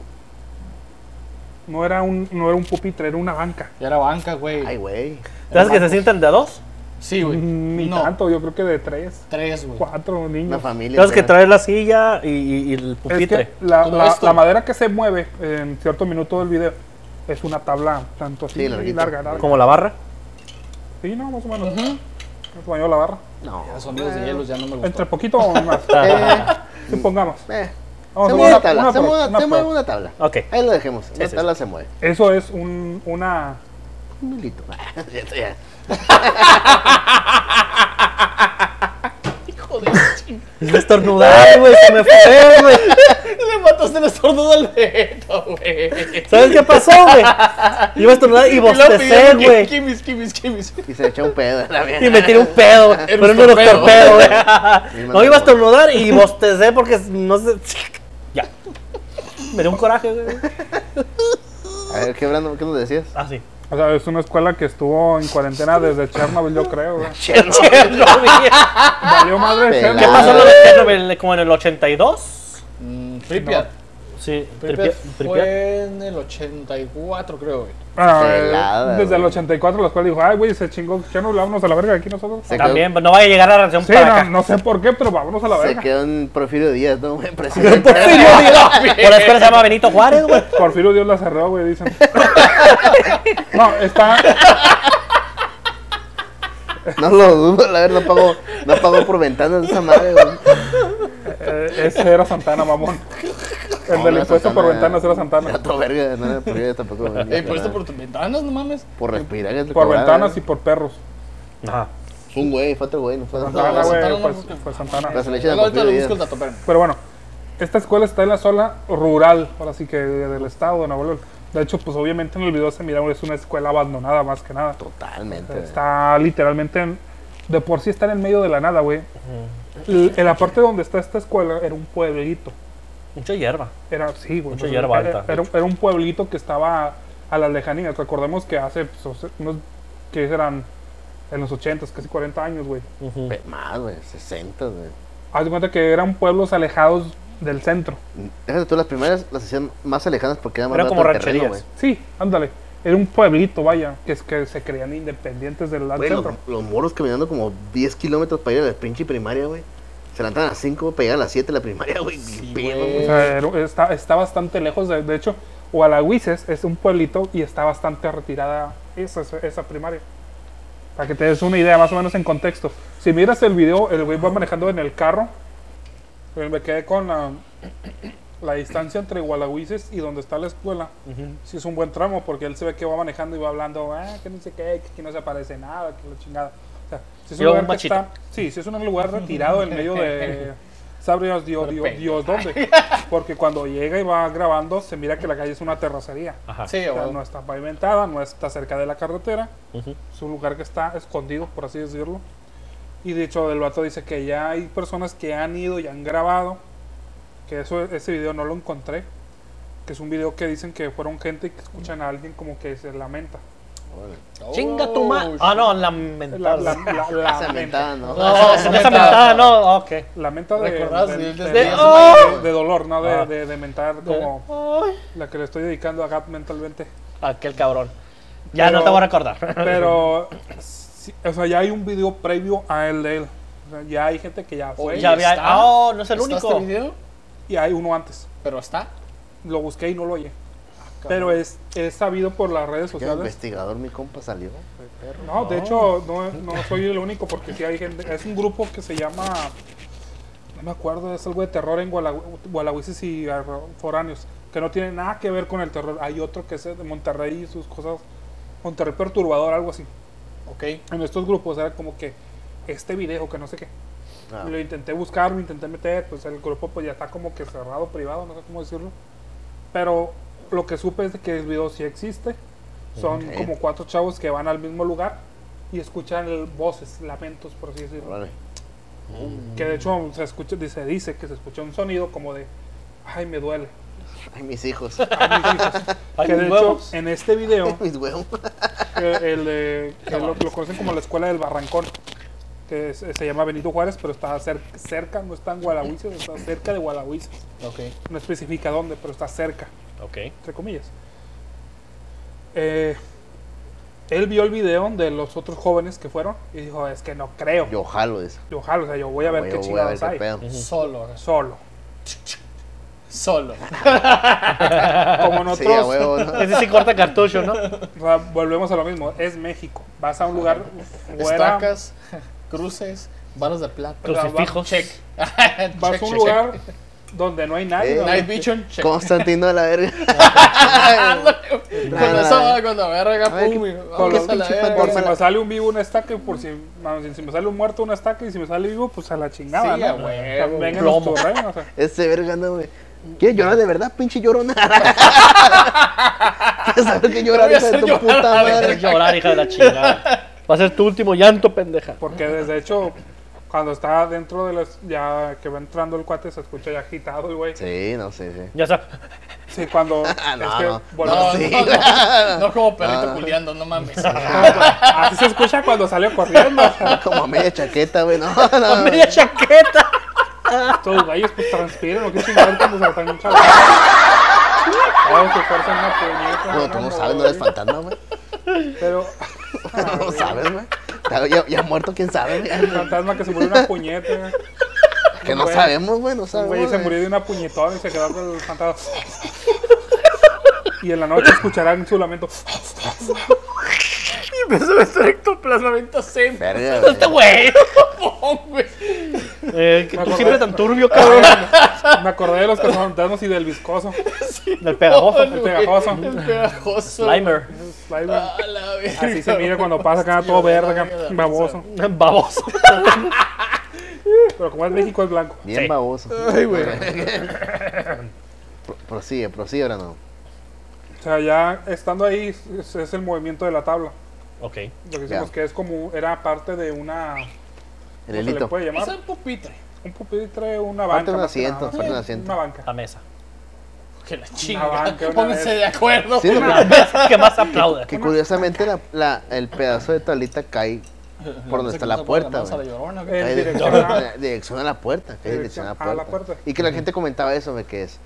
S3: No era un, no era un pupitre, era una banca.
S1: Ya era banca,
S4: Ay,
S1: güey.
S4: güey.
S2: ¿Sabes que se sientan de a dos?
S1: Sí, güey.
S3: Ni
S1: No,
S3: tanto, yo creo que de tres,
S1: tres, güey.
S3: cuatro
S4: Una
S3: niños.
S4: familia.
S2: ¿Sabes que
S4: entera.
S2: traes la silla y, y- y el
S3: Es
S2: pupitre?
S3: que la,
S1: Como
S3: la,
S1: esto.
S3: la madera que se mueve en cierto minuto del video es una tabla tanto así
S4: Sí,
S3: y
S4: larguita.
S3: larga. larga.
S2: Como la barra.
S3: Sí, no, más o menos.
S1: Ujú.
S3: El tamaño de la barra.
S4: No.
S1: Los sonidos de hielos ya no me
S3: Entre
S1: gustan.
S3: poquito
S2: *laughs*
S3: o más.
S2: Ah.
S4: Eh,
S3: Supongamos.
S4: eh.
S3: Vamos
S4: se
S3: a
S4: mueve una
S3: una-
S4: tabla.
S3: una
S4: se
S3: pro-
S4: mueve
S3: una
S4: se mueve
S3: pro-
S4: una tabla.
S1: *laughs*
S2: Ok.
S4: Ahí lo dejemos.
S2: Sí,
S4: la
S2: sí,
S4: tabla se mueve.
S3: Eso es un, una.
S4: Un milito. *laughs* Ya está, ya.
S1: Hijo de la chingada.
S2: Estornudar, güey. Se me fue, güey.
S1: Le mataste el estornudo al neto, güey.
S2: ¿Sabes qué pasó, güey? Iba a estornudar
S1: *laughs*
S2: y
S1: Y luego
S2: bostecé,
S1: pidiendo que-
S2: güey.
S1: Kimis, kimis, kimis.
S4: Y se echa un pedo. la mierda.
S2: Y me tiré un pedo, güey.
S1: *laughs* Era
S2: Pero
S1: un
S2: no era un
S1: torpedo.
S2: torpedo, güey.
S1: *laughs*
S4: Misma
S2: No iba a
S4: cosa.
S2: estornudar y bostecé porque no sé. Ya. Me dio un coraje, güey.
S4: A ver, ¿qué, Brandon, ¿qué nos decías?
S2: Ah, *laughs* sí.
S3: O sea, es una escuela que estuvo en cuarentena desde Chernobyl, yo creo. güey.
S2: *laughs* Chernobyl.
S3: Valió madre
S4: Pelada.
S3: Chernobyl.
S2: ¿Qué pasó lo de Chernobyl? Como en el 82.
S1: Mm, Pripyat.
S2: Sí,
S1: Pripyat
S2: Pripyat. Pripyat.
S1: fue en el 84, creo, güey.
S3: Ah, eh,
S4: Pelada,
S3: desde el
S4: güey.
S3: 84 la escuela dijo, ay, güey, se chingó Chernobyl, vámonos a la verga de aquí nosotros.
S4: Se
S2: También, pero no vaya a llegar a la reacción
S3: Sí,
S2: para
S3: no,
S2: acá.
S3: no sé por qué, pero vámonos a la
S4: Se
S3: verga.
S4: quedó en Porfirio Díaz, ¿no?
S3: *laughs*
S4: güey? Presidente.
S2: Por la escuela se llama Benito Juárez, güey.
S3: Porfirio Dios la cerró, güey,
S4: *laughs*
S3: dicen. no, está...
S4: No lo dudo, la verdad, no pagó, no pagó por ventanas de esa
S3: *laughs*
S4: madre, güey.
S3: eh, ese era Santana, mamón. El del
S4: No,
S3: impuesto por
S4: Santana,
S3: ventanas era Santana.
S4: Era todo verga, no era por yo tampoco.
S1: Eh, pero esto por tus ventanas, no mames.
S4: por respirar. que te
S3: Por
S4: cobraran.
S3: ventanas y por perros.
S2: Ajá.
S4: Un güey, fue otro güey, no fue otro.
S3: Santana, güey,
S1: Santana no
S3: pues,
S1: busca.
S3: pues Santana.
S4: Pero se le echan
S1: Luego
S4: a
S1: ahorita
S4: Porfirio
S1: le busco el
S4: Díaz.
S1: dato, espérame.
S3: Pero bueno, esta escuela está en la zona rural, ahora sí que del estado de Nuevo León. De hecho, pues obviamente en el video se mira, es una escuela abandonada más que nada.
S4: Totalmente. güey.
S3: Está literalmente en- de por sí está en el medio de la nada, güey. L- En la parte donde está esta escuela era un pueblito.
S2: Mucha hierba.
S3: Era, sí, güey.
S2: Mucha
S3: pues,
S2: hierba
S3: era,
S2: alta.
S3: era- era un pueblito que estaba a, a las lejanías. Recordemos que hace pues, unos, que eran en los 80s, casi 40 años, güey.
S2: Ujú.
S4: Pe- Más, güey, 60, güey.
S3: Haz de cuenta que eran pueblos alejados del centro.
S4: Déjate tú, las primeras las hacían más alejadas porque eran más
S2: Eran
S4: barato
S2: como
S4: el terreno,
S2: rancherías.
S3: Sí, ándale. Era un pueblito, vaya, que es que se creían independientes del al
S4: güey. Güey,
S3: centro.
S4: los, los moros caminando como 10 kilómetros para ir a la pinche primaria, güey. Se levantaban a las 5 para llegar a las 7 de la primaria, güey.
S1: Sí,
S4: Ni
S1: güey.
S4: pedo,
S3: O
S4: güey.
S3: sea, era- está, está bastante lejos, de, de hecho, Gualahuises es un pueblito y está bastante retirada esa, esa- esa primaria. Para que te des una idea, más o menos en contexto. Si miras el video, el güey va manejando en el carro. Eh, Me quedé con la, la distancia entre Gualahuises y donde está la escuela. Sí es un buen tramo porque él se ve que va manejando y va hablando, ah, que no sé qué, que aquí no se aparece nada, que la chingada. O sea, si es un
S2: Yo, un
S3: lugar que
S2: machito.
S3: está, sí, si es un lugar retirado en
S2: *laughs*
S3: medio de sabe Dios, Dios, Dios,
S1: Perfecto.
S3: Dios, ¿dónde? Porque cuando llega y va grabando, se mira que la calle es una terracería.
S2: Ajá.
S1: Sí,
S3: O sea,
S1: güey.
S3: no está pavimentada, no está cerca de la carretera.
S2: Ujú.
S3: Es un lugar que está escondido, por así decirlo. Y de hecho, el vato dice que ya hay personas que han ido y han grabado. Que eso, ese video no lo encontré. Que es un video que dicen que fueron gente que escuchan a alguien como que se lamenta.
S1: Oh,
S2: Chinga tu madre. Ah, no, lamentable.
S3: La, la, la- la-
S4: Se mentaban, ¿no?
S2: No, no, esa
S1: mentada.
S2: mentada, no, ok.
S3: lamenta de,
S1: ¿Recordás?
S3: de-
S1: El
S3: de-
S1: desdén.
S3: de- de dolor, no de,
S2: Ah.
S3: de, de mentar como
S2: Ay,
S3: la que le estoy dedicando a Gat mentalmente.
S2: aquel cabrón. Ya
S3: Pero-
S2: no te voy a recordar. *laughs*
S3: Pero, sí, o sea, ya hay un video previo a él de él. O sea, ya hay gente que ya fue
S1: Oye,
S2: ya había.
S1: ¿está?
S2: Ah, oh, no es el
S1: ¿Está
S2: único.
S1: este video?
S3: y hay uno antes.
S1: Pero está.
S3: Lo busqué y no lo oye. Pero es, es sabido por las redes
S4: Ya
S3: sociales.
S4: investigador, mi compa salió. güey, perro.
S3: No, de hecho, no, no soy el único porque sí hay gente. Es un grupo que se llama. No me acuerdo, es algo de terror en Guala- Gualahuises y arro- foráneos. Que no tiene nada que ver con el terror. Hay otro que es de Monterrey y sus cosas. Monterrey perturbador, algo así.
S1: Ok.
S3: En estos grupos era como que este video, que no sé qué.
S4: Ah,
S3: Lo intenté buscar, lo intenté meter, pues el grupo pues ya está como que cerrado, privado, no sé cómo decirlo. Pero lo que supe es de que el video sí existe, Son
S4: Ok.
S3: como cuatro chavos que van al mismo lugar y escuchan el- voces, lamentos, por así decirlo.
S4: Órale.
S3: Que de hecho se escucha, dice, dice que se escucha un sonido como de, ay, me
S2: *laughs*
S3: duele.
S4: Ay, mis hijos.
S3: Ay, mis hijos".
S2: Ay,
S3: que
S2: mis
S3: de hecho,
S2: huevos.
S3: en
S2: *laughs*
S3: este video,
S4: mis huevos.
S3: que el, eh, que lo, lo conocen como la Escuela del Barrancón, que es- se llama Benito Juárez, pero está cer- cerca, no está en Guadalupe, está cerca de Guadalupe.
S1: Ok.
S3: No especifica dónde, pero está cerca.
S2: Ok.
S3: entre comillas. Eh, él vio el video de los otros jóvenes que fueron y dijo, es que no creo. Yo,
S4: Yo jalo eso.
S3: jalo, o sea, yo voy a ver
S4: Yo
S3: qué
S4: voy a ver
S3: chingados
S4: qué
S3: hay.
S4: pedo.
S1: Solo,
S3: Solo.
S2: *laughs*
S1: solo.
S3: Como
S4: Sí,
S3: nosotros,
S4: a huevo, ¿no?
S2: Ese sí corta cartucho, *laughs* ¿no?
S3: *laughs* o sea, volvemos a lo mismo, es México. Vas a un lugar fuera,
S1: Estacas, cruces, balas de plata.
S2: Crucifijos.
S1: Check. *laughs*
S3: vas
S1: Check,
S3: a un
S1: check,
S3: lugar donde no hay nadie.
S4: Eh,
S3: donde-
S1: Night Vision, check.
S4: Constantino de la verga. *laughs*
S1: Con
S4: Nada,
S1: eso,
S4: nada.
S1: cuando verga,
S4: A ver,
S1: pum,
S4: ¿qué-
S1: y-
S4: con
S1: vamos
S4: los
S1: a la
S4: pinches
S1: verga.
S3: por si
S4: Guárdala.
S3: me sale un vivo un estaque, por si, vamos, si me sale un muerto un estaque y si me sale vivo, pues a la chingada.
S1: Sí,
S3: ¿no?
S1: a
S3: O sea,
S1: huevo.
S3: vengan
S2: Plomo.
S3: los torrenos, o sea.
S4: Ese verga no, güey. ¿Quieres llorar de verdad, pinche llorona? *laughs* ¿Quieres saber que llorar,
S1: Voy a
S4: hija de
S1: hacer
S4: tu
S1: llorar
S4: puta
S1: a la verga.
S4: madre?
S2: Llorar, hija de la *laughs* chingada. Va a ser tu último llanto, pendeja.
S3: Porque desde hecho, cuando está dentro de las. Ya que va entrando el cuate, se escucha ya agitado el güey. Sí.
S4: Sí, no sé, sí.
S2: Ya
S4: *laughs*
S2: sabes.
S3: cuando.
S4: Ah,
S3: es
S4: no,
S3: que
S4: no.
S3: volvemos-
S1: No,
S4: Sí.
S1: no, no, no como
S4: Ah.
S1: perrito culiando, no mames.
S3: *laughs* Así se escucha cuando salió corriendo.
S4: Ah, Como a media chaqueta, güey. No, *laughs* no.
S2: Media chaqueta.
S3: Todos gallos pues transpiran, o qué chingados cuando saltan un chaval. Ay, se fuerzan una puñeta.
S4: Bueno, tú no sabes, no eres fantasma, güey.
S3: Pero. Ah,
S4: Tú *laughs* no sabes, güey. Está- Ya, ya muerto, quién sabe, güey.
S3: El fantasma que se murió de una puñeta.
S4: Que no
S3: Güey.
S4: sabemos, güey. No
S3: Un
S4: sabemos.
S3: güey se
S4: güey.
S3: murió de una puñetona y se quedó con el fantasma. Y en la noche escucharán su lamento.
S2: Y empezó a ser ectoplasmamiento simple.
S3: *laughs*
S4: Verga, güey.
S2: Este güey. *laughs* Eh, que
S3: Me
S2: tú
S3: acordé.
S2: siempre tan turbio, *laughs* cabrón.
S3: Me acordé de los cazafantasmas y del viscoso.
S2: Del pegajoso.
S3: El pegajoso.
S1: El *laughs* pegajoso.
S2: Slimer.
S3: Ahí va.
S1: A la verga.
S3: Así se mira cuando pasa acá todo verde, acá, baboso.
S2: *laughs* Baboso.
S3: Pero como es México es blanco.
S4: Bien
S2: Sí.
S4: baboso.
S1: Ay, güey.
S4: *laughs* Pro- prosigue, prosigue, ahora no.
S3: O sea, ya estando ahí es, es el movimiento de la tabla.
S2: Ok.
S3: Lo que decimos
S4: Ya.
S3: que es como, era parte de una,
S4: El
S3: ¿cómo se le
S4: elito.
S3: puede
S1: Es
S3: llamar?
S1: un pupitre.
S3: Un pupitre, una
S4: Parte
S3: banca.
S4: de un
S3: más que
S4: asiento,
S3: nada,
S4: parte de un
S3: ¿no?
S4: asiento.
S3: Una banca.
S2: La mesa. *laughs*
S1: Que la
S3: banca,
S1: chinga.
S3: una
S1: Pónganse
S3: vez.
S1: de acuerdo.
S4: Sí,
S2: La
S4: no,
S2: mesa que más aplaude.
S4: que curiosamente la, la- el pedazo de
S3: *laughs*
S4: tablita cae por donde está la puerta,
S1: Vamos a la
S4: güey.
S1: llorona, güey.
S3: En
S4: Cae de- *laughs*
S3: dirección a-
S4: de- Dirección a la puerta. cae dirección a la
S3: Dirección a la
S4: puerta.
S3: puerta.
S4: Y que la gente comentaba eso, güey, que es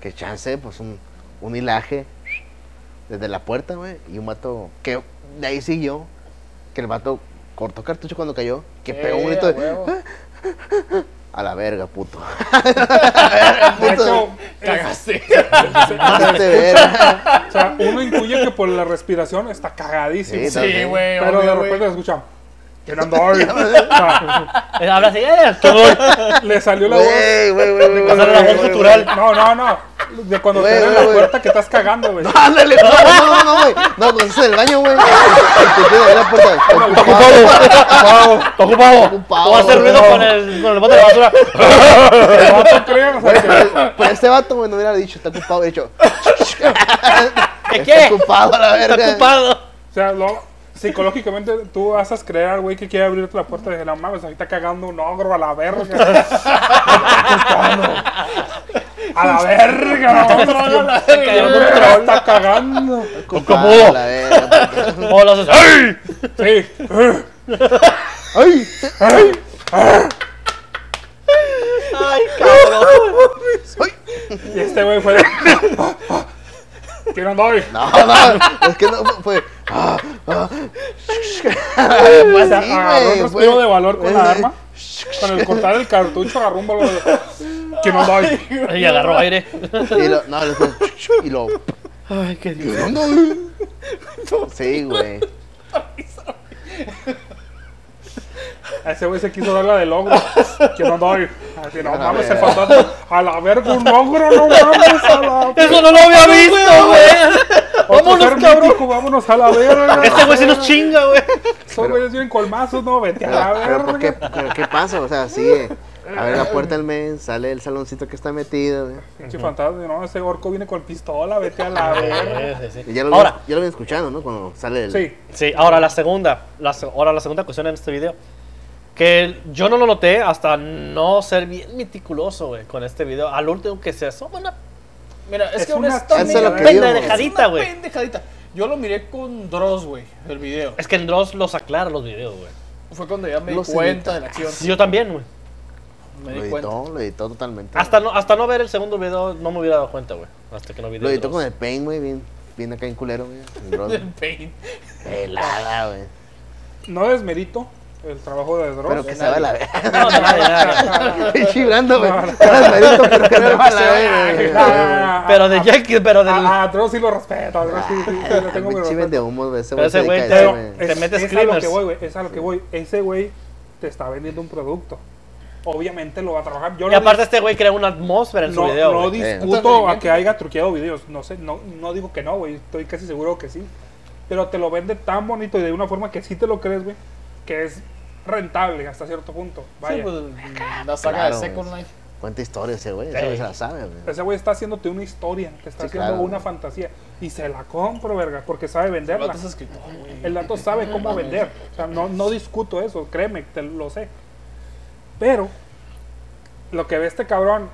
S4: que chance, pues un, un hilaje desde la puerta, güey, y un vato que de ahí siguió, que el vato cortó cartucho cuando cayó, que pegó un
S1: Eh,
S4: grito
S1: a
S4: de "Ah,
S1: huevo.
S4: a la verga, puto.
S3: De hecho,
S4: *laughs*
S1: Cagaste.
S4: Hazte verga.
S3: o sea, uno intuye que por la respiración está cagadísimo.
S4: Sí, no.
S1: Sí, güey.
S3: pero de
S1: obvio,
S3: repente
S1: güey.
S3: se escucha. "¿Quién anda
S1: *laughs*
S3: hoy?" O sea,
S2: Eh, Habla así. eh, todo.
S3: le salió la voz.
S4: Güey, güey, güey, güey,
S2: Pasar la
S4: güey,
S2: voz
S4: güey,
S2: gutural.
S3: No, no, no. De cuando
S4: Güey,
S3: te dan
S4: güey,
S3: la
S4: güey.
S3: puerta que estás cagando, güey.
S4: Ándale, no, no, no, no, güey. No, con eso del baño, güey. Te quiero abrir la puerta.
S2: Está ocupado. Está ocupado. Está ocupado.
S4: ocupado,
S2: O hacer ruido
S4: güey.
S2: con el, con el bote de
S4: *laughs*
S2: basura.
S3: El vato cree, o sea,
S2: *laughs*
S3: que-
S4: Pero, pero este vato, güey, no hubiera dicho, está ocupado. De hecho,
S2: ¿Qué
S4: está
S2: qué?
S4: ocupado a la verga.
S2: Está ocupado.
S3: O sea, lo- psicológicamente tú haces creer al güey que quiere abrirte la puerta y dice, no mames, ahí está cagando un ogro a la *laughs* verga. a la verga, no, no, no,
S2: Cayó un
S3: no, está cagando.
S4: Ocupado a la verga.
S2: O lo haces. *laughs* ¡Ay!
S3: Sí.
S4: Ay,
S2: ¡Ay, cabrón!
S3: Y este güey fue de... ¿Quién doy?
S4: no, no, es que no, fue. Ah, ah.
S3: O
S4: Fue
S3: sea,
S4: así,
S3: agarró un
S4: güey.
S3: respiro
S4: fue-
S3: de valor con
S4: fue-
S3: la arma. Con el cortar el cartucho agarró un valor de... ¿Quién doy?
S2: Y agarró aire.
S4: Y lo, no, le fue- y lo.
S2: Ay, qué Dios.
S4: ¿Dónde, güey? Sí, güey.
S3: A Ese güey se quiso dar la del ogro. Que no doy. Así, no
S4: A la
S3: mames, el
S4: verga.
S3: fantasma. A la verga, un ogro, no mames. A
S2: *laughs*
S3: la verga.
S2: ¡Eso no lo había visto, güey!
S3: Otro
S2: ¡Vámonos,
S3: ser
S2: cabrón!
S3: mítico, vámonos a la verga.
S2: Este güey sí nos chinga, güey.
S3: Esos güeyes vienen colmazos, no, vete a
S4: Pero,
S3: la
S4: pero ¿por qué,
S3: verga.
S4: pero ¿qué pasa? O sea, sí. eh, Abre la puerta del men, sale el saloncito que está metido, güey.
S3: Pinche fantasma, no, ese orco viene con pistola, vete a la verga.
S2: Sí, sí, sí.
S4: *laughs* Y Ya lo,
S2: Ahora,
S4: habían- ya lo habían escuchado, ¿no? Cuando sale el.
S3: Sí,
S2: Sí, ahora la segunda, la, se- ahora la segunda cuestión en este video. Que yo no lo noté hasta no ser bien meticuloso, güey, con este video. Al último que se asoma una
S1: Mira, es,
S3: Es
S1: que una
S3: una
S1: está
S4: Eso es lo
S1: medio-
S4: que
S1: es
S4: digo,
S1: una
S2: pendejadita, güey.
S1: pendejadita. Yo lo miré con Dross, güey, el video.
S2: Es que en Dross los aclara los videos, güey.
S1: Fue cuando ya me
S4: Los
S1: di cuenta de la acción.
S2: Yo también, güey.
S1: Me
S4: Lo
S1: di cuenta.
S4: editó, lo editó totalmente.
S2: Hasta no, hasta no ver el segundo video no me hubiera dado cuenta, güey. Hasta que no vi
S4: Lo
S2: de
S4: editó con
S2: Dross.
S4: el pain, güey, bien, bien acá en culero, güey.
S2: *laughs*
S4: en
S1: Del
S4: Dross.
S1: pain.
S4: Pelada, güey.
S3: no desmerito el trabajo de Dross.
S4: Pero que se va a la
S2: *laughs* No, no, no, no,
S3: *laughs*
S2: no.
S4: verga. Chibrando, güey. Marito, pero que se va a la *laughs* verga.
S2: Pero de Jackie, pero del...
S3: Ah, a Dross sí lo respeto, a Dross sí, sí, sí,
S4: Ah,
S3: le tengo mi
S4: Pinche
S3: respeto.
S4: vende humo, güey. Ese
S2: Pero
S4: güey se
S2: ese güey
S4: dedica a
S2: te-
S4: eso,
S3: Pero
S4: güey.
S2: te metes
S3: es a lo
S2: screamers.
S3: que voy, güey. Es a lo que voy. Ese güey te está vendiendo un producto. Obviamente lo va a trabajar. Yo
S2: Y
S3: no
S2: aparte este güey crea una atmósfera en
S3: ah, no,
S2: su video,
S3: no
S2: güey.
S4: Eh.
S3: discuto a que haya truqueado videos. No sé, no, no digo que no, güey. Estoy casi seguro que sí. Pero te lo vende tan bonito y de una forma que sí te lo crees, güey. Que es rentable hasta cierto punto. Vaya.
S1: Sí, pues, la saga
S4: Claro,
S1: de Second
S4: güey.
S1: Life.
S4: Cuenta historia ese güey. Ese güey se la sabe, güey.
S3: Ese güey está haciéndote una historia, te está
S4: Sí,
S3: haciendo
S4: claro,
S3: una
S4: güey.
S3: fantasía. Y se la compro, verga, porque sabe
S1: El
S3: venderla.
S1: vato es escritor, güey.
S3: El dato
S4: Ah,
S3: sabe cómo vender. O sea, no, no discuto eso, créeme, te lo sé. Pero lo que ve este cabrón,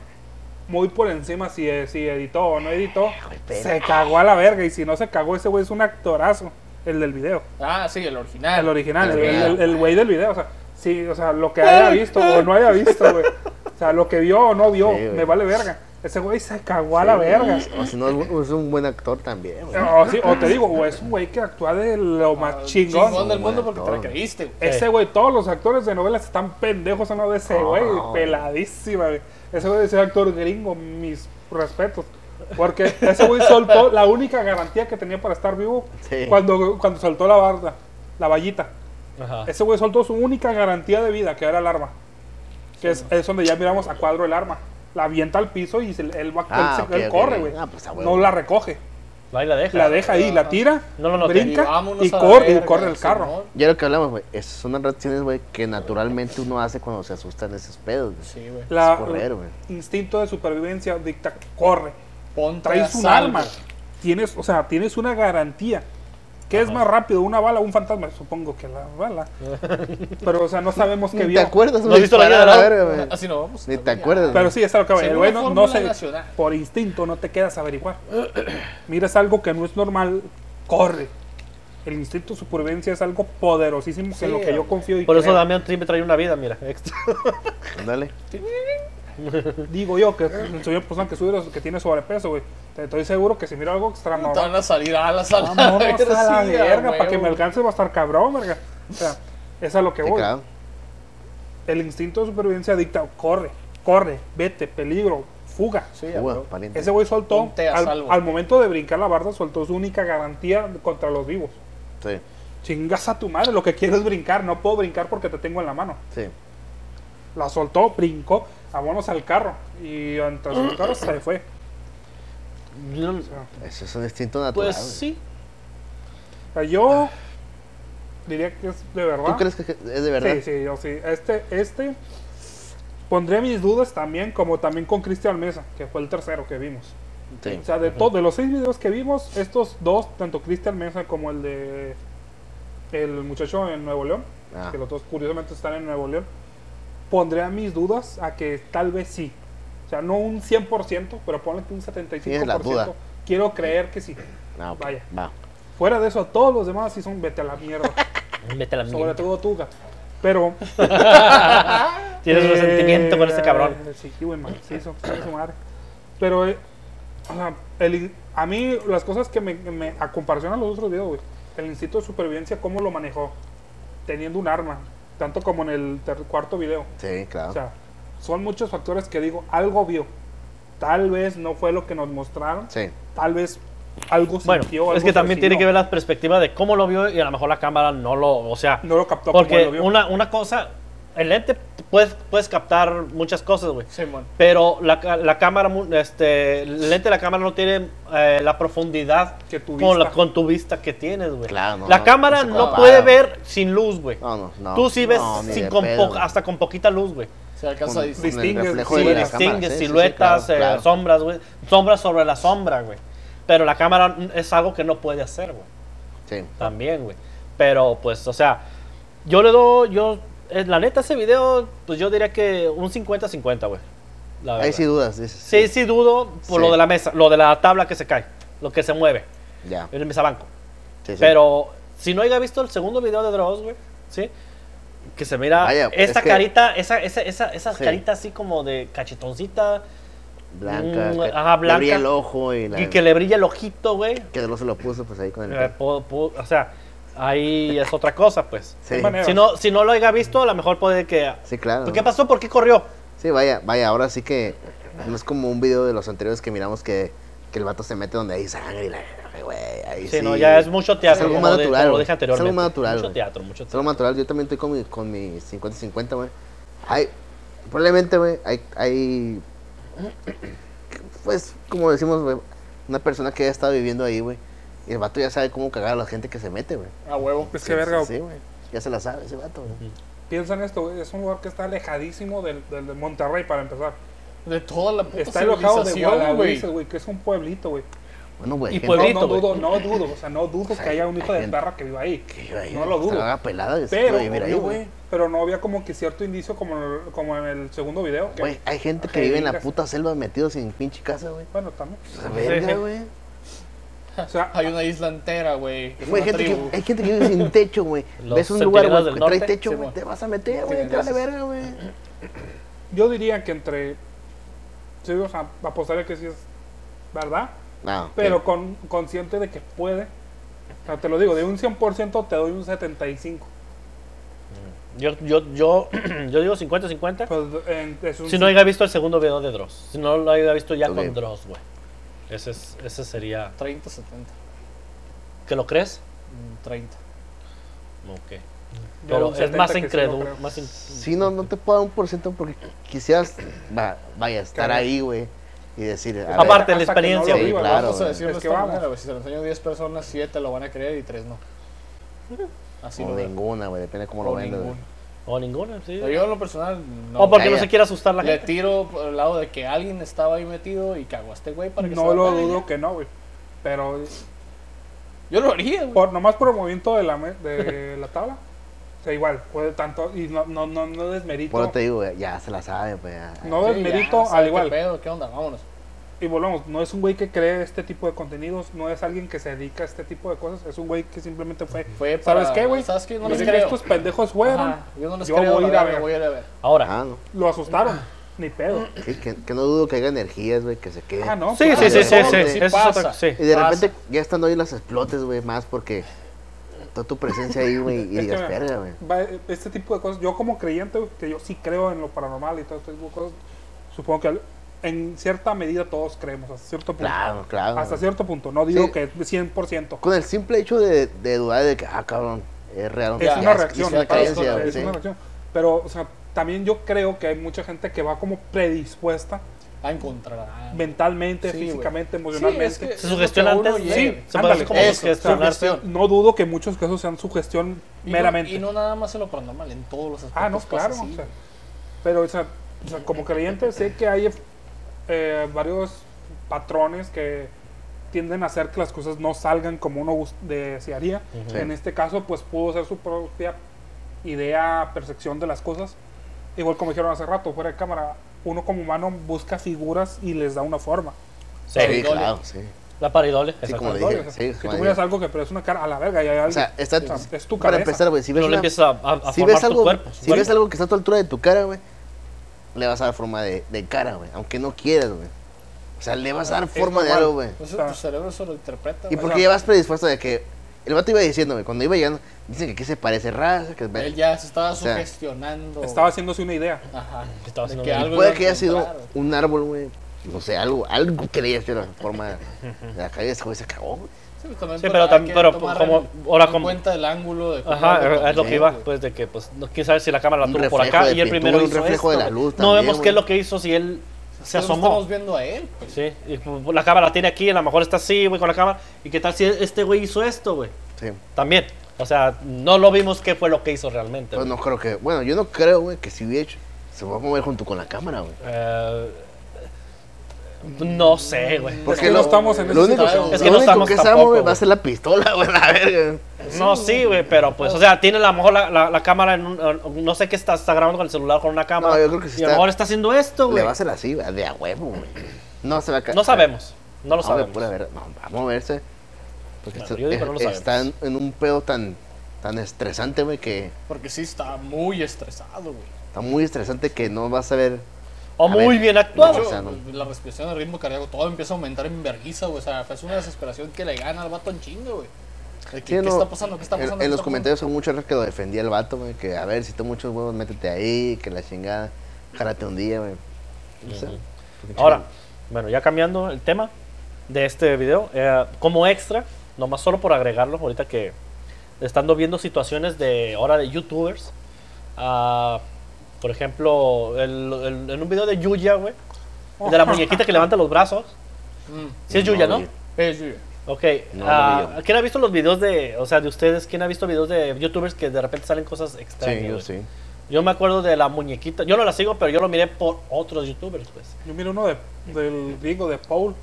S3: muy por encima, si, eh, si editó o no editó,
S4: pena.
S3: se cagó a la verga. Y si no se cagó, ese güey es un actorazo, el del video.
S1: Ah, sí, el original.
S3: El original,
S4: El
S3: el- el
S4: original.
S3: el güey del video. O sea, sí, o sea, lo que haya visto o no haya visto, güey. O sea, lo que vio o no vio,
S4: Sí, güey.
S3: me vale verga. Ese güey se cagó a la verga.
S4: O si no, es bu- es un buen actor también, güey.
S3: O, sí, o te digo, o es un güey que actúa de lo más
S1: Ah,
S3: chingón.
S1: del mundo porque te la
S4: Todo.
S1: creíste, güey.
S3: Ese güey, todos los actores de novelas están pendejos a no de ese güey,
S4: no, güey.
S3: peladísima, güey. Ese güey es un actor gringo, mis respetos. Porque ese güey soltó la única garantía que tenía para estar vivo
S4: Sí.
S3: cuando, cuando soltó la barda, la vallita.
S1: Ah.
S2: Ajá.
S3: Ese güey soltó su única garantía de vida, que era el arma. Que es, es donde ya miramos a cuadro el arma. La avienta al piso y se- él, va,
S4: Ah,
S3: él se-
S4: ok,
S3: él
S4: ok,
S3: corre,
S4: ok.
S3: güey.
S4: Ah, pues, a huevo.
S3: no la recoge.
S2: Ahí la deja.
S3: La deja ahí, la tira,
S2: No lo noté.
S1: Y
S3: brinca
S1: vámonos
S3: y,
S1: a la
S3: corre, y
S1: verga,
S3: corre el
S1: sí,
S3: carro.
S1: ¿no?
S4: Ya lo que hablamos, güey. Esas son las reacciones, güey, que naturalmente uno hace cuando se asustan esos pedos, güey.
S1: Sí, güey.
S3: La,
S4: Es correr, güey.
S3: instinto de supervivencia dicta corre.
S1: Ponte a
S3: Traes un
S1: salvo.
S3: arma. Tienes, o sea, tienes una garantía. ¿Qué es más rápido, una bala o un fantasma? Supongo que la
S1: *laughs*
S3: bala. Pero, o sea, no sabemos qué
S4: Ni
S3: vio.
S4: te acuerdas,
S2: ¿No
S4: güey.
S2: has visto la
S4: disparar a
S2: vida de
S4: verga, güey.
S1: *laughs* Así no vamos.
S4: Ni
S1: a
S4: te
S1: la-
S4: acuerdas, güey.
S3: Pero sí, es algo que va. El
S1: Según
S3: güey
S1: la
S3: no, no
S1: fórmula
S3: sé.
S1: nacional.
S3: Por instinto no te quedas a averiguar. *clears throat* Miras algo que no es normal, corre. El instinto de supervivencia es algo poderosísimo
S1: Sí,
S3: en lo que yo
S1: güey.
S3: confío y
S2: Por eso
S3: creo.
S2: Damián siempre trae una vida, mira, *laughs* extra.
S4: Ándale.
S3: digo yo que soy una persona que, sube- que tiene sobrepeso, güey. Te- Estoy seguro que si miro algo extraño,
S1: Te van a salir alas a la *laughs*
S3: Vámonos
S1: verga,
S3: a la
S1: sí, a
S3: verga, para
S1: huevo.
S3: que me alcance va a estar cabrón, verga. O sea, es a lo que
S4: Sí,
S3: voy.
S4: claro.
S3: El instinto de supervivencia dicta, corre, corre, vete, peligro, fuga.
S1: Sí, a
S4: Uva,
S1: huevo.
S4: pariente.
S3: Ese güey soltó,
S1: Ponte a
S3: al,
S1: salvo.
S3: al momento de brincar la barda, soltó su única garantía contra los vivos.
S4: Sí,
S3: Chingas a tu madre, lo que quiero es brincar, no puedo brincar porque te tengo en la mano.
S4: sí.
S3: La soltó, brincó, vámonos al carro. Y entre sus carros se fue.
S2: No,
S3: O sea,
S4: Eso es un instinto natural.
S2: Pues
S4: güey.
S2: sí.
S3: o sea, yo diría que es de verdad.
S4: ¿Tú crees que es de verdad?
S3: Sí, sí, yo sí. Este, este. Pondré mis dudas también, como también con Cristian Mesa, que fue el tercero que vimos.
S4: Sí.
S3: O sea, de, to- de los seis videos que vimos, estos dos, tanto Cristian Mesa como el de. El muchacho en Nuevo León,
S4: Ah.
S3: que los dos curiosamente están en Nuevo León, pondré a mis dudas a que tal vez sí. O sea, no un 100%, pero ponle que un 75%.
S4: Tienes la duda.
S3: Quiero creer que sí.
S4: Ah, ok.
S3: Vaya.
S4: Va.
S3: Fuera de eso, todos los demás sí son vete a la
S4: *laughs*
S3: mierda.
S2: Vete a la
S3: sobre
S2: mierda.
S3: todo Tuga. Pero
S2: Tienes un sentimiento con este
S3: este
S2: cabrón.
S3: Sí, güey, macizo, chingue su madre. Pero, eh, o sea, el- a mí las cosas que me, me- a comparación a los otros videos, güey, el instinto de supervivencia, cómo lo manejó, teniendo un arma, tanto como en el ter- cuarto video.
S4: Sí, claro.
S3: O sea, son muchos factores que digo, algo vio. Tal vez no fue lo que nos mostraron,
S4: sí.
S3: tal vez algo
S2: Bueno,
S3: sintió.
S2: es
S3: algo
S2: que también tiene
S3: percibió.
S2: que ver la perspectiva de cómo lo vio y a lo mejor la cámara no lo, o sea,
S3: No lo captó como
S2: porque
S3: él lo vio.
S2: una, una cosa, el lente puedes, puedes captar muchas cosas, güey.
S1: Simón.
S2: Pero la, ca- la cámara, mu- este, el lente de la cámara no tiene eh, la profundidad
S3: Que tu
S2: con, la-
S3: vista.
S2: con tu vista que tienes, güey.
S4: Claro, no,
S2: la
S4: no,
S2: cámara
S4: no se
S2: no
S4: compara.
S2: puede ver sin luz, güey.
S4: No, no, no.
S2: Tú sí ves
S4: No, ni
S2: sin
S4: de
S2: con
S4: pedo,
S2: po-
S4: güey.
S2: hasta con poquita luz, güey.
S1: Se alcanza a
S4: Con-
S1: distinguir.
S4: con el
S3: Distingues,
S4: reflejo
S2: Sí,
S4: de
S3: güey,
S4: la
S2: distingues
S4: cámara, sí, sí, sí,
S2: siluetas,
S4: claro,
S2: eh,
S4: claro.
S2: sombras, güey. Sombra sobre la sombra, güey. Pero la cámara es algo que no puede hacer, güey.
S4: Sí.
S2: También, güey. Pero, pues, o sea, yo le doy, yo, eh, la neta, ese video, pues yo diría que un 50-50, güey. La
S4: Ahí
S2: verdad.
S4: sí dudas, dices.
S2: Sí, sí dudo por
S4: Sí.
S2: lo de la mesa, lo de la tabla que se cae, lo que se mueve,
S4: Ya.
S2: el mesabanco.
S4: sí, sí.
S2: Pero si no haya visto el segundo video de Dross, güey, ¿sí? Que se mira
S4: Vaya,
S2: esa
S4: es que-
S2: carita, esa, esa, esa, esa
S4: Sí.
S2: carita así como de cachetoncita
S4: Blanca.
S2: Mm,
S4: que
S2: ajá,
S4: le
S2: blanca.
S4: brilla el ojo y la.
S2: y que le brilla el ojito, güey.
S4: que de lo se lo puso, pues ahí con el.
S2: Eh, po- po- o sea, ahí es otra cosa, pues.
S4: Sí.
S3: Hay manera.
S2: Si no, si no lo haya visto, a lo mejor puede que...
S4: Sí, claro.
S2: ¿Qué pasó? ¿Por qué corrió?
S4: Sí, vaya, vaya, ahora sí que no es como un video de los anteriores que miramos que, que el vato se mete donde hay sangre y la güey, ahí
S2: Sí,
S4: sí.
S2: no, ya es mucho teatro,
S4: algo
S2: como,
S4: más
S2: de-
S4: natural,
S2: como lo
S4: güey.
S2: dije
S4: Es algo
S2: anteriormente.
S4: más natural,
S2: Mucho
S4: güey.
S2: teatro, mucho
S4: Es algo
S2: teatro.
S4: natural, yo también estoy con mi, con mi 50-50, güey. Hay, probablemente, güey, hay, hay, pues, como decimos, güey, una persona que ha estado viviendo ahí, güey, y el vato ya sabe cómo cagar a la gente que se mete, güey.
S1: A huevo.
S3: Es
S4: Sí,
S3: que, Pues verga,
S4: Sí, güey, ya se la sabe ese vato, güey.
S3: piensa en esto, güey, es un lugar que está alejadísimo del, del de Monterrey para empezar.
S1: De toda la puta
S3: Está alejado de
S1: civilización, güey.
S3: Guadalupe, güey, que es un pueblito, güey.
S4: Bueno, güey,
S2: Y
S4: gente
S2: pueblito,
S3: pues no, no
S2: güey.
S3: dudo, no dudo, o sea, no dudo que haya un hijo de
S4: Gente.
S3: perra que viva ahí.
S4: que yo ahí,
S3: no lo
S4: se la
S3: dudo.
S4: haga pelada y se
S3: Pero,
S4: puede vivir ahí,
S3: obvio,
S4: güey.
S3: Pero no había como que cierto indicio como, en el- como en el segundo video. que-
S4: Güey, hay gente que
S3: Ay,
S4: vive en la
S3: vergas.
S4: puta selva metido sin pinche casa, güey.
S3: Bueno, también.
S4: O sea, verga, güey.
S3: O sea,
S1: Hay una isla entera, güey.
S4: Güey,
S1: Una
S4: hay gente
S1: tribu.
S4: que, hay gente que vive sin techo, güey.
S2: *laughs* Los
S4: Ves un lugar,
S2: centinelas
S4: güey,
S2: del
S4: que trae
S2: norte,
S4: techo,
S1: sí,
S4: güey.
S1: güey.
S4: Te vas a meter,
S1: Los
S4: güey. Te vale
S1: centinelas.
S4: verga, güey.
S3: yo diría que entre. Sí, o sea, apostaría que sí es verdad,
S4: No.
S3: pero con, consciente de que puede. O sea, te lo digo, de un 100% te doy un 75.
S2: Yo, yo, yo, *clears throat* yo digo 50-50.
S3: Pues, en- es un
S2: Si no haya visto el segundo video de Dross. Si no lo haya visto ya
S4: Ok.
S2: con Dross, güey. Ese, es- ese sería...
S1: 30, 70.
S2: ¿Que lo crees?
S1: mm, 30.
S2: Ok.
S3: yo
S2: Pero
S3: un
S2: es
S3: 70
S2: más
S3: que sí lo
S2: incrédulo.
S3: creo.
S2: más in-
S4: Si no, no te puedo dar un por ciento porque quisieras, va- vaya, estar
S3: Claro.
S4: ahí, güey. Y decir, a ver,
S2: Aparte de la
S3: Hasta que no lo
S2: experiencia,
S4: Sí,
S2: güey.
S3: viva,
S4: claro,
S1: vamos a
S4: güey.
S1: decirlo
S3: Es
S1: de
S3: que
S1: esta
S3: vamos.
S1: manera, güey. Si se lo enseño a 10 personas, 7 lo van a creer y 3 no. Así
S4: o
S1: lo veo.
S4: ninguna, güey. Depende de cómo lo
S1: O
S4: vendas, güey.
S1: ninguno.
S2: O ninguna, sí.
S1: Pero yo en lo personal, no.
S2: o Oh, porque no
S4: ya,
S2: se
S4: ya.
S2: quiere asustar la
S1: Le
S2: gente.
S1: tiro por el lado de que alguien estaba ahí metido y cagó a este güey para que se
S3: No lo
S1: vaya.
S3: dudo que no, güey. Pero
S1: Yo lo haría, güey.
S3: por, nomás por el movimiento de la,
S1: *laughs*
S3: me- de la tabla. O sea, igual, puede tanto. Y no, no, no, no desmerito.
S4: Por eso te digo, güey, ya se la sabe, pues. ya.
S3: No
S1: Sí,
S3: desmerito,
S1: ya, sabe
S3: al
S1: qué
S3: igual.
S1: pedo, ¿Qué onda? Vámonos.
S3: Y volvamos, no es un güey que cree este tipo de contenidos, no es alguien que se dedica a este tipo de cosas, es un güey que simplemente fue.
S1: Fue
S3: ¿Sabes
S1: para-
S3: qué, güey?
S1: ¿Sabes qué? No
S3: Miren
S1: les creo.
S3: Estos pendejos fueron,
S1: Ajá, yo no les
S3: yo
S1: creo,
S3: voy a
S1: la
S3: ir a
S1: verga,
S3: ver.
S1: voy a ir a ver.
S2: Ahora.
S4: Ah, no.
S3: lo asustaron, ni pedo.
S4: Sí, que, que no dudo que haya energías, güey, que se queden.
S3: Ah, no.
S2: sí, sí, sí, sí, sí,
S4: claro,
S2: sí,
S4: sí
S2: eso es
S1: pasa.
S2: otra- sí.
S4: Y de
S1: Pasa.
S4: repente ya están hoy las explotes, güey, más porque toda tu presencia ahí, güey, y
S3: Es que,
S4: digas,
S3: mira,
S4: verga, güey.
S3: va- Este tipo de cosas, yo como creyente, güey, que yo sí creo en lo paranormal y todo este tipo de cosas, supongo que al- en cierta medida todos creemos, hasta cierto punto.
S4: Claro, claro.
S3: Hasta
S4: güey.
S3: cierto punto, no digo
S4: Sí.
S3: que 100%.
S4: Con el simple hecho de, de dudar de que, ah, cabrón, es real.
S3: Es
S4: ya,
S3: una reacción,
S4: Es una
S3: ya para
S4: creencia,
S1: todos,
S4: güey,
S3: Es
S4: sí.
S3: una reacción. Pero, o sea, también yo creo que hay mucha gente que va como predispuesta
S1: A encontrar a-
S3: mentalmente,
S1: Sí, güey.
S3: físicamente,
S1: Sí, es
S3: emocionalmente.
S1: que es
S2: Se
S1: lo que
S2: sugestiona
S1: uno
S2: antes.
S1: llega.
S2: Sí, se
S3: ándale,
S2: parece como
S1: eso,
S2: sugestionarse.
S1: sugestión.
S3: No dudo que muchos casos sean sugestión
S1: Y no-
S3: meramente.
S1: Y no nada más en lo paranormal, en todos los aspectos.
S3: ah, no,
S1: pasa
S3: claro.
S1: así.
S3: o sea, pero o sea, o sea, como creyente sé que hay eh, varios patrones que tienden a hacer que las cosas no salgan como uno gus- desearía.
S4: Ujú.
S3: En este caso, pues pudo ser su propia idea, percepción de las cosas. Igual como dijeron hace rato, fuera de cámara, uno como humano busca figuras y les da una forma.
S2: Sí,
S4: Sí,
S1: Paridole.
S4: claro, sí.
S2: la paridole.
S4: Sí,
S2: exacto.
S4: como le
S3: Oye,
S4: dije.
S3: o sea,
S4: Sí,
S3: que
S4: madre.
S3: tú miras algo que pero es una cara a la verga y hay algo.
S4: O sea, está,
S3: o sea, es tu
S4: para
S3: cabeza.
S4: empezar, güey, si ves,
S2: Pero le
S4: una-
S2: empiezas a, a, a
S4: si
S2: formar
S4: ves algo,
S2: tu cuerpo. su
S4: si
S2: cuerpo.
S4: ves algo que está a tu altura de tu cara, güey, le vas a dar forma de, de cara, güey, aunque no quieras, güey. O sea, le vas a dar forma de
S3: normal.
S4: algo, güey.
S1: Pues
S3: sea,
S1: tu cerebro solo interpreta.
S4: Y pues,
S1: güey.
S4: porque ya vas predispuesto de que el vato iba diciéndome, cuando iba llegando, dicen que aquí se parece raza, que
S1: Él ya se estaba
S4: sea,
S1: sugestionando.
S3: Estaba haciéndose una idea.
S1: Ajá.
S2: Estaba
S1: de
S2: haciendo
S1: que
S2: bien.
S1: algo
S4: puede
S1: iba a
S4: que haya sido
S1: encontrar.
S4: un árbol, güey. No sé, algo, algo que le haya hecho la forma de la calle, ese güey se cagó, güey.
S1: Sí, pues, también
S2: Sí,
S1: to-
S2: pero
S1: hay
S2: tam-
S1: que
S2: pero
S1: tomar
S2: como-
S1: en-
S2: ahora
S1: en
S2: como-
S1: cuenta el ángulo de cómo lo
S2: Ajá, es lo que
S1: tomaste,
S2: iba,
S1: güey.
S2: pues de que, pues, no, quién sabe si la cámara la
S4: Un
S2: tuvo por
S4: reflejo
S2: acá
S4: de
S2: y el
S4: pintura,
S2: primero
S4: un
S2: hizo
S4: reflejo de
S2: esto,
S4: la
S2: güey.
S4: luz
S2: No
S4: también,
S2: vemos qué
S4: güey.
S2: es lo que hizo si él se
S1: Nosotros lo
S2: asomó.
S1: pues, Estamos viendo a él, pues.
S2: Sí, y pues, la cámara la tiene aquí, a lo mejor está así, güey, con la cámara. ¿Y qué tal si este güey hizo esto, güey?
S4: Sí.
S2: También. O sea, no lo vimos qué fue lo que hizo realmente.
S4: Pero
S2: güey.
S4: no creo que, bueno, yo no creo, güey, que si hubiera hecho, Se va a mover junto con la cámara, güey.
S2: Eh, no sé, güey.
S4: Porque
S3: que no estamos en
S4: lo
S3: ese
S4: único,
S1: estado.
S4: es
S1: Es
S4: que
S2: que no
S4: lo único
S2: estamos
S4: que
S2: tampoco,
S4: sabemos va a
S2: güey.
S4: ser la pistola, *laughs* güey, la verga.
S2: No, sí, güey, pero pues, o sea, tiene a lo mejor la, la- la cámara en un- en- No sé qué está, está grabando con el celular con una cámara.
S4: No, yo creo que sí
S2: y a
S4: está-
S2: lo mejor está haciendo esto,
S4: Le
S2: güey.
S4: va a hacer así, güey, de a huevo, güey. No se va a ca-
S2: No sabemos, no lo
S4: No, de
S2: sabemos.
S4: pura verga. No, va a moverse. Porque
S2: Bueno,
S4: esto-
S2: yo digo que no lo
S4: eh, está en,
S2: sabemos.
S4: en un pedo tan, tan estresante, güey, que
S1: Porque sí está muy estresado, güey.
S4: está muy estresante que no vas a ver.
S2: O
S4: A ver,
S2: muy bien
S1: De
S2: actuado.
S4: no,
S1: hecho, pues,
S4: o sea, no.
S1: la respiración, el ritmo cardíaco, todo empieza a aumentar en vergüenza, güey. O sea, es una desesperación que le gana al vato en chingo, güey. De que,
S4: Sí,
S1: ¿Qué
S4: no,
S1: está pasando? ¿Qué está
S4: en-
S1: pasando?
S4: En,
S1: ¿Qué
S4: los
S1: está
S4: comentarios son muchos que lo defendía el vato, güey. Que a ver, si tú muchos huevos, métete ahí, que la chingada. Járate un día, güey. O sea, porque
S2: Ahora, bueno, ya cambiando el tema de este video, eh, como extra, nomás solo por agregarlo, ahorita que estando viendo situaciones de ahora de youtubers, ah, por ejemplo, el- el- en un video de Yuya, güey, el *laughs* de la muñequita que levanta los brazos,
S1: pasando? Mm.
S2: sí es Yuya, ¿no?
S4: güey.
S1: Eh, sí, güey.
S2: Ok,
S4: No,
S2: ah,
S4: no vi yo.
S2: ¿quién ha visto los videos de, o sea, de ustedes, quién ha visto videos de youtubers que de repente salen cosas extrañas?
S4: Sí, yo
S2: güey?
S4: sí.
S2: Yo me acuerdo de la muñequita, yo no la sigo, pero yo lo miré por otros youtubers, pues.
S3: Yo miro uno de, del gringo de Paul.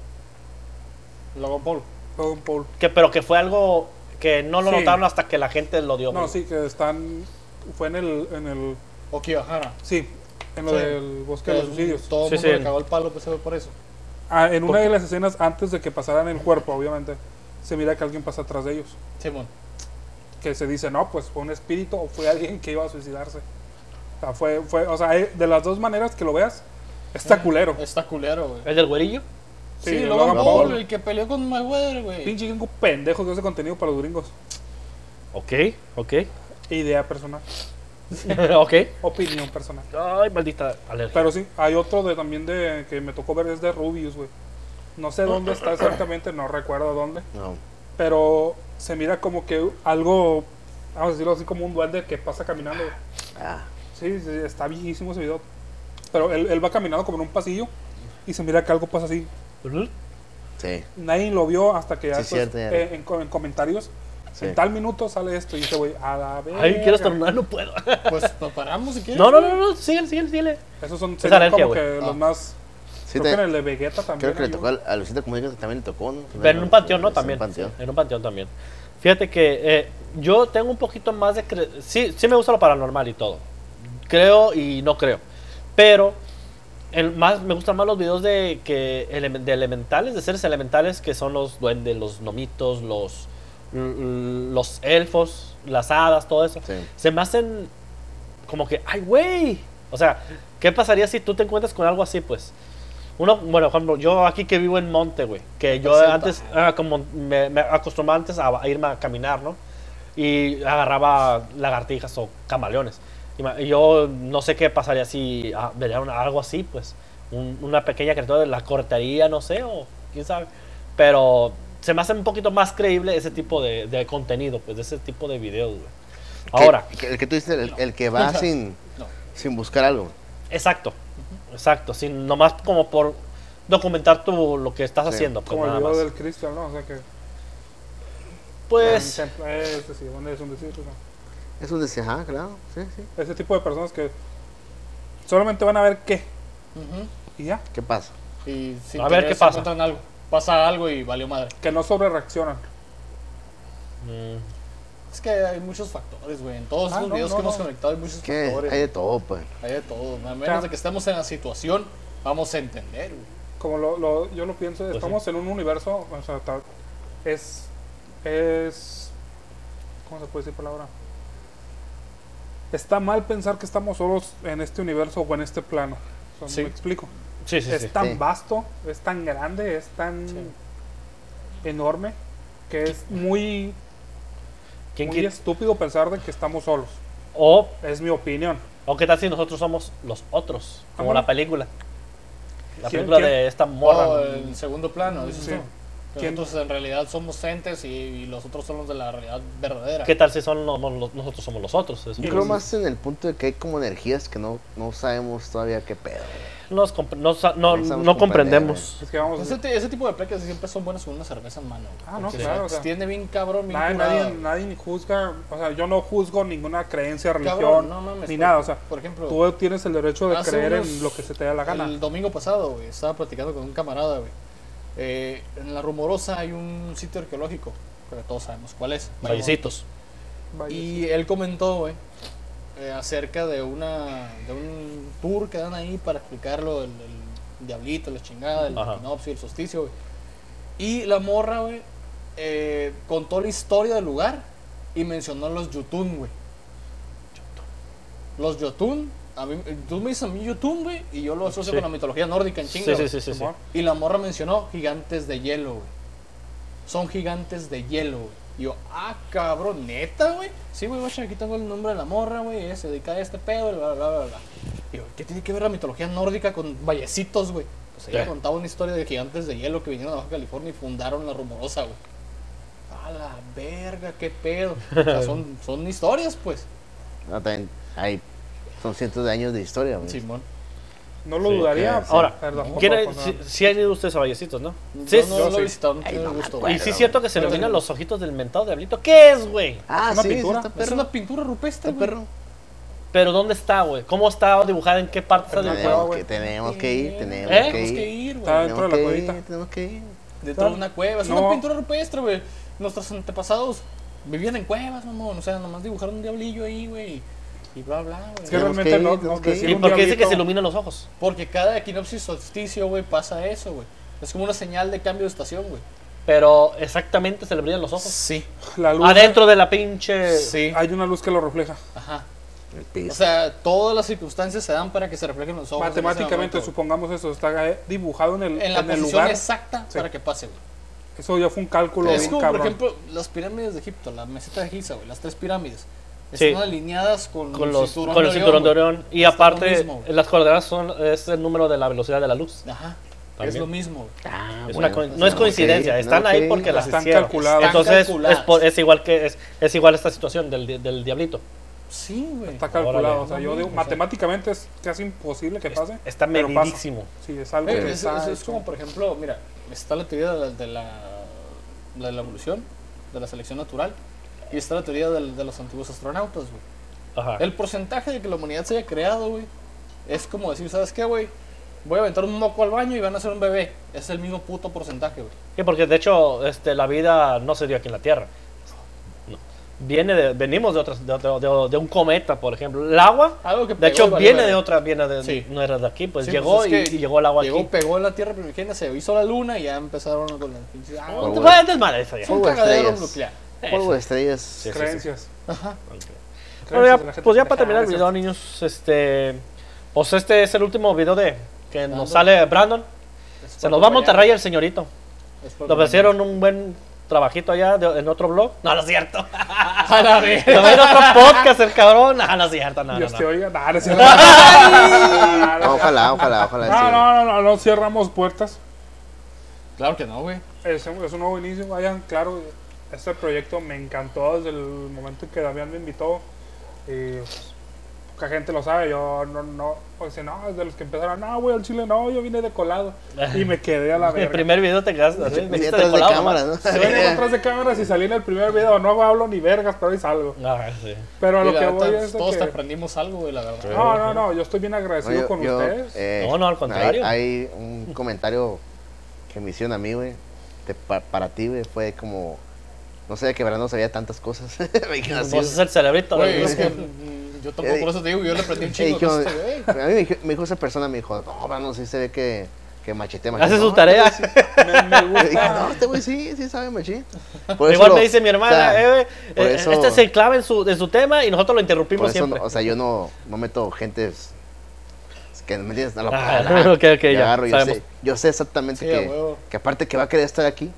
S1: Logan Paul.
S3: Logan Paul.
S2: Que, pero que fue algo que no lo
S3: Sí.
S2: notaron hasta que la gente lo dio.
S3: No,
S2: güey.
S3: sí, que están. Fue en el. En el
S1: O Kiyohara.
S3: sí, en lo
S1: Sí.
S3: del bosque de los suicidios.
S1: Todo el
S2: Sí,
S1: mundo
S2: sí.
S1: le cagó el palo pues, por eso.
S3: Ah, en una
S2: Porque-
S3: de las escenas antes de que pasaran el cuerpo, obviamente, se mira que alguien pasa atrás de ellos.
S1: Simón.
S3: Que se dice, no, pues fue un espíritu o fue alguien que iba a suicidarse. O sea, fue, fue, o sea eh, de las dos maneras que lo veas, está culero.
S1: Está culero, güey.
S2: ¿El del güerillo?
S1: Sí,
S3: el
S1: Logan,
S3: Logan
S1: Paul,
S3: Paul.
S1: el que peleó con Mayweather, güey.
S3: Pinche gringo pendejo que hace contenido para los gringos.
S2: Ok, ok.
S3: Idea personal,
S2: *laughs* ok.
S3: opinión personal.
S2: Ay, maldita alergia.
S3: Pero sí, hay otro de, también de que me tocó ver, es de Rubius, güey. No sé dónde está exactamente, no recuerdo dónde.
S4: No.
S3: Pero se mira como que algo, vamos a decirlo así, como un duende que pasa caminando. güey.
S4: Ah,
S3: Sí, sí, está viejísimo ese video. Pero él, él va caminando como en un pasillo y se mira que algo pasa así.
S2: Ujú.
S4: sí.
S3: Nadie lo vio hasta que ya
S4: Sí,
S3: después,
S4: cierto, ya.
S3: eh, en, co- en comentarios,
S4: Sí.
S3: en tal minuto sale esto y dice, güey, a la vez.
S2: Ay, quiero estornudar, *laughs* no puedo.
S1: Pues nos paramos si quieres.
S2: no, no,
S1: güey.
S2: no, no, síguele, síguele, síguele.
S3: Esos son
S2: Es
S3: serían
S2: alergia,
S3: como
S2: güey.
S3: que
S1: Ah.
S3: los más.
S4: Sí,
S3: creo que en
S4: te-
S3: el de Vegeta también.
S4: creo que le
S3: hay
S4: tocó
S3: uno.
S4: a Lucita Comunica que también le tocó, ¿no?
S2: Pero en un panteón, ¿no?
S4: En
S2: También.
S4: un panteón.
S2: En un panteón también. Fíjate que eh, yo tengo un poquito más de... cre- Sí, sí me gusta lo paranormal y todo. Creo y no creo. Pero el más, me gustan más los videos de, que, ele- de elementales, de seres elementales, que son los duendes, los nomitos, los, l- los elfos, las hadas, todo eso.
S4: Sí.
S2: Se me hacen como que, ay, güey. O sea, ¿qué pasaría si tú te encuentras con algo así, pues? Uno, bueno, por ejemplo, yo aquí que vivo en Monte, güey, que yo
S1: Presenta.
S2: antes, ah, como me, me acostumbraba antes a, a irme a caminar, ¿no? Y agarraba lagartijas o camaleones. Y ma- y yo no sé qué pasaría si ah, vería una- algo así, pues. Un- una pequeña criatura, la cortaría, no sé, o quién sabe. Pero se me hace un poquito más creíble ese tipo de, de contenido, pues, de ese tipo de videos, güey.
S4: Que-
S2: Ahora,
S4: que- el que tú dices, el, el
S2: *laughs*
S4: que va sin,
S1: No.
S4: sin buscar algo.
S2: exacto, exacto, sin, nomás como por documentar tu, lo que estás
S4: Sí,
S2: haciendo, pues,
S3: Como el
S2: nada
S3: video
S2: más.
S3: del Cristian, ¿no? O sea que.
S2: Pues,
S3: Este sí, bueno, es un decir, o sea.
S4: Eso decía, ajá, "Ah, claro. Sí, sí.
S3: ese tipo de personas que solamente van a ver qué
S1: Ujú.
S3: y ya,
S4: ¿Qué pasa?
S1: Y si
S2: A ver qué pasa.
S1: encuentran algo. Pasa algo y valió madre.
S3: que no sobre reaccionan.
S2: mm,
S1: Es que hay muchos factores, güey. En todos
S3: Ah,
S1: estos
S3: no,
S1: videos
S3: no,
S1: que hemos
S3: no.
S1: conectado hay muchos
S4: ¿Qué?
S1: factores.
S4: Hay de todo, pues.
S1: Hay de todo. A menos
S3: Claro.
S1: de que estemos en la situación, vamos a entender, güey.
S3: Como lo, lo- yo lo pienso,
S2: Pues
S3: estamos en un universo, o sea, ta- es es ¿cómo se puede decir palabra? Está mal pensar que estamos solos en este universo o en este plano. O sea,
S1: Sí.
S3: ¿Me explico?
S2: sí, sí, sí.
S3: es tan
S4: Sí.
S3: vasto, es tan grande, es tan enorme que es muy
S2: ¿Quién
S3: muy
S2: quita?
S3: estúpido pensar de que estamos solos.
S2: O,
S3: Es mi opinión.
S2: o qué tal si nosotros somos los otros, como
S3: Ándale.
S2: la película. La
S3: ¿Quién-
S2: película
S3: quién?
S2: de esta morra.
S1: Oh,
S2: ¿no?
S1: en segundo plano, dices
S3: Sí.
S1: tú. Que nosotros en realidad somos entes y, y los otros son los de la realidad verdadera.
S2: ¿Qué tal si son no- no- los- nosotros somos los otros? Es-
S4: Yo creo más en el punto de que hay como energías que no, no sabemos todavía qué pedo.
S2: nos comp- no, sa- no-
S4: No sabemos
S2: no
S4: comprender,
S2: comprendemos.
S3: Es que vamos.
S1: Ese, ti- ese tipo de pláticas siempre son buenas con una cerveza en mano. güey,
S3: Ah, no,
S1: porque
S3: claro,
S1: se
S3: o sea,
S1: extiende bien cabrón, bien
S3: Nadie,
S1: curada.
S3: nadie, nadie juzga, o sea, yo no juzgo ninguna creencia, religión,
S1: Cabrón, no mames,
S3: ni
S1: por-
S3: nada, o sea,
S1: por ejemplo,
S3: tú tienes el derecho de
S1: hace
S3: creer
S1: unos-
S3: en lo que se te da la gana.
S1: El domingo pasado, güey, estaba platicando con un camarada, güey. Eh, en La Rumorosa hay un sitio arqueológico, creo que todos sabemos cuál es.
S2: Vallecitos.
S3: Vaya.
S1: Y él comentó, güey, eh, acerca de una de un tour que dan ahí para explicarlo, el, el diablito, la chingada, el
S2: Ajá.
S1: equinoccio, el solsticio, güey. Y la morra, güey, eh, contó la historia del lugar y mencionó los Yutun, güey. Los Yotun, a mí, tú me dices a mí Yotun, güey, y yo lo asocio
S2: Ah, Sí.
S1: con la mitología nórdica en chinga.
S2: Sí, sí,
S1: güey.
S2: sí, sí, sí.
S3: Simón.
S1: Y la morra mencionó gigantes de hielo, güey. Son gigantes de hielo, güey. Y yo, ah, cabrón, neta, güey. Sí, güey, guacha, aquí tengo el nombre de la morra, güey. ella Se dedica a este pedo, y bla, bla, bla, bla. Y yo, ¿qué tiene que ver la mitología nórdica con vallecitos, güey? Pues ella
S2: Sí.
S1: contaba una historia de gigantes de hielo que vinieron a Baja California y fundaron la rumorosa, güey. A la verga, qué pedo. O sea, son, son historias, pues.
S4: No, también hay, son cientos de años de historia, güey.
S1: Simón.
S3: No lo
S2: Sí,
S3: dudaría.
S4: que-
S3: sí.
S2: Ahora,
S3: Perdón, por
S2: ¿quién
S3: favor,
S2: ha-
S3: por
S2: si,
S3: favor.
S2: si han ido ustedes a Vallecitos, ¿no?
S1: Yo
S2: Sí,
S1: no
S3: yo
S1: lo
S3: sí.
S1: he visitado, no
S4: Ay,
S1: tengo
S4: no
S1: el
S4: me
S1: gusto.
S4: acuerdo.
S1: güey.
S2: Y sí
S4: Bueno,
S2: es cierto que se
S1: yo
S2: le miran
S1: tengo-
S2: los ojitos del mentado diablito. ¿Qué es, güey?
S4: Ah,
S3: Una
S4: sí, sí,
S3: pintura.
S4: está
S1: Es
S4: perro.
S1: una pintura rupestre,
S4: Está
S1: güey.
S4: perro.
S2: ¿Pero dónde está, güey? ¿Cómo está dibujada? ¿En qué parte está
S3: Fernando.
S2: dibujada?
S4: Tenemos
S3: güey.
S4: que, tenemos que ir, tenemos
S2: ¿Eh?
S4: que
S1: Tenemos
S4: ir.
S1: que ir, güey.
S3: Está dentro
S4: Tenemos
S3: de la
S4: que
S3: cuevita.
S4: ir, tenemos que ir.
S1: Dentro de una cueva, es
S3: No.
S1: una pintura rupestre, güey. Nuestros antepasados vivían en cuevas, mamón. O sea, nomás dibujaron un diablillo ahí, güey. Y bla, bla,
S3: Es que
S1: güey.
S4: Tenemos
S3: realmente
S4: que ir,
S3: no,
S4: tenemos
S3: no
S4: que ir.
S3: decir
S2: ¿Y
S3: un
S2: por qué dice que
S3: diablito-
S2: se iluminan los ojos?
S1: Porque cada equinoccio y solsticio, güey, pasa eso, güey. Es como una señal de cambio de estación, güey.
S2: Pero exactamente se le brillan los ojos.
S1: Sí.
S3: La luz,
S2: Adentro de la pinche.
S1: Sí.
S3: Hay una luz que lo refleja.
S1: Ajá.
S4: El
S1: O
S4: piso.
S1: sea, todas las circunstancias se dan para que se reflejen los ojos. en ese
S3: Matemáticamente,
S1: momento, güey.
S3: supongamos eso, está eh, dibujado en el,
S1: En la
S3: en el
S1: posición
S3: lugar.
S1: exacta
S3: Sí.
S1: para que pase, güey.
S3: Eso ya fue un cálculo
S1: Es
S3: bien
S1: como,
S3: cabrón.
S1: por ejemplo, las pirámides de Egipto, la meseta de Giza, güey, las tres pirámides.
S2: Sí.
S1: Están alineadas con,
S2: Con, los,
S1: cinturón
S2: con
S1: de
S2: el
S1: Orión,
S2: cinturón de
S1: güey.
S2: Orión. Y
S1: Está lo
S2: aparte,
S1: mismo, güey.
S2: las coordenadas son, es el número de la velocidad de la luz.
S1: Ajá. Es
S2: También.
S1: lo mismo, güey.
S4: Ah,
S2: Es
S4: bueno,
S2: una co- no es
S4: tenemos que
S2: coincidencia,
S4: ir,
S2: están
S4: tenemos
S2: ahí
S4: que ir.
S2: porque las
S3: Están
S2: hicieron.
S3: calculadas.
S1: Están
S2: Entonces es,
S1: calculadas.
S2: por- es igual que es, es igual esta situación del, di- del diablito.
S1: Sí, güey.
S3: Está calculado.
S2: Órale.
S3: o sea, yo digo, matemáticamente es casi imposible que pase.
S2: Está
S3: pero pasa.
S2: medidísimo.
S3: Sí, es algo
S1: Güey,
S3: que
S1: Eh, es,
S3: está
S1: es- es
S3: hecho.
S1: como, por ejemplo, mira, está la teoría de la, de la, la de la evolución, de la selección natural, y está la teoría del- de, los antiguos astronautas, güey.
S3: Ah.
S2: Ajá.
S1: El porcentaje de que la humanidad se haya creado, güey, es como decir, ¿sabes qué, güey? Voy a aventar un moco al baño y van a hacer un bebé. Es el mismo puto porcentaje, güey.
S2: Sí, porque de hecho este, la vida no se dio aquí en la Tierra. No. Viene de- venimos de, otras, de, otro- de- de un cometa, por ejemplo. El agua,
S1: Algo Ah, que
S2: de hecho,
S1: pegó y valió
S2: viene de
S1: verga.
S2: otra, viene de,
S1: Sí.
S2: no era de aquí, pues
S1: Sí,
S2: llegó
S1: pues
S2: y,
S1: es que
S2: y llegó el agua
S1: Llegó,
S2: aquí.
S1: pegó en la tierra primigenia, se hizo la luna y ya empezaron con la... pinche- Ah,
S4: Por
S2: Fue
S4: bueno.
S2: un desmadre eso ya.
S1: fue un
S4: Fuego de
S1: cagadero
S4: estrellas.
S1: nuclear.
S4: Polvo de estrellas.
S2: sí, sí.
S3: Creencias.
S1: Ajá.
S2: Bueno, ya-
S3: Creencias de la gente
S2: pues ya
S3: pendeja,
S2: para terminar el
S3: ¿no es
S2: video, niños, este, pues este es el último video de que
S1: Brandon.
S2: nos sale Brandon. Se nos va a Monterrey el señorito.
S1: Es
S2: Le
S1: porque-
S2: ofrecieron un buen trabajito allá de- en otro blog. No, no es cierto.
S1: *laughs* A la verga.
S2: Lo ve en otro podcast, el cabrón. No, no es cierto, no,
S3: cierto?
S2: no,
S3: Dios
S2: no.
S3: te oiga. Nah, no
S2: *laughs*
S3: es cierto. Nah,
S4: No,
S3: no es
S4: Ah, ojalá, ojalá, ojalá.
S3: cierto. No,
S4: sí.
S3: no, no, no, no cerramos puertas.
S1: Claro que no, güey.
S3: Es, un- es un nuevo inicio, vayan, claro. Este proyecto me encantó desde el momento en que Damián me invitó. Y, pues, poca gente lo sabe, yo no, no, o sea, no, es de los que empezaron, no, güey, al chile no, yo vine de colado. Y me quedé a la
S2: *laughs* El
S3: verga.
S2: primer video te quedaste así,
S4: Venía
S2: viniste
S4: atrás de
S2: colado,
S3: *laughs*
S4: cámara, ¿no?
S3: Se ven
S4: *laughs*
S3: atrás de cámaras y salí en el primer video, no hablo ni vergas, pero ahí salgo.
S2: ¿no? Ajá, sí.
S3: Pero a
S1: Y
S3: lo
S1: la
S3: que
S1: neta,
S3: voy
S2: pues,
S3: es de
S1: todos te
S3: que...
S1: aprendimos algo, güey, la verdad.
S3: No, no, no, yo estoy bien
S4: No,
S3: agradecido
S4: yo-
S3: con
S4: yo,
S3: ustedes.
S4: eh,
S2: No, no, al
S4: hay-
S2: contrario.
S4: Hay, un comentario que me hicieron a mí, güey. Te- pa- para ti, güey, fue como. No sé, que Brandon sabía tantas cosas. *laughs* me dijeron así.
S2: Vos Pues, es el cerebrito.
S1: Güey,
S2: ¿no? Pues,
S1: es que mm, yo tampoco por eso te digo, yo le aprendí un
S4: Me
S1: chingo.
S4: dijeron-
S1: de cosas, güey.
S4: a mí me, dijo- me dijo esa persona, me dijo, no, Brandon, sí se ve que, que machete, machete.
S2: Hace
S4: No,
S2: su tarea.
S3: *laughs* Me, me
S4: Yo dije,
S3: gusta.
S4: *laughs* no, este güey sí, sí sabe machín.
S2: Igual me dice mi hermana, eh,
S4: por
S2: eh,
S4: eso-
S2: este se clava en su, en su tema y nosotros lo
S4: Por
S2: interrumpimos
S4: eso,
S2: siempre.
S4: no- o sea, yo no, no meto gentes es que no me entiendes a la
S2: Ah,
S4: palabra.
S2: *laughs* ok, ok,
S4: Yo
S2: ya,
S4: agarro, yo
S2: sabemos.
S4: sé, yo sé exactamente
S1: Sí, a
S4: que,
S1: huevo.
S4: que aparte que va a querer estar aquí,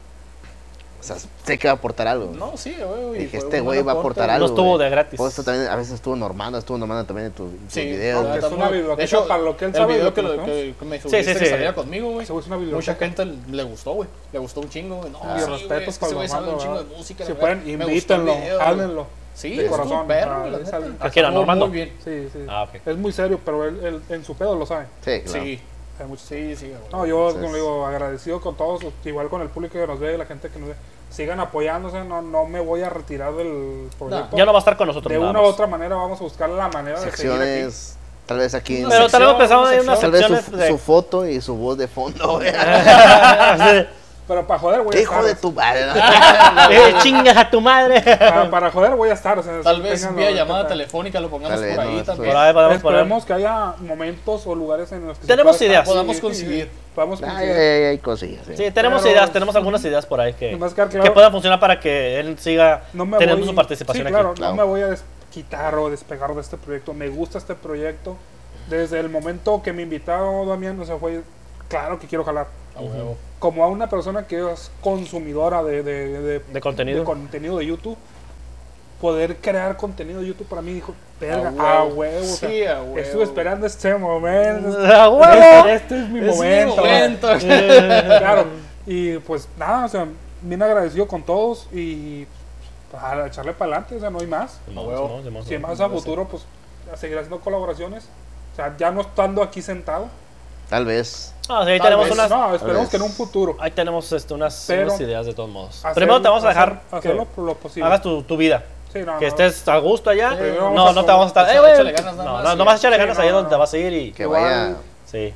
S4: O sea, sé que va a aportar algo. güey.
S1: No, sí, güey. y
S4: Dije,
S1: fue
S4: este
S1: un
S4: güey
S1: buen
S4: va a
S1: aporte,
S4: aportar algo.
S2: No estuvo
S4: güey.
S2: de gratis.
S4: Por eso también a veces estuvo Normando, estuvo Normando también en tus en tus
S1: Sí,
S4: videos.
S1: ah,
S4: güey.
S3: es una
S1: también.
S3: biblioteca
S1: De hecho,
S3: para lo que él
S1: el
S3: sabe y
S1: video
S3: lo
S1: que,
S3: que
S1: lo-
S3: no.
S1: que- que me dijiste
S2: sí,
S1: que
S2: sí.
S1: saliera conmigo, güey.
S3: Seguro es una
S1: Mucha
S3: biblioteca.
S1: gente le gustó, güey. Le gustó un chingo, güey. No,
S3: Ah,
S1: sí,
S3: mis
S1: güey,
S3: respetos
S1: ese
S3: para el
S1: güey sabe
S3: mamando,
S1: un chingo de
S3: ¿verdad?
S1: música.
S3: Si
S1: la verdad.
S3: pueden,
S1: Me gustó el
S3: invítenlo,
S1: video, güey.
S3: háblenlo.
S1: Sí,
S3: de
S1: es
S3: corazón,
S1: un perro,
S3: ah,
S1: güey, la
S3: es
S1: neta.
S3: al-
S1: Estuvo
S2: ¿A quién, a Normando?
S1: Muy bien.
S3: Sí, sí.
S2: Ah, ok.
S3: Es muy serio, pero él, él en su pedo lo sabe.
S4: Sí, claro.
S1: Sí,
S3: Hay muchos-
S1: sí, sí, güey.
S3: No, yo,
S4: Entonces-
S3: como digo, agradecido con todos, igual con el público que nos ve, la gente que nos ve. Sigan apoyándose, no, no me voy a retirar del proyecto.
S2: Ya no va a estar con nosotros.
S3: de
S2: nada
S3: una u
S2: más.
S3: otra manera vamos a buscar la manera de seguir
S4: Secciones, tal vez aquí. en-
S2: Pero
S1: sección,
S2: tal vez empezamos a ir unas
S4: Tal vez su,
S2: secciones de. Ah,
S4: su foto y su voz de fondo,
S2: *laughs*
S4: güey. *laughs*
S2: Sí.
S3: aquí. Pero para joder voy a
S4: Hijo
S3: estar.
S1: pues,
S4: de tu madre. ¿no?
S2: Eh, chingas a tu madre.
S3: Para, para joder voy a estar. o sea,
S1: Tal vez
S3: ténganlo
S1: vía
S3: en
S1: llamada
S3: cuenta.
S1: telefónica lo pongamos
S4: Tal vez,
S1: por ahí
S4: no,
S1: también.
S2: Por ahí
S3: Pues
S2: podemos poner.
S3: Esperemos que haya momentos o lugares en los que se
S2: Tenemos
S3: pueda
S2: ideas.
S3: estar.
S1: Podamos
S3: Sí,
S1: conseguir.
S3: sí, sí. Podamos
S4: Ay,
S3: conseguir.
S1: eh,
S4: ay, ay, cosillas. sí.
S2: Sí, tenemos
S3: Pero-
S2: ideas, tenemos algunas ideas por ahí que,
S3: Nomás quedar
S2: que
S3: claro.
S2: puedan funcionar para que él siga
S3: No me
S2: teniendo
S3: voy-
S2: su participación
S3: sí, claro,
S2: aquí.
S4: Claro.
S3: No me voy a des- quitar o despegar de este proyecto. Me gusta este proyecto. Desde el momento que me invitaron, Damián, o sea, fue claro que quiero jalar.
S1: A huevo.
S3: Como a una persona que es consumidora de, de, de-
S2: De contenido.
S3: de contenido de YouTube, poder crear contenido de YouTube para mí dijo, verga,
S1: huevo.
S3: a huevo. o sea,
S1: Ah, Sí, a huevo.
S3: Estuve esperando este momento.
S2: *laughs* ¡A
S3: *laughs*
S2: huevo!
S3: Este, este es mi
S1: Es mi
S3: momento.
S1: momento.
S3: *laughs* claro. *laughs* Y pues nada, o sea, bien agradecido con todos y para echarle para adelante, o sea, no hay más.
S2: Simón,
S1: huevo.
S2: Simón, Simón,
S3: Si
S2: Simón.
S3: más a futuro, pues a seguir haciendo colaboraciones. O sea, ya no estando aquí sentado.
S4: Tal vez.
S2: Ah, sí, ahí
S1: Tal
S2: tenemos
S1: vez,
S2: unas.
S3: No, esperemos
S4: Tal
S3: que en un futuro.
S2: Ahí tenemos este, unas,
S3: Pero-
S2: unas ideas de todos modos.
S3: hacer-
S2: Primero te vamos a dejar
S3: hacer-
S2: que
S3: hacerlo por lo posible.
S2: hagas tu, tu vida.
S3: Sí, no,
S2: que
S3: no.
S2: estés a gusto allá.
S3: Primero vamos
S2: no,
S3: a
S2: no te vamos a estar.
S1: echar-
S2: "Eh, güey".
S1: échale ganas nada
S2: no,
S1: más
S2: no,
S1: y-
S2: nomás échale
S3: Sí,
S2: ganas
S3: no,
S2: allá
S3: no,
S2: donde
S3: no.
S2: te vas a ir y.
S4: Que
S3: Igual.
S4: vaya.
S2: Sí.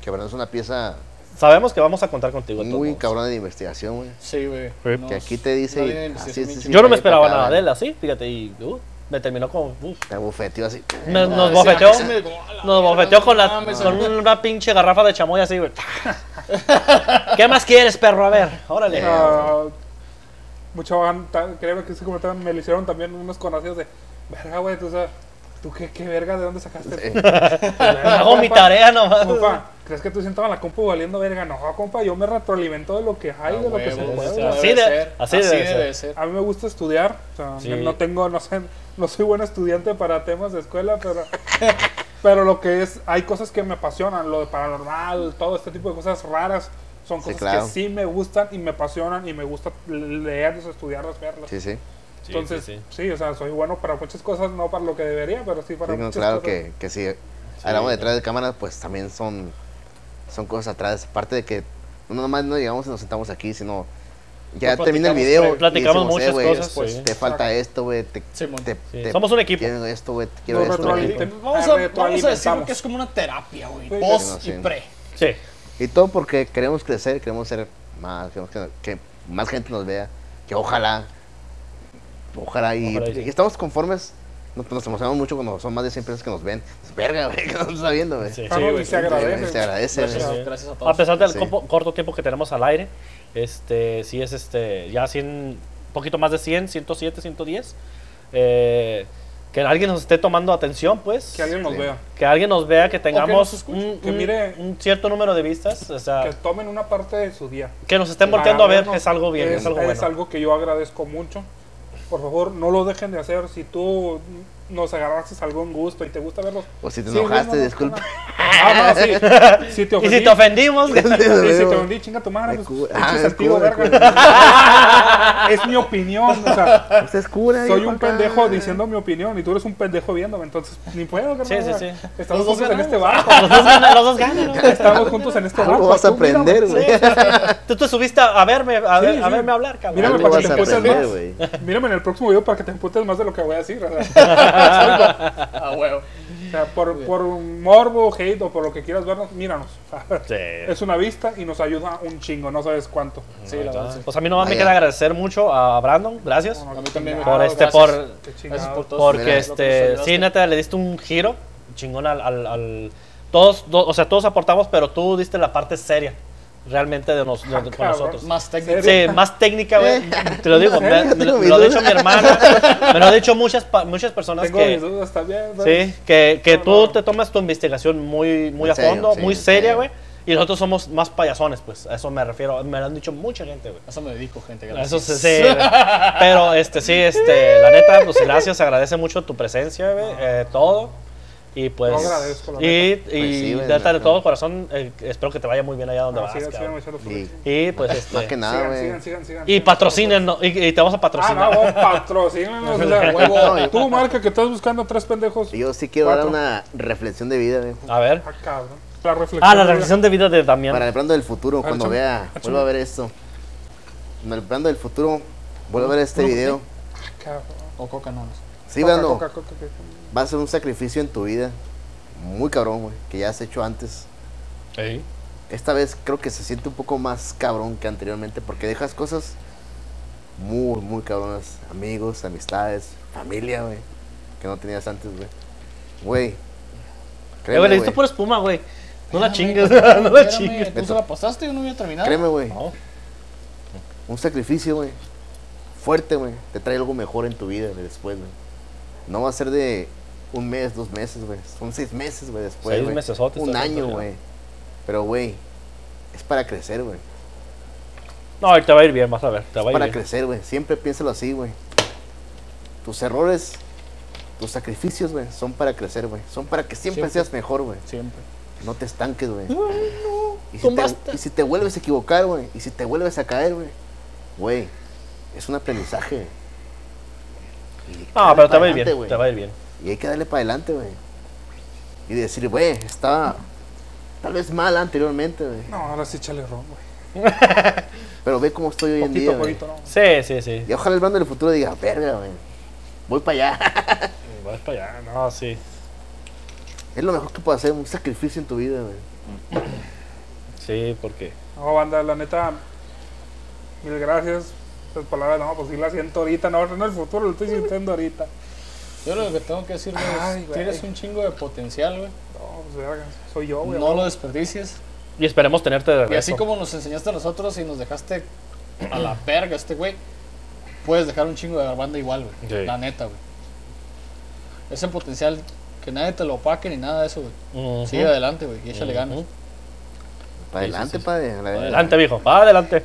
S4: Que es una pieza
S2: Sabemos que vamos a contar contigo. de todos
S4: muy
S2: modos.
S4: cabrona de investigación, güey.
S1: Sí, güey.
S2: Que
S1: Nos-
S4: Que aquí te
S1: la
S4: dice.
S1: línea de
S4: y
S1: investigación
S4: así
S1: bien
S4: es.
S1: chingona.
S2: Yo no me esperaba
S4: Acá,
S2: nada de él así, fíjate, y uh, me terminó como. uf.
S4: Me bufeteó así.
S2: Me- nos
S1: Sí,
S2: bofeteó.
S1: a mí sí me como, "A la
S2: Nos
S1: verga,
S2: bofeteó
S1: no
S2: con, la,
S1: mames,
S2: con una pinche garrafa de chamoy así, güey. *laughs* ¿Qué más quieres, perro? A ver, órale.
S3: Ah, mucha banda, creo que ese comentario me lo hicieron también unos conocidos de, verga, güey, tú, o sea, ¿tú qué, qué verga de dónde sacaste?
S4: Sí.
S2: *laughs*
S3: esto?" Verga,
S2: Hago mi
S3: compa.
S2: tarea nomás.
S3: Compa, ¿crees que tú sentado en la compu valiendo verga? No, compa, yo me retroalimento de lo que hay, de lo que se Ah,
S1: huevo,
S3: puede.
S1: o
S3: güey.
S1: sea,
S2: Así
S1: debe
S2: de-
S1: ser,
S2: así debe
S1: debe ser.
S3: A mí me gusta estudiar, o sea,
S2: Sí.
S3: no tengo, no sé, no soy buen estudiante para temas de escuela, pero, *laughs* pero lo que es, hay cosas que me apasionan, lo de paranormal, todo este tipo de cosas raras, son
S4: Sí,
S3: cosas
S4: claro.
S3: que sí me gustan y me apasionan y me gusta leerlas, estudiarlas, verlas.
S4: Sí, sí.
S3: Entonces, sí, o sea, soy bueno para muchas cosas, no para lo que debería, pero sí para
S2: pues,
S4: Sí, no,
S3: muchas
S4: claro
S3: cosas.
S4: que, que si hablamos detrás de cámaras, pues también son, son cosas atrás. Aparte de que no nomás no llegamos y nos sentamos aquí, sino ya
S1: Pues
S4: termina el
S1: platicamos,
S4: video. y
S2: platicamos
S4: decimos,
S2: muchas
S4: güey,
S2: cosas,
S4: pues,
S2: sí.
S4: Te falta esto, güey. Te,
S1: Simón.
S4: te-
S2: Sí,
S4: te-
S2: somos un equipo.
S4: Quiero esto, güey. te Quiero
S3: Nos
S4: esto. güey.
S3: retroalimentamos.
S1: Vamos a, vamos a decir
S3: Retroalimentamos.
S1: que es como una terapia, güey.
S3: Sí,
S1: Post
S4: sí,
S1: y
S4: sí.
S1: pre.
S2: Sí.
S4: Y todo porque queremos crecer, queremos ser más, queremos que, que más gente nos vea. Que ojalá, ojalá. Y,
S2: Ojalá y sí.
S4: y estamos conformes. Nos, nos emocionamos mucho cuando son más de 100 personas que nos ven. Verga, güey, *laughs* que nos está viendo, güey.
S2: Sí.
S4: Sí.
S3: Ah, no, y se agradece.
S4: Se agradece. güey.
S1: Gracias,
S2: sí.
S1: gracias a todos.
S2: A pesar del
S4: Sí.
S2: compo- corto tiempo que tenemos al aire, este, sí es este, ya 100, poquito más de 100, 107, 110. Eh, que alguien nos esté tomando atención, pues.
S3: Que alguien nos
S4: Sí.
S3: vea.
S2: Que alguien nos vea, que
S1: nos
S2: tengamos
S1: escuche,
S2: un,
S3: que
S2: un-
S3: mire-
S2: un cierto número de vistas. O sea,
S3: Que tomen una parte de su día.
S2: que nos estén volteando a ver
S3: Para
S2: es algo bien, es, algo bueno.
S3: algo que yo agradezco mucho. Por favor, no lo dejen de hacer. Si tú nos agarraste algún gusto y te gusta verlo.
S4: O si te
S3: sí,
S4: enojaste,
S3: no, no,
S4: disculpa.
S3: Ah, no, sí. Si
S2: *laughs*
S3: te
S2: Y
S3: ofendí,
S2: si te ofendimos,
S3: *laughs* y si te ofendí, chinga tu madre.
S4: Me
S3: pues,
S4: cu-
S3: pinche
S4: ah, me
S3: sentido,
S4: cu- me
S3: verga. *laughs* Es mi opinión. O
S4: *laughs*
S3: sea,
S4: Usted es cura,
S3: soy
S4: hijo,
S3: un
S4: acá.
S3: pendejo diciendo mi opinión y tú eres un pendejo viéndome. Entonces, ni puedo, carnal.
S2: sí, sí.
S3: Estamos
S1: Los dos
S3: juntos en
S1: ganamos.
S3: este barco.
S2: *laughs* los dos ganan, los dos ganan, ¿no?
S3: Estamos juntos en este barco.
S4: Algo vas a
S3: Tú mírame.
S4: aprender, güey.
S2: Tú te subiste a verme, a,
S3: Sí,
S2: ver- a
S3: sí.
S2: verme hablar, cabrón.
S3: Mírame
S4: Algo
S3: para que
S4: vas
S3: te
S4: a
S3: emputes
S4: aprender,
S3: más. *laughs*
S4: güey.
S3: Mírame en el próximo video para que te emputes más de lo que voy a decir.
S4: *laughs*
S3: o sea.
S1: A huevo.
S3: O sea, por, por un morbo, hate o por lo que quieras vernos, míranos. *laughs*
S2: Sí.
S3: Es una vista y nos ayuda un chingo, no sabes cuánto.
S1: Sí, la verdad. sí.
S2: Pues a mí nomás me
S4: Vaya.
S2: queda agradecer mucho a Brandon, gracias.
S1: A mí también me
S2: Por
S1: Ah,
S2: este,
S1: gracias.
S2: por,
S3: Qué chingado.
S1: Gracias por todo.
S2: porque
S4: Mira.
S2: este, sí, neta, le diste un giro chingón al, al- al- todos, do- o sea, todos aportamos, pero tú diste la parte seria, realmente de, nos- de- con
S3: Ah, cabrón.
S2: nosotros.
S1: Más técnico.
S2: Sí, más técnica,
S4: Eh.
S2: güey. Te lo digo, me, me- me lo ha dicho mi hermana, me lo han dicho muchas, pa- muchas personas
S3: Tengo
S2: que,
S3: mis dudas también. ¿sabes?
S2: Sí, que, que
S3: No,
S2: tú
S3: no.
S2: te tomas tu investigación muy, muy
S4: En
S2: a
S4: serio,
S2: fondo,
S4: sí,
S2: muy
S4: en
S2: seria,
S4: serio.
S2: güey. Y nosotros somos más payasones, pues. A eso me refiero. Me lo han dicho mucha gente, güey.
S1: A eso me dedico, gente.
S2: A Eso
S1: Gracias.
S2: sí, sí, güey. Pero, este, sí, este, la neta, pues gracias, se agradece mucho tu presencia, güey, eh, todo. Y pues.
S3: No agradezco, la
S2: y y
S4: Pues sí, güey,
S2: neta, de
S4: neta.
S2: todo corazón, eh, espero que te vaya muy bien allá donde
S3: Ah,
S2: vas.
S3: sigan, sigan
S2: cabrón.
S3: echando
S4: Y,
S3: flores.
S2: y pues, este.
S4: más que nada,
S3: Sigan,
S4: güey.
S3: sigan, sigan, sigan.
S2: Y patrocinen, y, y te vamos a
S3: Ah,
S2: patrocinar.
S3: no, vos patrocínanos,
S2: *laughs*
S3: o sea,
S1: Huevo.
S3: Tú, marca, que estás buscando tres pendejos.
S4: Yo sí quiero
S3: Cuatro.
S4: dar una reflexión de vida, viejo.
S2: A ver.
S3: Ah, cabrón. La reflexión.
S2: Ah, la reflexión de vida de Damián. Eh,
S4: Para el plano del futuro,
S3: ver,
S4: cuando
S3: échame,
S4: vea,
S3: échame.
S4: vuelva a ver esto. En el plano del futuro, vuelva a ver este video.
S3: Ah, cabrón.
S1: O coca no. no sé.
S4: Sí,
S3: Coca,
S4: véanlo.
S3: coca, coca, coca.
S4: Va a ser un sacrificio en tu vida. Muy cabrón, güey. Que ya has hecho antes.
S2: Sí.
S4: Esta vez creo que se siente un poco más cabrón que anteriormente. Porque dejas cosas muy, muy cabronas. Amigos, amistades, familia, güey. Que no tenías antes, güey. Güey.
S2: Eh, güey, le
S4: Créeme,
S2: diste
S4: güey.
S2: por espuma, güey. No la
S3: Ah,
S1: Espérame,
S2: chingues, *laughs*
S1: espérame,
S2: no la
S1: espérame,
S2: chingues.
S1: ¿Tú se la pasaste? Yo no había terminado.
S4: Créeme, güey.
S2: No.
S4: Un sacrificio, güey. Fuerte, güey. Te trae algo mejor en tu vida güey, después, güey. No va a ser de un mes, dos meses, güey. Son seis meses, güey, después.
S2: Seis
S4: güey.
S2: mesesotes,
S4: Un
S2: estoy
S4: año,
S2: hablando,
S4: güey. Pero, güey, es para crecer, güey.
S2: No, ahorita te va a ir bien, vas a ver. Te va a ir
S4: Para
S2: bien.
S4: crecer, güey. Siempre piénsalo así, güey. Tus errores, tus sacrificios, güey, son para crecer, güey. Son para que siempre,
S1: Siempre.
S4: seas mejor, güey.
S1: Siempre.
S4: No te estanques, güey. Y si,
S2: tomaste.
S4: te, y si te vuelves a equivocar, güey. Y si te vuelves a caer, güey. Güey, es un aprendizaje. Y hay que
S2: No,
S4: darle
S2: Ah, pero te
S4: para
S2: va a ir bien.
S4: adelante, güey.
S2: Te va a ir bien.
S4: Y hay que darle para adelante, güey. Y decir, güey, estaba tal vez mal anteriormente, güey.
S3: No, ahora sí échale ron, güey.
S4: Pero ve cómo estoy hoy en
S3: Poquito,
S4: día, güey.
S3: poquito, no.
S2: Sí, sí, sí.
S4: Y ojalá el bando del futuro diga, verga, güey. Voy para allá. *laughs*
S2: Vas para allá, no, sí.
S4: es lo mejor que puedo hacer, un sacrificio en tu vida, güey.
S2: Sí, porque.
S3: No, banda, la neta, mil gracias. Esas palabras, no, pues sí las siento ahorita, no, no en el futuro, lo estoy sintiendo ahorita.
S1: Yo lo que tengo que decir, güey,
S3: Ay,
S1: es:
S3: güey.
S1: tienes un chingo de potencial, güey.
S3: No, pues verga, soy yo, güey.
S1: No lo desperdicies.
S2: Y esperemos tenerte de regreso.
S1: Y así como nos enseñaste a nosotros y nos dejaste a la verga este güey, puedes dejar un chingo de banda igual, güey.
S2: Sí.
S1: La neta, güey. Ese potencial, que nadie te lo opaque ni nada de eso, güey.
S2: Ujú.
S1: Sigue adelante, güey, y échale ganas.
S2: Ujú.
S4: Para
S2: Sí,
S4: adelante,
S2: sí, sí.
S4: padre. a la verga.
S2: Adelante, mijo. Va, adelante.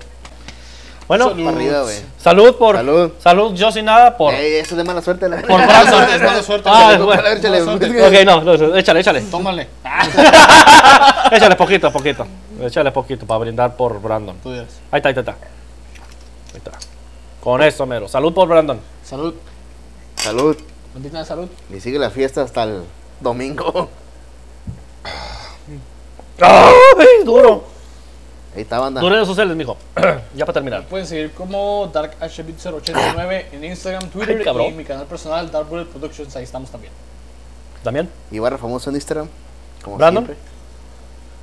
S2: Bueno,
S1: Salud.
S4: Para arriba, güey.
S2: salud por.
S4: Salud. Eh.
S2: Salud, yo sin nada por.
S4: Ey, eso es de mala suerte, la
S2: Por
S4: *laughs* verga.
S1: Mala
S2: brazos.
S1: suerte, mala suerte.
S2: Ah,
S1: güey.
S2: bueno.
S4: A ver, échale.
S1: Mala suerte.
S2: *laughs* Ok, no, no, no, échale, échale.
S1: Tómale.
S2: Échale poquito, poquito. Échale poquito para brindar por Brandon.
S1: Tú dirás.
S2: Ahí está, ahí está. Ahí está. Con eso, mero. Salud por Brandon.
S1: Salud.
S4: Salud.
S1: Bendita salud.
S4: Y sigue la fiesta hasta el domingo.
S2: ¡Ay, duro!
S4: Ahí está, banda.
S2: Duro en los sociales, mijo. *clears throat* ya para terminar.
S1: Pueden seguir como DarkHB089 en Instagram, Twitter
S2: Ay, cabrón.
S1: y mi canal personal, Dark Bullet Productions. Ahí estamos también.
S2: ¿También?
S4: Y barra famoso en Instagram. Como
S2: Brandon.
S4: siempre.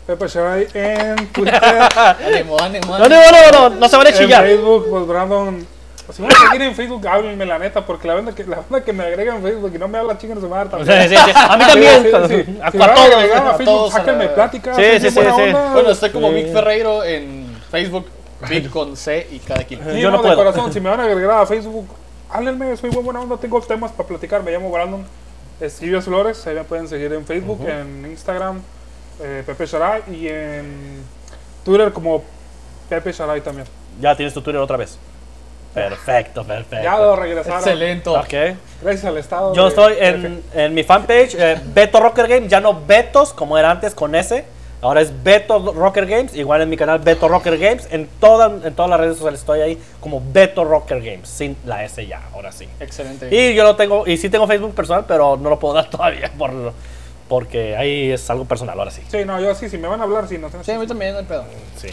S3: Pepe Shai Eh, pues, en Twitter,
S1: Ánimo, ánimo,
S2: No,
S1: ánimo.
S2: no, no, no, no, no se van a
S3: en
S2: chillar.
S3: Facebook, pues Brandon. pues, Si me van a seguir en Facebook, háblenme la neta, porque la banda que, la banda que me agrega en Facebook y no me habla chingas de su
S2: Sí,
S3: madre también.
S2: sí, sí. A mí
S3: *laughs*
S2: *laughs*
S3: Sí,
S2: también.
S3: sí, sí.
S2: A,
S3: Si
S2: a
S3: me van
S2: todos.
S3: agregar
S1: a
S3: a Facebook,
S1: todos a la-
S3: sáquenme plática.
S2: Sí,
S3: sáquenme
S2: sí, sí,
S3: buena
S2: sí.
S3: onda.
S1: Bueno, estoy como
S2: Sí.
S1: Vic Ferreiro en Facebook, Vic con C y cada quien.
S3: Sí,
S2: Yo no
S3: no,
S2: puedo.
S3: de corazón, si me van a agregar a Facebook, háblenme, soy muy buena onda, tengo temas para platicar, me llamo Brandon Esquivias Flores, ahí me pueden seguir en Facebook, en Instagram, eh, Pepe Sharay y en Twitter como Pepe Sharay también.
S2: Ya tienes tu Twitter otra vez. Perfecto, perfecto.
S3: Ya lo regresaron.
S1: Excelente.
S2: Ok.
S3: Gracias al Estado.
S2: Yo
S3: de-
S2: estoy
S3: Pepe.
S2: en, en mi fanpage, eh, Beto Rocker Games, ya no Betos como era antes con S, ahora es Beto Rocker Games, igual en mi canal Beto Rocker Games, en, todas en todas las redes sociales estoy ahí como Beto Rocker Games, sin la S ya, ahora sí.
S1: Excelente.
S2: Y yo lo tengo, y sí tengo Facebook personal, pero no lo puedo dar *laughs* todavía por, porque ahí es algo personal, ahora sí.
S3: Sí, no, yo sí, si me van a hablar, sí, no tengo-
S1: Sí, a mí también, no hay pedo.
S2: Sí.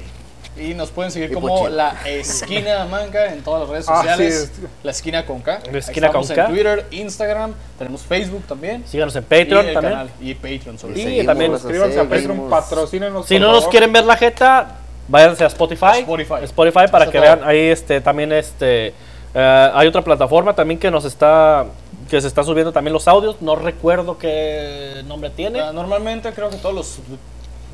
S1: Y nos pueden seguir
S4: Y
S1: como
S4: Pochín.
S1: La Esquina Manga en todas las redes
S3: Ah,
S1: sociales.
S3: sí,
S1: La Esquina con K.
S2: La
S1: Ahí
S2: Esquina
S1: estamos
S2: con K.
S1: en Twitter, Instagram, tenemos Facebook también.
S2: Síganos en
S1: Y
S2: Patreon
S1: el
S2: también.
S1: canal. Y Patreon, sobre
S2: Y
S1: todo.
S4: Seguimos,
S2: también
S4: raza,
S3: Suscríbanse a Patreon,
S4: seguimos.
S3: patrocínenos.
S2: Si
S3: por
S2: no nos
S3: favor.
S2: quieren ver la jeta, váyanse a Spotify.
S1: Spotify.
S2: para
S1: Está
S2: que
S1: todo.
S2: vean. Ahí este, también este, eh, hay otra plataforma también que nos está que se está subiendo también los audios. No recuerdo qué nombre tiene.
S1: Ah, normalmente creo que todos los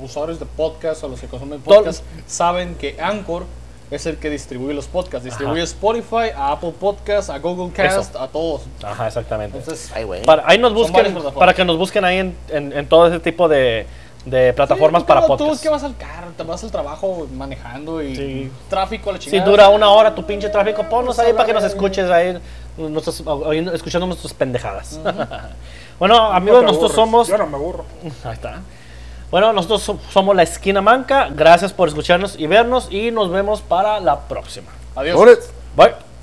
S1: usuarios de podcast o los que consumen
S2: Tol-
S1: podcast saben que Anchor es el que distribuye los podcasts. Distribuye a Spotify, a Apple Podcasts, a Google Cast, a todos.
S2: Ajá, exactamente.
S1: Entonces, eh,
S4: Ay, güey.
S2: Para- ahí nos
S1: Son
S2: busquen,
S1: varias plataformas.
S2: para que nos busquen ahí en, en- en todo ese tipo de, de plataformas
S1: Sí,
S2: para
S1: tú- Tú
S2: podcast.
S1: que vas al carro, te vas al trabajo manejando y
S2: Sí.
S1: tráfico a la
S2: Si
S1: chingada.
S2: dura una hora tu pinche tráfico, ponnos ahí para que nos
S1: Salame.
S2: escuches ahí, nuestros- oyendo- escuchando nuestras pendejadas. *laughs* bueno, amigos,
S3: No te
S2: nosotros somos...
S3: aburres. Yo no me aburro.
S2: Ahí está. Bueno, nosotros so- somos La Esquina Manca. Gracias por escucharnos y vernos y nos vemos para la próxima.
S1: Adiós.
S4: Sobre.
S2: Bye.